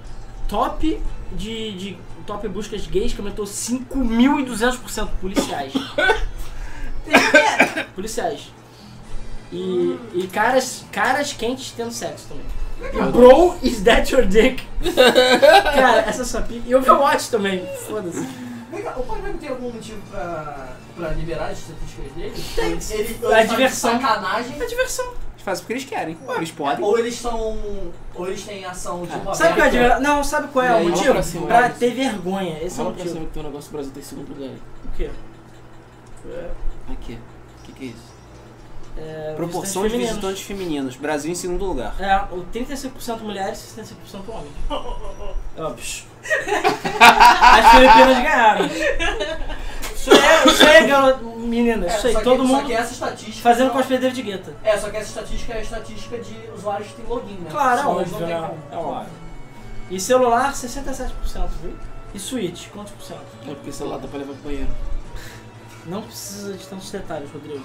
S3: Top de, de top buscas gays que aumentou 5.200% policiais. policiais. E, e caras, caras quentes tendo sexo também. E bro, is that your dick? Cara, essa é sua pica. E Overwatch também, foda-se.
S4: Vem cá, o Pornhub tem algum motivo pra, pra liberar as estatísticas dele?
S3: Tem.
S4: Ele,
S3: É
S4: ele tá
S3: diversão.
S4: de sacanagem.
S3: É diversão.
S1: Eles fazem o que eles querem. Eles podem.
S4: Ou eles são. Ou eles têm ação de uma
S3: Sabe qual é a
S4: aberta.
S3: diversão? Não, sabe qual é
S2: E
S3: o
S2: aí,
S3: motivo?
S2: vamos pra cima,
S3: pra
S2: Alisson.
S3: ter vergonha. Esse é o
S2: Fala pra
S3: motivo.
S2: cima que o negócio do Brasil tem segundo lugar. É aí.
S3: O quê?
S1: Aqui. O que, que é isso?
S3: É,
S1: Proporção de
S3: visitantes femininos.
S1: visitantes femininos. Brasil em segundo lugar.
S3: É, o 35% mulheres e 65% homens. Óbvio. As Filipinas ganharam. Isso aí, isso aí, garota, menina,
S4: É,
S3: isso aí,
S4: só que-
S3: todo
S4: Só
S3: mundo
S4: que essa estatística.
S3: fazendo
S4: não-
S3: cosplay de David Guetta.
S4: É, só que essa estatística é a estatística de usuários que têm login, né?
S3: Claro, é
S4: Senão eles
S3: óbvio,
S4: não
S3: né?
S4: têm
S3: É
S4: como.
S3: óbvio. E celular, 67%, viu? E Switch, quantos por cento?
S2: É porque o celular dá pra levar pro banheiro.
S3: Não precisa de tantos detalhes, Rodrigo.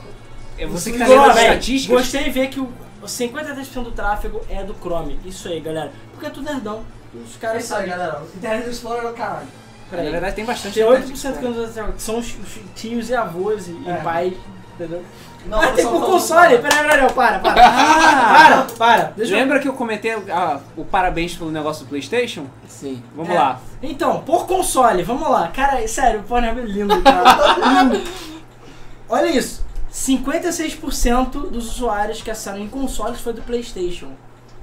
S1: É você que tá
S3: Agora,
S1: lendo as
S3: velho,
S1: estatísticas?
S3: Gostei de ver que o 53% do tráfego é do Chrome. Isso aí, galera. Porque é tudo nerdão. Os
S4: É
S3: caras
S4: isso aí, galera. Internet Explorer é o caralho.
S1: Na
S3: Peraí.
S1: verdade tem bastante.
S3: Tem
S1: estatística.
S3: 8% que tá não usam que são os, os tios e avós e,
S4: É.
S3: e pais, entendeu?
S4: Não,
S3: ah, tem
S4: só um
S3: por
S4: falando-
S3: console! Peraí, peraí, peraí, para, para.
S1: Ah!
S3: para, para. Deixa eu...
S1: Lembra que eu comentei ah, o parabéns pelo negócio do Playstation?
S2: Sim.
S1: Vamos
S3: É.
S1: lá.
S3: Então, por console, vamos lá. Cara, sério, o Pornhub é lindo, cara. Lindo. Olha isso. 56% dos usuários que acessaram em consoles foi do Playstation.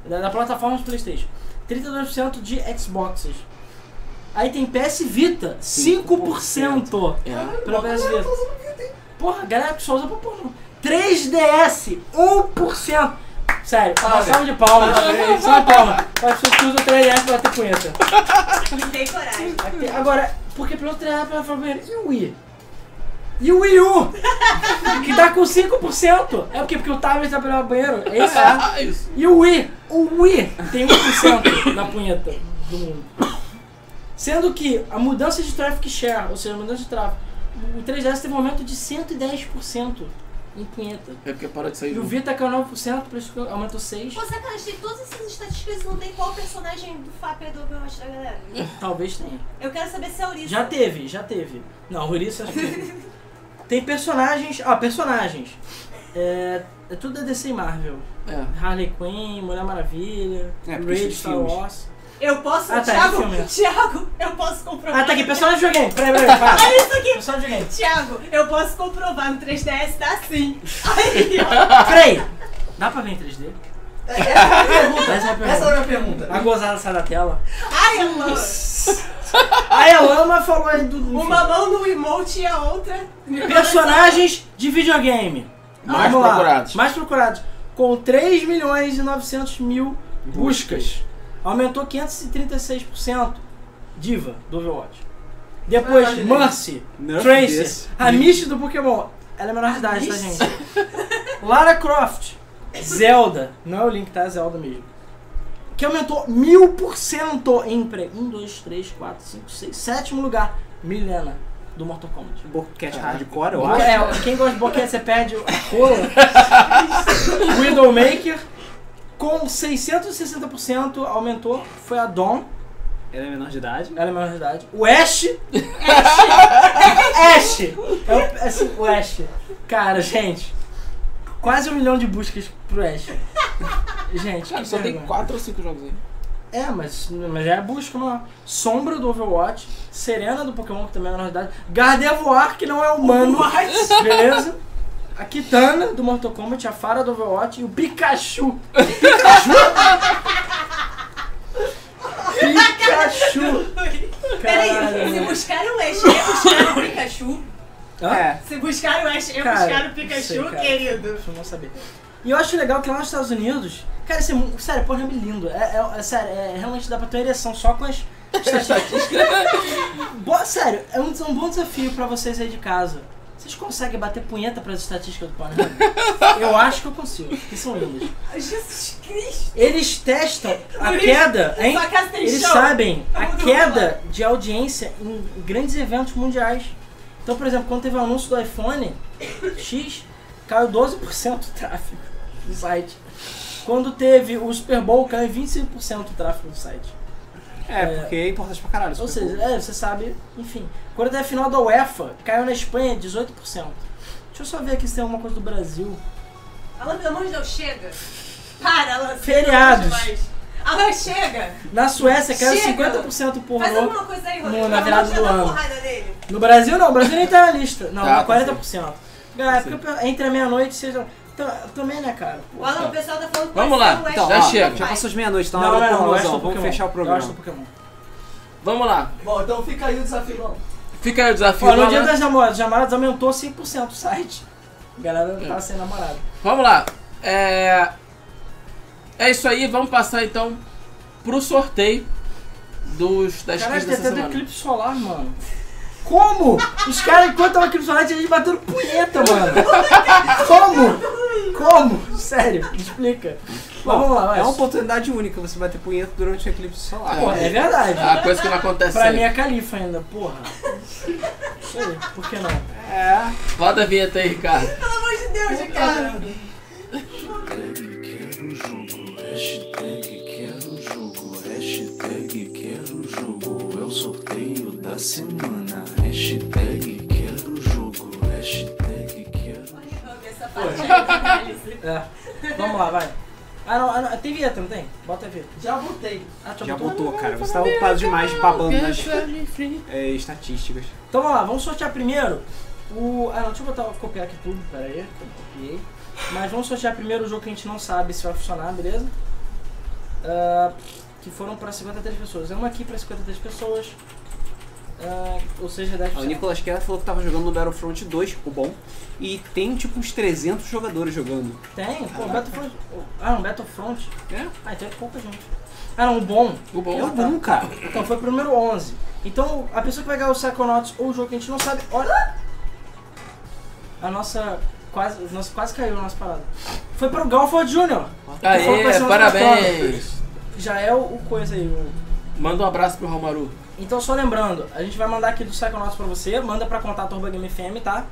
S3: Da, da plataforma de Playstation. 32% de Xboxes. Aí tem PS Vita, 5%. 5%.
S2: É.
S3: Pra PS Vita. Porra, a galera que só usa pra pornô. 3DS, 1%. Sério, uma
S4: Parabéns.
S3: salva de palmas. Salva de palmas. Para as pessoas que usam 3DS pra ter punheta.
S6: Me dei coragem.
S3: Aqui, Agora, porque pelo 3DS pela Flamengo, e o Wii? E o Wii U? que tá com 5%. É porque, porque o tablet tá pelo banheiro. É isso?
S2: Ah, isso.
S3: E o Wii, o Wii tem 1% na punheta do mundo. Sendo que a mudança de traffic share, ou seja, a mudança de tráfego, o 3DS teve um aumento de 110% em punheta.
S2: É porque parou de sair.
S3: E o
S2: junto.
S3: Vita caiu 9%, por isso que aumentou 6%.
S6: Pô, sacanagem, tem todas essas estatísticas e não tem qual personagem do FAP é do Overwatch da galera.
S3: Talvez tenha.
S6: Eu quero saber se é a Ulissa.
S3: Já teve, já teve. Não, Ruriça acho que teve. Tem personagens. Ah, personagens. É, é tudo da DC e Marvel.
S2: É.
S3: Harley Quinn, Mulher Maravilha,
S1: É, porque
S3: Raid,
S1: esses
S3: Star
S1: filmes.
S3: Wars.
S6: Eu posso,
S3: Ah, tá,
S6: Thiago,
S3: de filme.
S6: Thiago, eu posso comprovar.
S3: Ah, tá aqui, personagem de videogame. Peraí, peraí, para.
S6: Olha isso aqui.
S3: Personagem de videogame.
S6: Thiago, eu posso comprovar no 3DS, tá sim. Aí, ó.
S3: Peraí. Dá pra ver em 3D?
S4: Essa é a minha pergunta.
S3: Essa é a pergunta.
S4: Essa é a minha pergunta.
S3: A gozada sai da tela.
S6: Ai, Alan.
S3: A Elama falou aí do...
S6: Uma mão no emote e a outra...
S3: Personagens de videogame. Ah,
S2: Mais
S3: Vamos lá.
S2: procurados.
S3: Mais procurados. Com 3 milhões e 900 mil buscas. Aumentou 536%. Diva, do Overwatch. Depois,
S4: Ah,
S3: Mercy,
S1: Nerf
S3: Tracer,
S1: desse.
S3: a Mish do Pokémon. Ela é menor de idade, tá, gente? Lara Croft, Zelda. Não é o Link, tá? É Zelda mesmo. Que aumentou mil por cento em um, pre... 1, 2, 3, 4, 5, 6, sétimo lugar. Milena, do Mortal Kombat.
S1: Boquete é hardcore, eu acho.
S3: É, quem gosta de boquete, você perde a cola. Widowmaker, com 660% aumentou, foi a Dawn,
S1: Ela é menor de idade.
S3: ela é menor de idade. O Ash, Ash, é o, assim, o Ash. Cara, gente, quase um milhão de buscas pro Ash. Gente,
S2: Cara,
S3: que é,
S2: só tem
S3: vergonha.
S2: 4 ou 5 jogos aí.
S3: É, mas, mas já é busca, não é? Sombra do Overwatch, Serena do Pokémon, que também é menor de idade, Gardevoir, que não é humano, beleza? A Kitana do Mortal Kombat, a Fara do Overwatch e o Pikachu. Pikachu! Pikachu!
S6: Peraí, se
S3: Caralho.
S6: buscaram o Ash, eu buscar o Pikachu.
S3: Hã?
S1: É.
S6: Se buscaram o Ash, eu
S3: Cara,
S6: buscar o
S3: não
S6: Pikachu,
S3: sei, cara.
S6: querido.
S3: Deixa eu não saber. E eu acho legal que lá nos Estados Unidos, cara, isso é, mu- sério, porra, é lindo. É, é- é sério, é, realmente dá pra ter uma ereção só com as estatísticas. Boa, sério, é um, é um bom desafio pra vocês aí de casa. Vocês conseguem bater punheta pras estatísticas do Pornhub? Eu acho que eu consigo, que são lindas.
S6: Jesus Cristo.
S3: Eles testam a
S6: Luiz,
S3: queda, hein?
S6: Sua casa tem
S3: Eles
S6: show.
S3: sabem a
S6: Vamos
S3: queda de audiência em grandes eventos mundiais. Então, por exemplo, quando teve o anúncio do iPhone X, caiu 12% do tráfego do site. Quando teve o Super Bowl, caiu em 25% do tráfego do site.
S1: É, porque é importante pra caralho.
S3: Ou
S1: Super Bowl.
S3: seja, é, você sabe, enfim. Quando teve a final da UEFA, caiu na Espanha 18%. Deixa eu só ver aqui se tem alguma coisa do Brasil.
S6: Alan, pelo amor de Deus, chega. Para, Alan. você
S3: Feriados.
S6: não pode mais. Alan, chega.
S3: Na Suécia, caiu
S6: Chega!
S3: 50% por
S6: Faz
S3: ano.
S6: alguma coisa aí,
S3: no-
S6: Rodrigo.
S3: na
S6: Pelo
S3: virada
S6: amor de
S3: do
S6: Deus, dá
S3: ano.
S6: porrada nele.
S3: No Brasil não, o Brasil nem tá na lista.
S1: Ah,
S3: Não,
S2: Tá, tá
S3: 40%. Galera, é, porque entre a meia-noite e seis horas. Tá- Também, né, cara?
S6: O Alan, o pessoal tá falando
S2: Vamos
S6: pra
S2: lá,
S6: você, o Ash
S2: então,
S6: não
S2: já
S6: vai.
S2: chega.
S1: Já passou as meia-noite, tá
S3: Não,
S1: na
S3: não,
S1: hora do
S3: não, eu acho
S1: pornozão.
S3: do
S1: Vamos
S3: Pokémon.
S1: fechar o
S3: Eu acho
S1: programa.
S3: do Pokémon.
S2: Vamos lá.
S4: Bom, então fica aí o desafio. Não.
S2: Fica aí o desafio.
S3: Ó, no
S2: Alan.
S1: né?
S3: dia das namoradas, namoradas aumentou 100% o site. A galera não
S1: É.
S3: tá sem namorado.
S2: Vamos lá. É... é isso aí. Vamos passar então pro sorteio dos, das
S3: Caralho,
S2: quiz
S3: tem
S2: dessa
S3: até do
S2: semana.
S3: eclipse solar, mano. Como? Os caras, enquanto tava eclipse solar, tinha gente batendo punheta, mano. Como? Como? Sério, me explica. Mas
S1: Bom,
S3: vamos lá, vai.
S1: É uma oportunidade única você bater punheta durante o eclipse solar.
S3: Pô, é verdade.
S1: Ah,
S2: É a coisa que não acontece
S3: Pra
S2: aí.
S3: mim é califa ainda, porra. Isso aí, por que não?
S1: É.
S2: Roda a vinheta aí, Ricardo.
S6: Pelo amor de Deus, cara.
S7: Hashtag quero jogo, hashtag quero jogo, hashtag quero jogo, é o sorteio da semana. Hashtag quero jogo, hashtag quero
S6: Essa parte aí tá? da análise.
S3: É. Vamos lá, vai. Ah não, ah, não, tem vinheta, não tem? Bota a vinheta.
S4: Já botei.
S3: Ah, deixa eu
S1: Já
S3: botar.
S1: botou, cara. Você tá ocupado demais babando nas é, estatísticas.
S3: Então vamos lá, vamos sortear primeiro o. Ah não, deixa eu botar, copiar aqui tudo, pera aí, que eu copiei. Mas vamos sortear primeiro o jogo que a gente não sabe se vai funcionar, beleza? Ah, que foram pra 53 pessoas. É uma aqui pra 53 pessoas. Ah, ou seja, 10
S1: Ah, O Nicolas Queda falou que tava jogando no Battlefront 2, o bom. E tem tipo uns 300 jogadores jogando.
S3: Tem? Pô, Battlefront. Ah não, Battlefront.
S1: É?
S3: Ah, então é pouca gente. Ah não, o bom.
S2: O
S1: É
S2: bom.
S1: o bom, cara.
S3: Então foi pro número 11. Então a pessoa que vai ganhar o Psychonauts ou o jogo que a gente não sabe, olha. A nossa. Quase, nossa, quase caiu a nossa parada. Foi pro Galford Jr.
S2: Aê,
S3: Foi pra cima do
S2: parabéns.
S3: Já é o, o coisa aí. o-
S2: Manda um abraço pro Romaru.
S3: Então só lembrando, a gente vai mandar aqui do Psychonauts pra você, manda pra contato arroba GameFM, tá?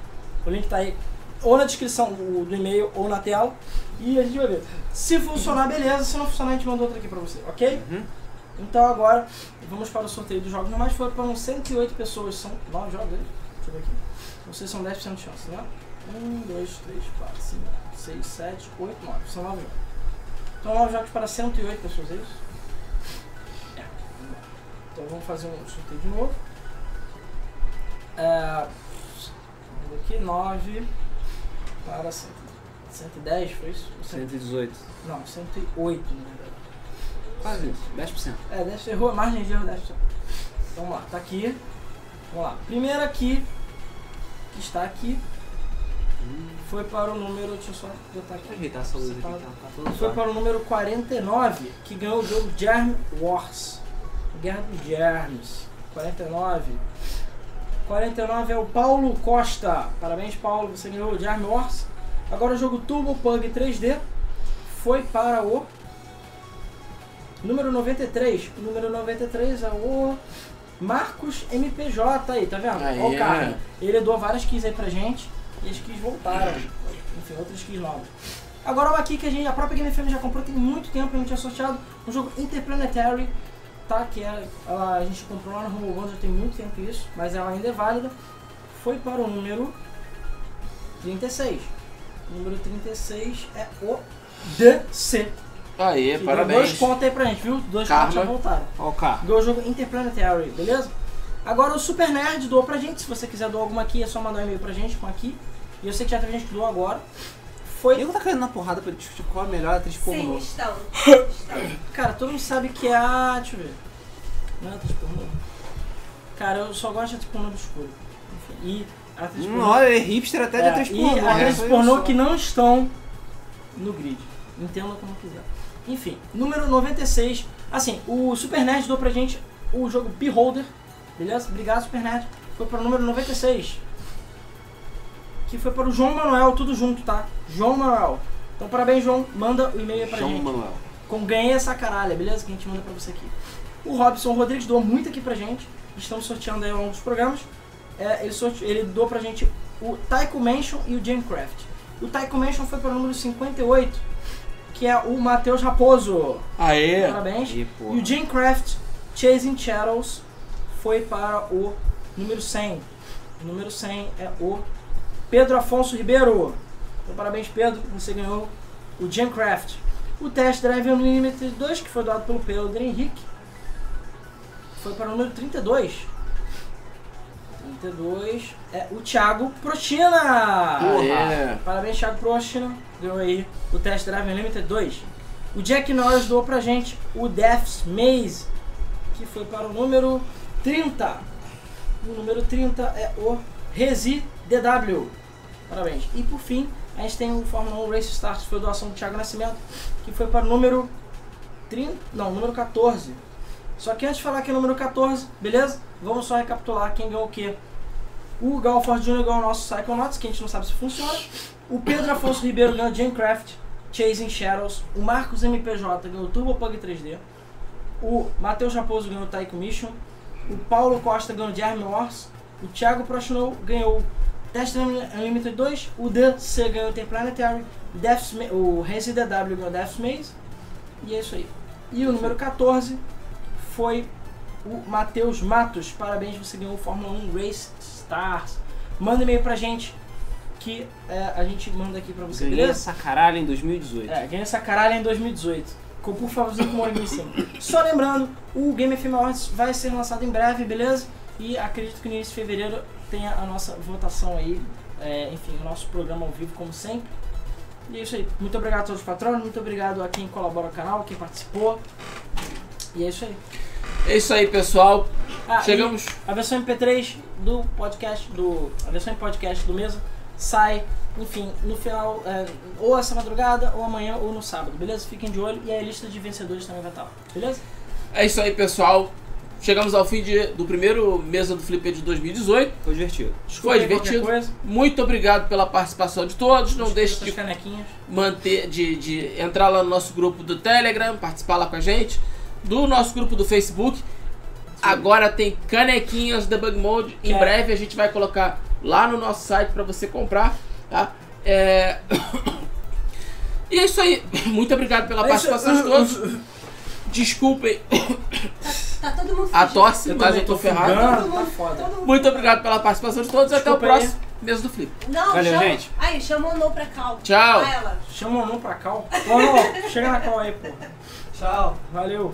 S3: O link tá aí ou na descrição do, do e-mail ou na tela. E a gente vai ver. Se funcionar, beleza. Se não funcionar, a gente manda outro aqui pra você, ok?
S1: Uhum.
S3: Então agora vamos para o sorteio dos jogos normais. Foram para uns 108 pessoas, são 9 jogos, né? Deixa eu ver aqui. Vocês são 10% de chance, né? Um, dois, três, quatro, cinco, seis, sete, oito, nove. São nove jogos. Então nove jogos para 108 pessoas, é isso? É. vamos lá. Então vamos fazer um sorteio de novo. É, vamos aqui, 9 para 100, 110, foi isso? Ou 100,
S1: 118.
S3: não, 108 na verdade.
S1: Quase isso, 10%.
S3: né, É, deve errou, margem de erro 10%. Vamos lá, tá aqui. Vamos lá. Primeiro aqui, que está aqui, foi para o número. Deixa eu só botar aqui.
S1: Deixa eu ajeitar essa luz aqui,
S3: Tá-
S1: tá, tá toda
S3: Foi
S1: zoada.
S3: para o número 49, que ganhou o jogo Germ Wars. Guerra dos Germs. 49. 49 é o Paulo Costa. Parabéns, Paulo, você ganhou o Germ Wars. Agora o jogo Turbo Pug 3D foi para o número 93. O número 93 é o Marcos MPJ aí, tá vendo?
S2: Aí,
S3: Ó o cara.
S2: é.
S3: Ele doou várias keys aí pra gente e as keys voltaram. Enfim, outras keys novas. Agora uma aqui que a gente, a própria Game FM já comprou tem muito tempo e não tinha sorteado. Um jogo Interplanetary, tá? Que é- ela, a gente comprou lá no Rumble One, já tem muito tempo isso, mas ela ainda é válida. Foi para o número 36. O número 36 é o DC.
S2: Aê,
S3: Que deu
S2: parabéns.
S3: dois pontos aí pra gente, viu? Dois
S2: Karma.
S3: pontos já voltaram.
S1: Ó o carro.
S3: Ganhou o jogo Interplanetary, beleza? Agora o Super Nerd doou pra gente. Se você quiser doar alguma aqui, é só mandar um e-mail pra gente com aqui. E eu sei que já teve gente que doou agora. Foi.
S1: Nego tá caindo na porrada pra discutir qual a melhor atriz
S3: Tipo,
S6: Sim,
S1: pornô.
S6: estão.
S3: Cara, todo mundo sabe que é a. Deixa eu ver. Não é atriz pornô? Cara, eu só gosto de atriz pornô do escuro. Enfim, e a tipo, atriz
S1: Hum,
S3: pornô.
S1: olha, é hipster até de
S3: É,
S1: atriz
S3: e
S1: pornô. né?
S3: atrizes
S1: Foi
S3: pornô
S1: só.
S3: que não estão no grid. Entenda como quiser. Enfim, número 96. Assim, o Super Nerd deu pra gente o jogo Beholder. Beleza? Obrigado, Super Nerd. Foi para o número 96. Que foi para o João Manuel, tudo junto, tá? João Manuel. Então parabéns, João. Manda o e-mail aí pra
S2: João
S3: gente.
S2: Manuel.
S3: Com ganha essa caralha, beleza? Que a gente manda pra você aqui. O Robson Rodrigues doou muito aqui pra gente. Estamos sorteando aí alguns programas. É, ele, sorte... ele doou pra gente o Taiko Mansion e o Jamcraft. O Taiko Mansion foi para o número 58, que é o Matheus Raposo.
S2: Aê.
S3: Parabéns.
S1: Ih, porra.
S3: E o Jamcraft Chasing Shadows foi para o número 100. O número 100 é o Pedro Afonso Ribeiro. Então, parabéns, Pedro. Você ganhou o Jamcraft. O Test Drive Unlimited 2, que foi doado pelo Pedro Henrique, foi para o número 32. 32 é o Thiago Protina.
S2: Aê.
S3: Parabéns, Thiago Prochina. Ganhou aí o Test Drive Unlimited 2. O Jack Norris doou pra gente o Death's Maze, que foi para o número 30. O número 30 é o Resi DW. Parabéns. E por fim, a gente tem o Fórmula 1 Race Stars, que foi doação do Thiago Nascimento, que foi para o número 30. Não, número 14. Só que antes de falar que é número 14, beleza? Vamos só recapitular quem ganhou o quê. O Galford Jr. ganhou o nosso Psychonauts, que a gente não sabe se funciona. O Pedro Afonso Ribeiro ganhou Jamcraft, Chasing Shadows. O Marcos MPJ ganhou Turbo Pug 3D. O Matheus Raposo ganhou Taiko Mission. O Paulo Costa ganhou Jeremy Wars. O Thiago Prochnow ganhou Test Unlimited 2. O DC ganhou Interplanetary. Death's Ma- o Renzi DW ganhou Death's Maze. E é isso aí. E o número 14 foi o Matheus Matos. Parabéns, você ganhou o Fórmula 1 Race Stars. Manda e-mail pra gente que é, a gente manda aqui pra você,
S1: Ganhei
S3: beleza?
S1: essa caralho em 2018.
S3: É, ganhei essa caralha em 2018. Com por favorzinho com o olho em cima. Só lembrando, o Game FM Awards vai ser lançado em breve, beleza? E acredito que no início de fevereiro tenha a nossa votação aí. é, enfim, o nosso programa ao vivo, como sempre. E é isso aí. Muito obrigado a todos os patronos, muito obrigado a quem colabora com o canal, quem participou. E é isso aí.
S2: É isso aí, pessoal.
S3: Ah,
S2: Chegamos.
S3: e A versão MP3 do podcast, do. A versão em podcast do mesmo sai, enfim, no final, é, ou essa madrugada, ou amanhã, ou no sábado, beleza? Fiquem de olho e a lista de vencedores também vai estar lá, beleza?
S2: É isso aí, pessoal. Chegamos ao fim de- do primeiro mesa do Flipper de 2018.
S1: Foi divertido.
S3: Desculpa aí qualquer
S2: divertido.
S3: Coisa,
S2: Muito obrigado pela participação de todos. Não
S3: Desculpa
S2: deixe
S3: essas
S2: de
S3: canequinhas.
S2: manter, de, de entrar lá no nosso grupo do Telegram, participar lá com a gente, do nosso grupo do Facebook. Agora tem canequinhas Debug Mode. Em
S3: Que é-
S2: breve a gente vai colocar lá no nosso site para você comprar, tá? É... E é isso aí. Muito obrigado pela
S3: É isso-
S2: participação de todos. Desculpem
S5: Tá todo mundo
S2: a tosse, mas
S3: também
S2: eu tô
S3: fugando,
S2: ferrado.
S3: Tá foda.
S2: Muito obrigado pela participação de todos. Até o
S3: Desculpa aí.
S2: próximo Mesa do Flip.
S6: Não,
S1: Valeu,
S6: chama...
S1: gente.
S6: Aí, chama o No pra cal.
S2: Tchau.
S6: Pra ela.
S3: Chama o Manu pra cal. Manu, chega na cal aí, pô.
S4: Tchau.
S3: Valeu.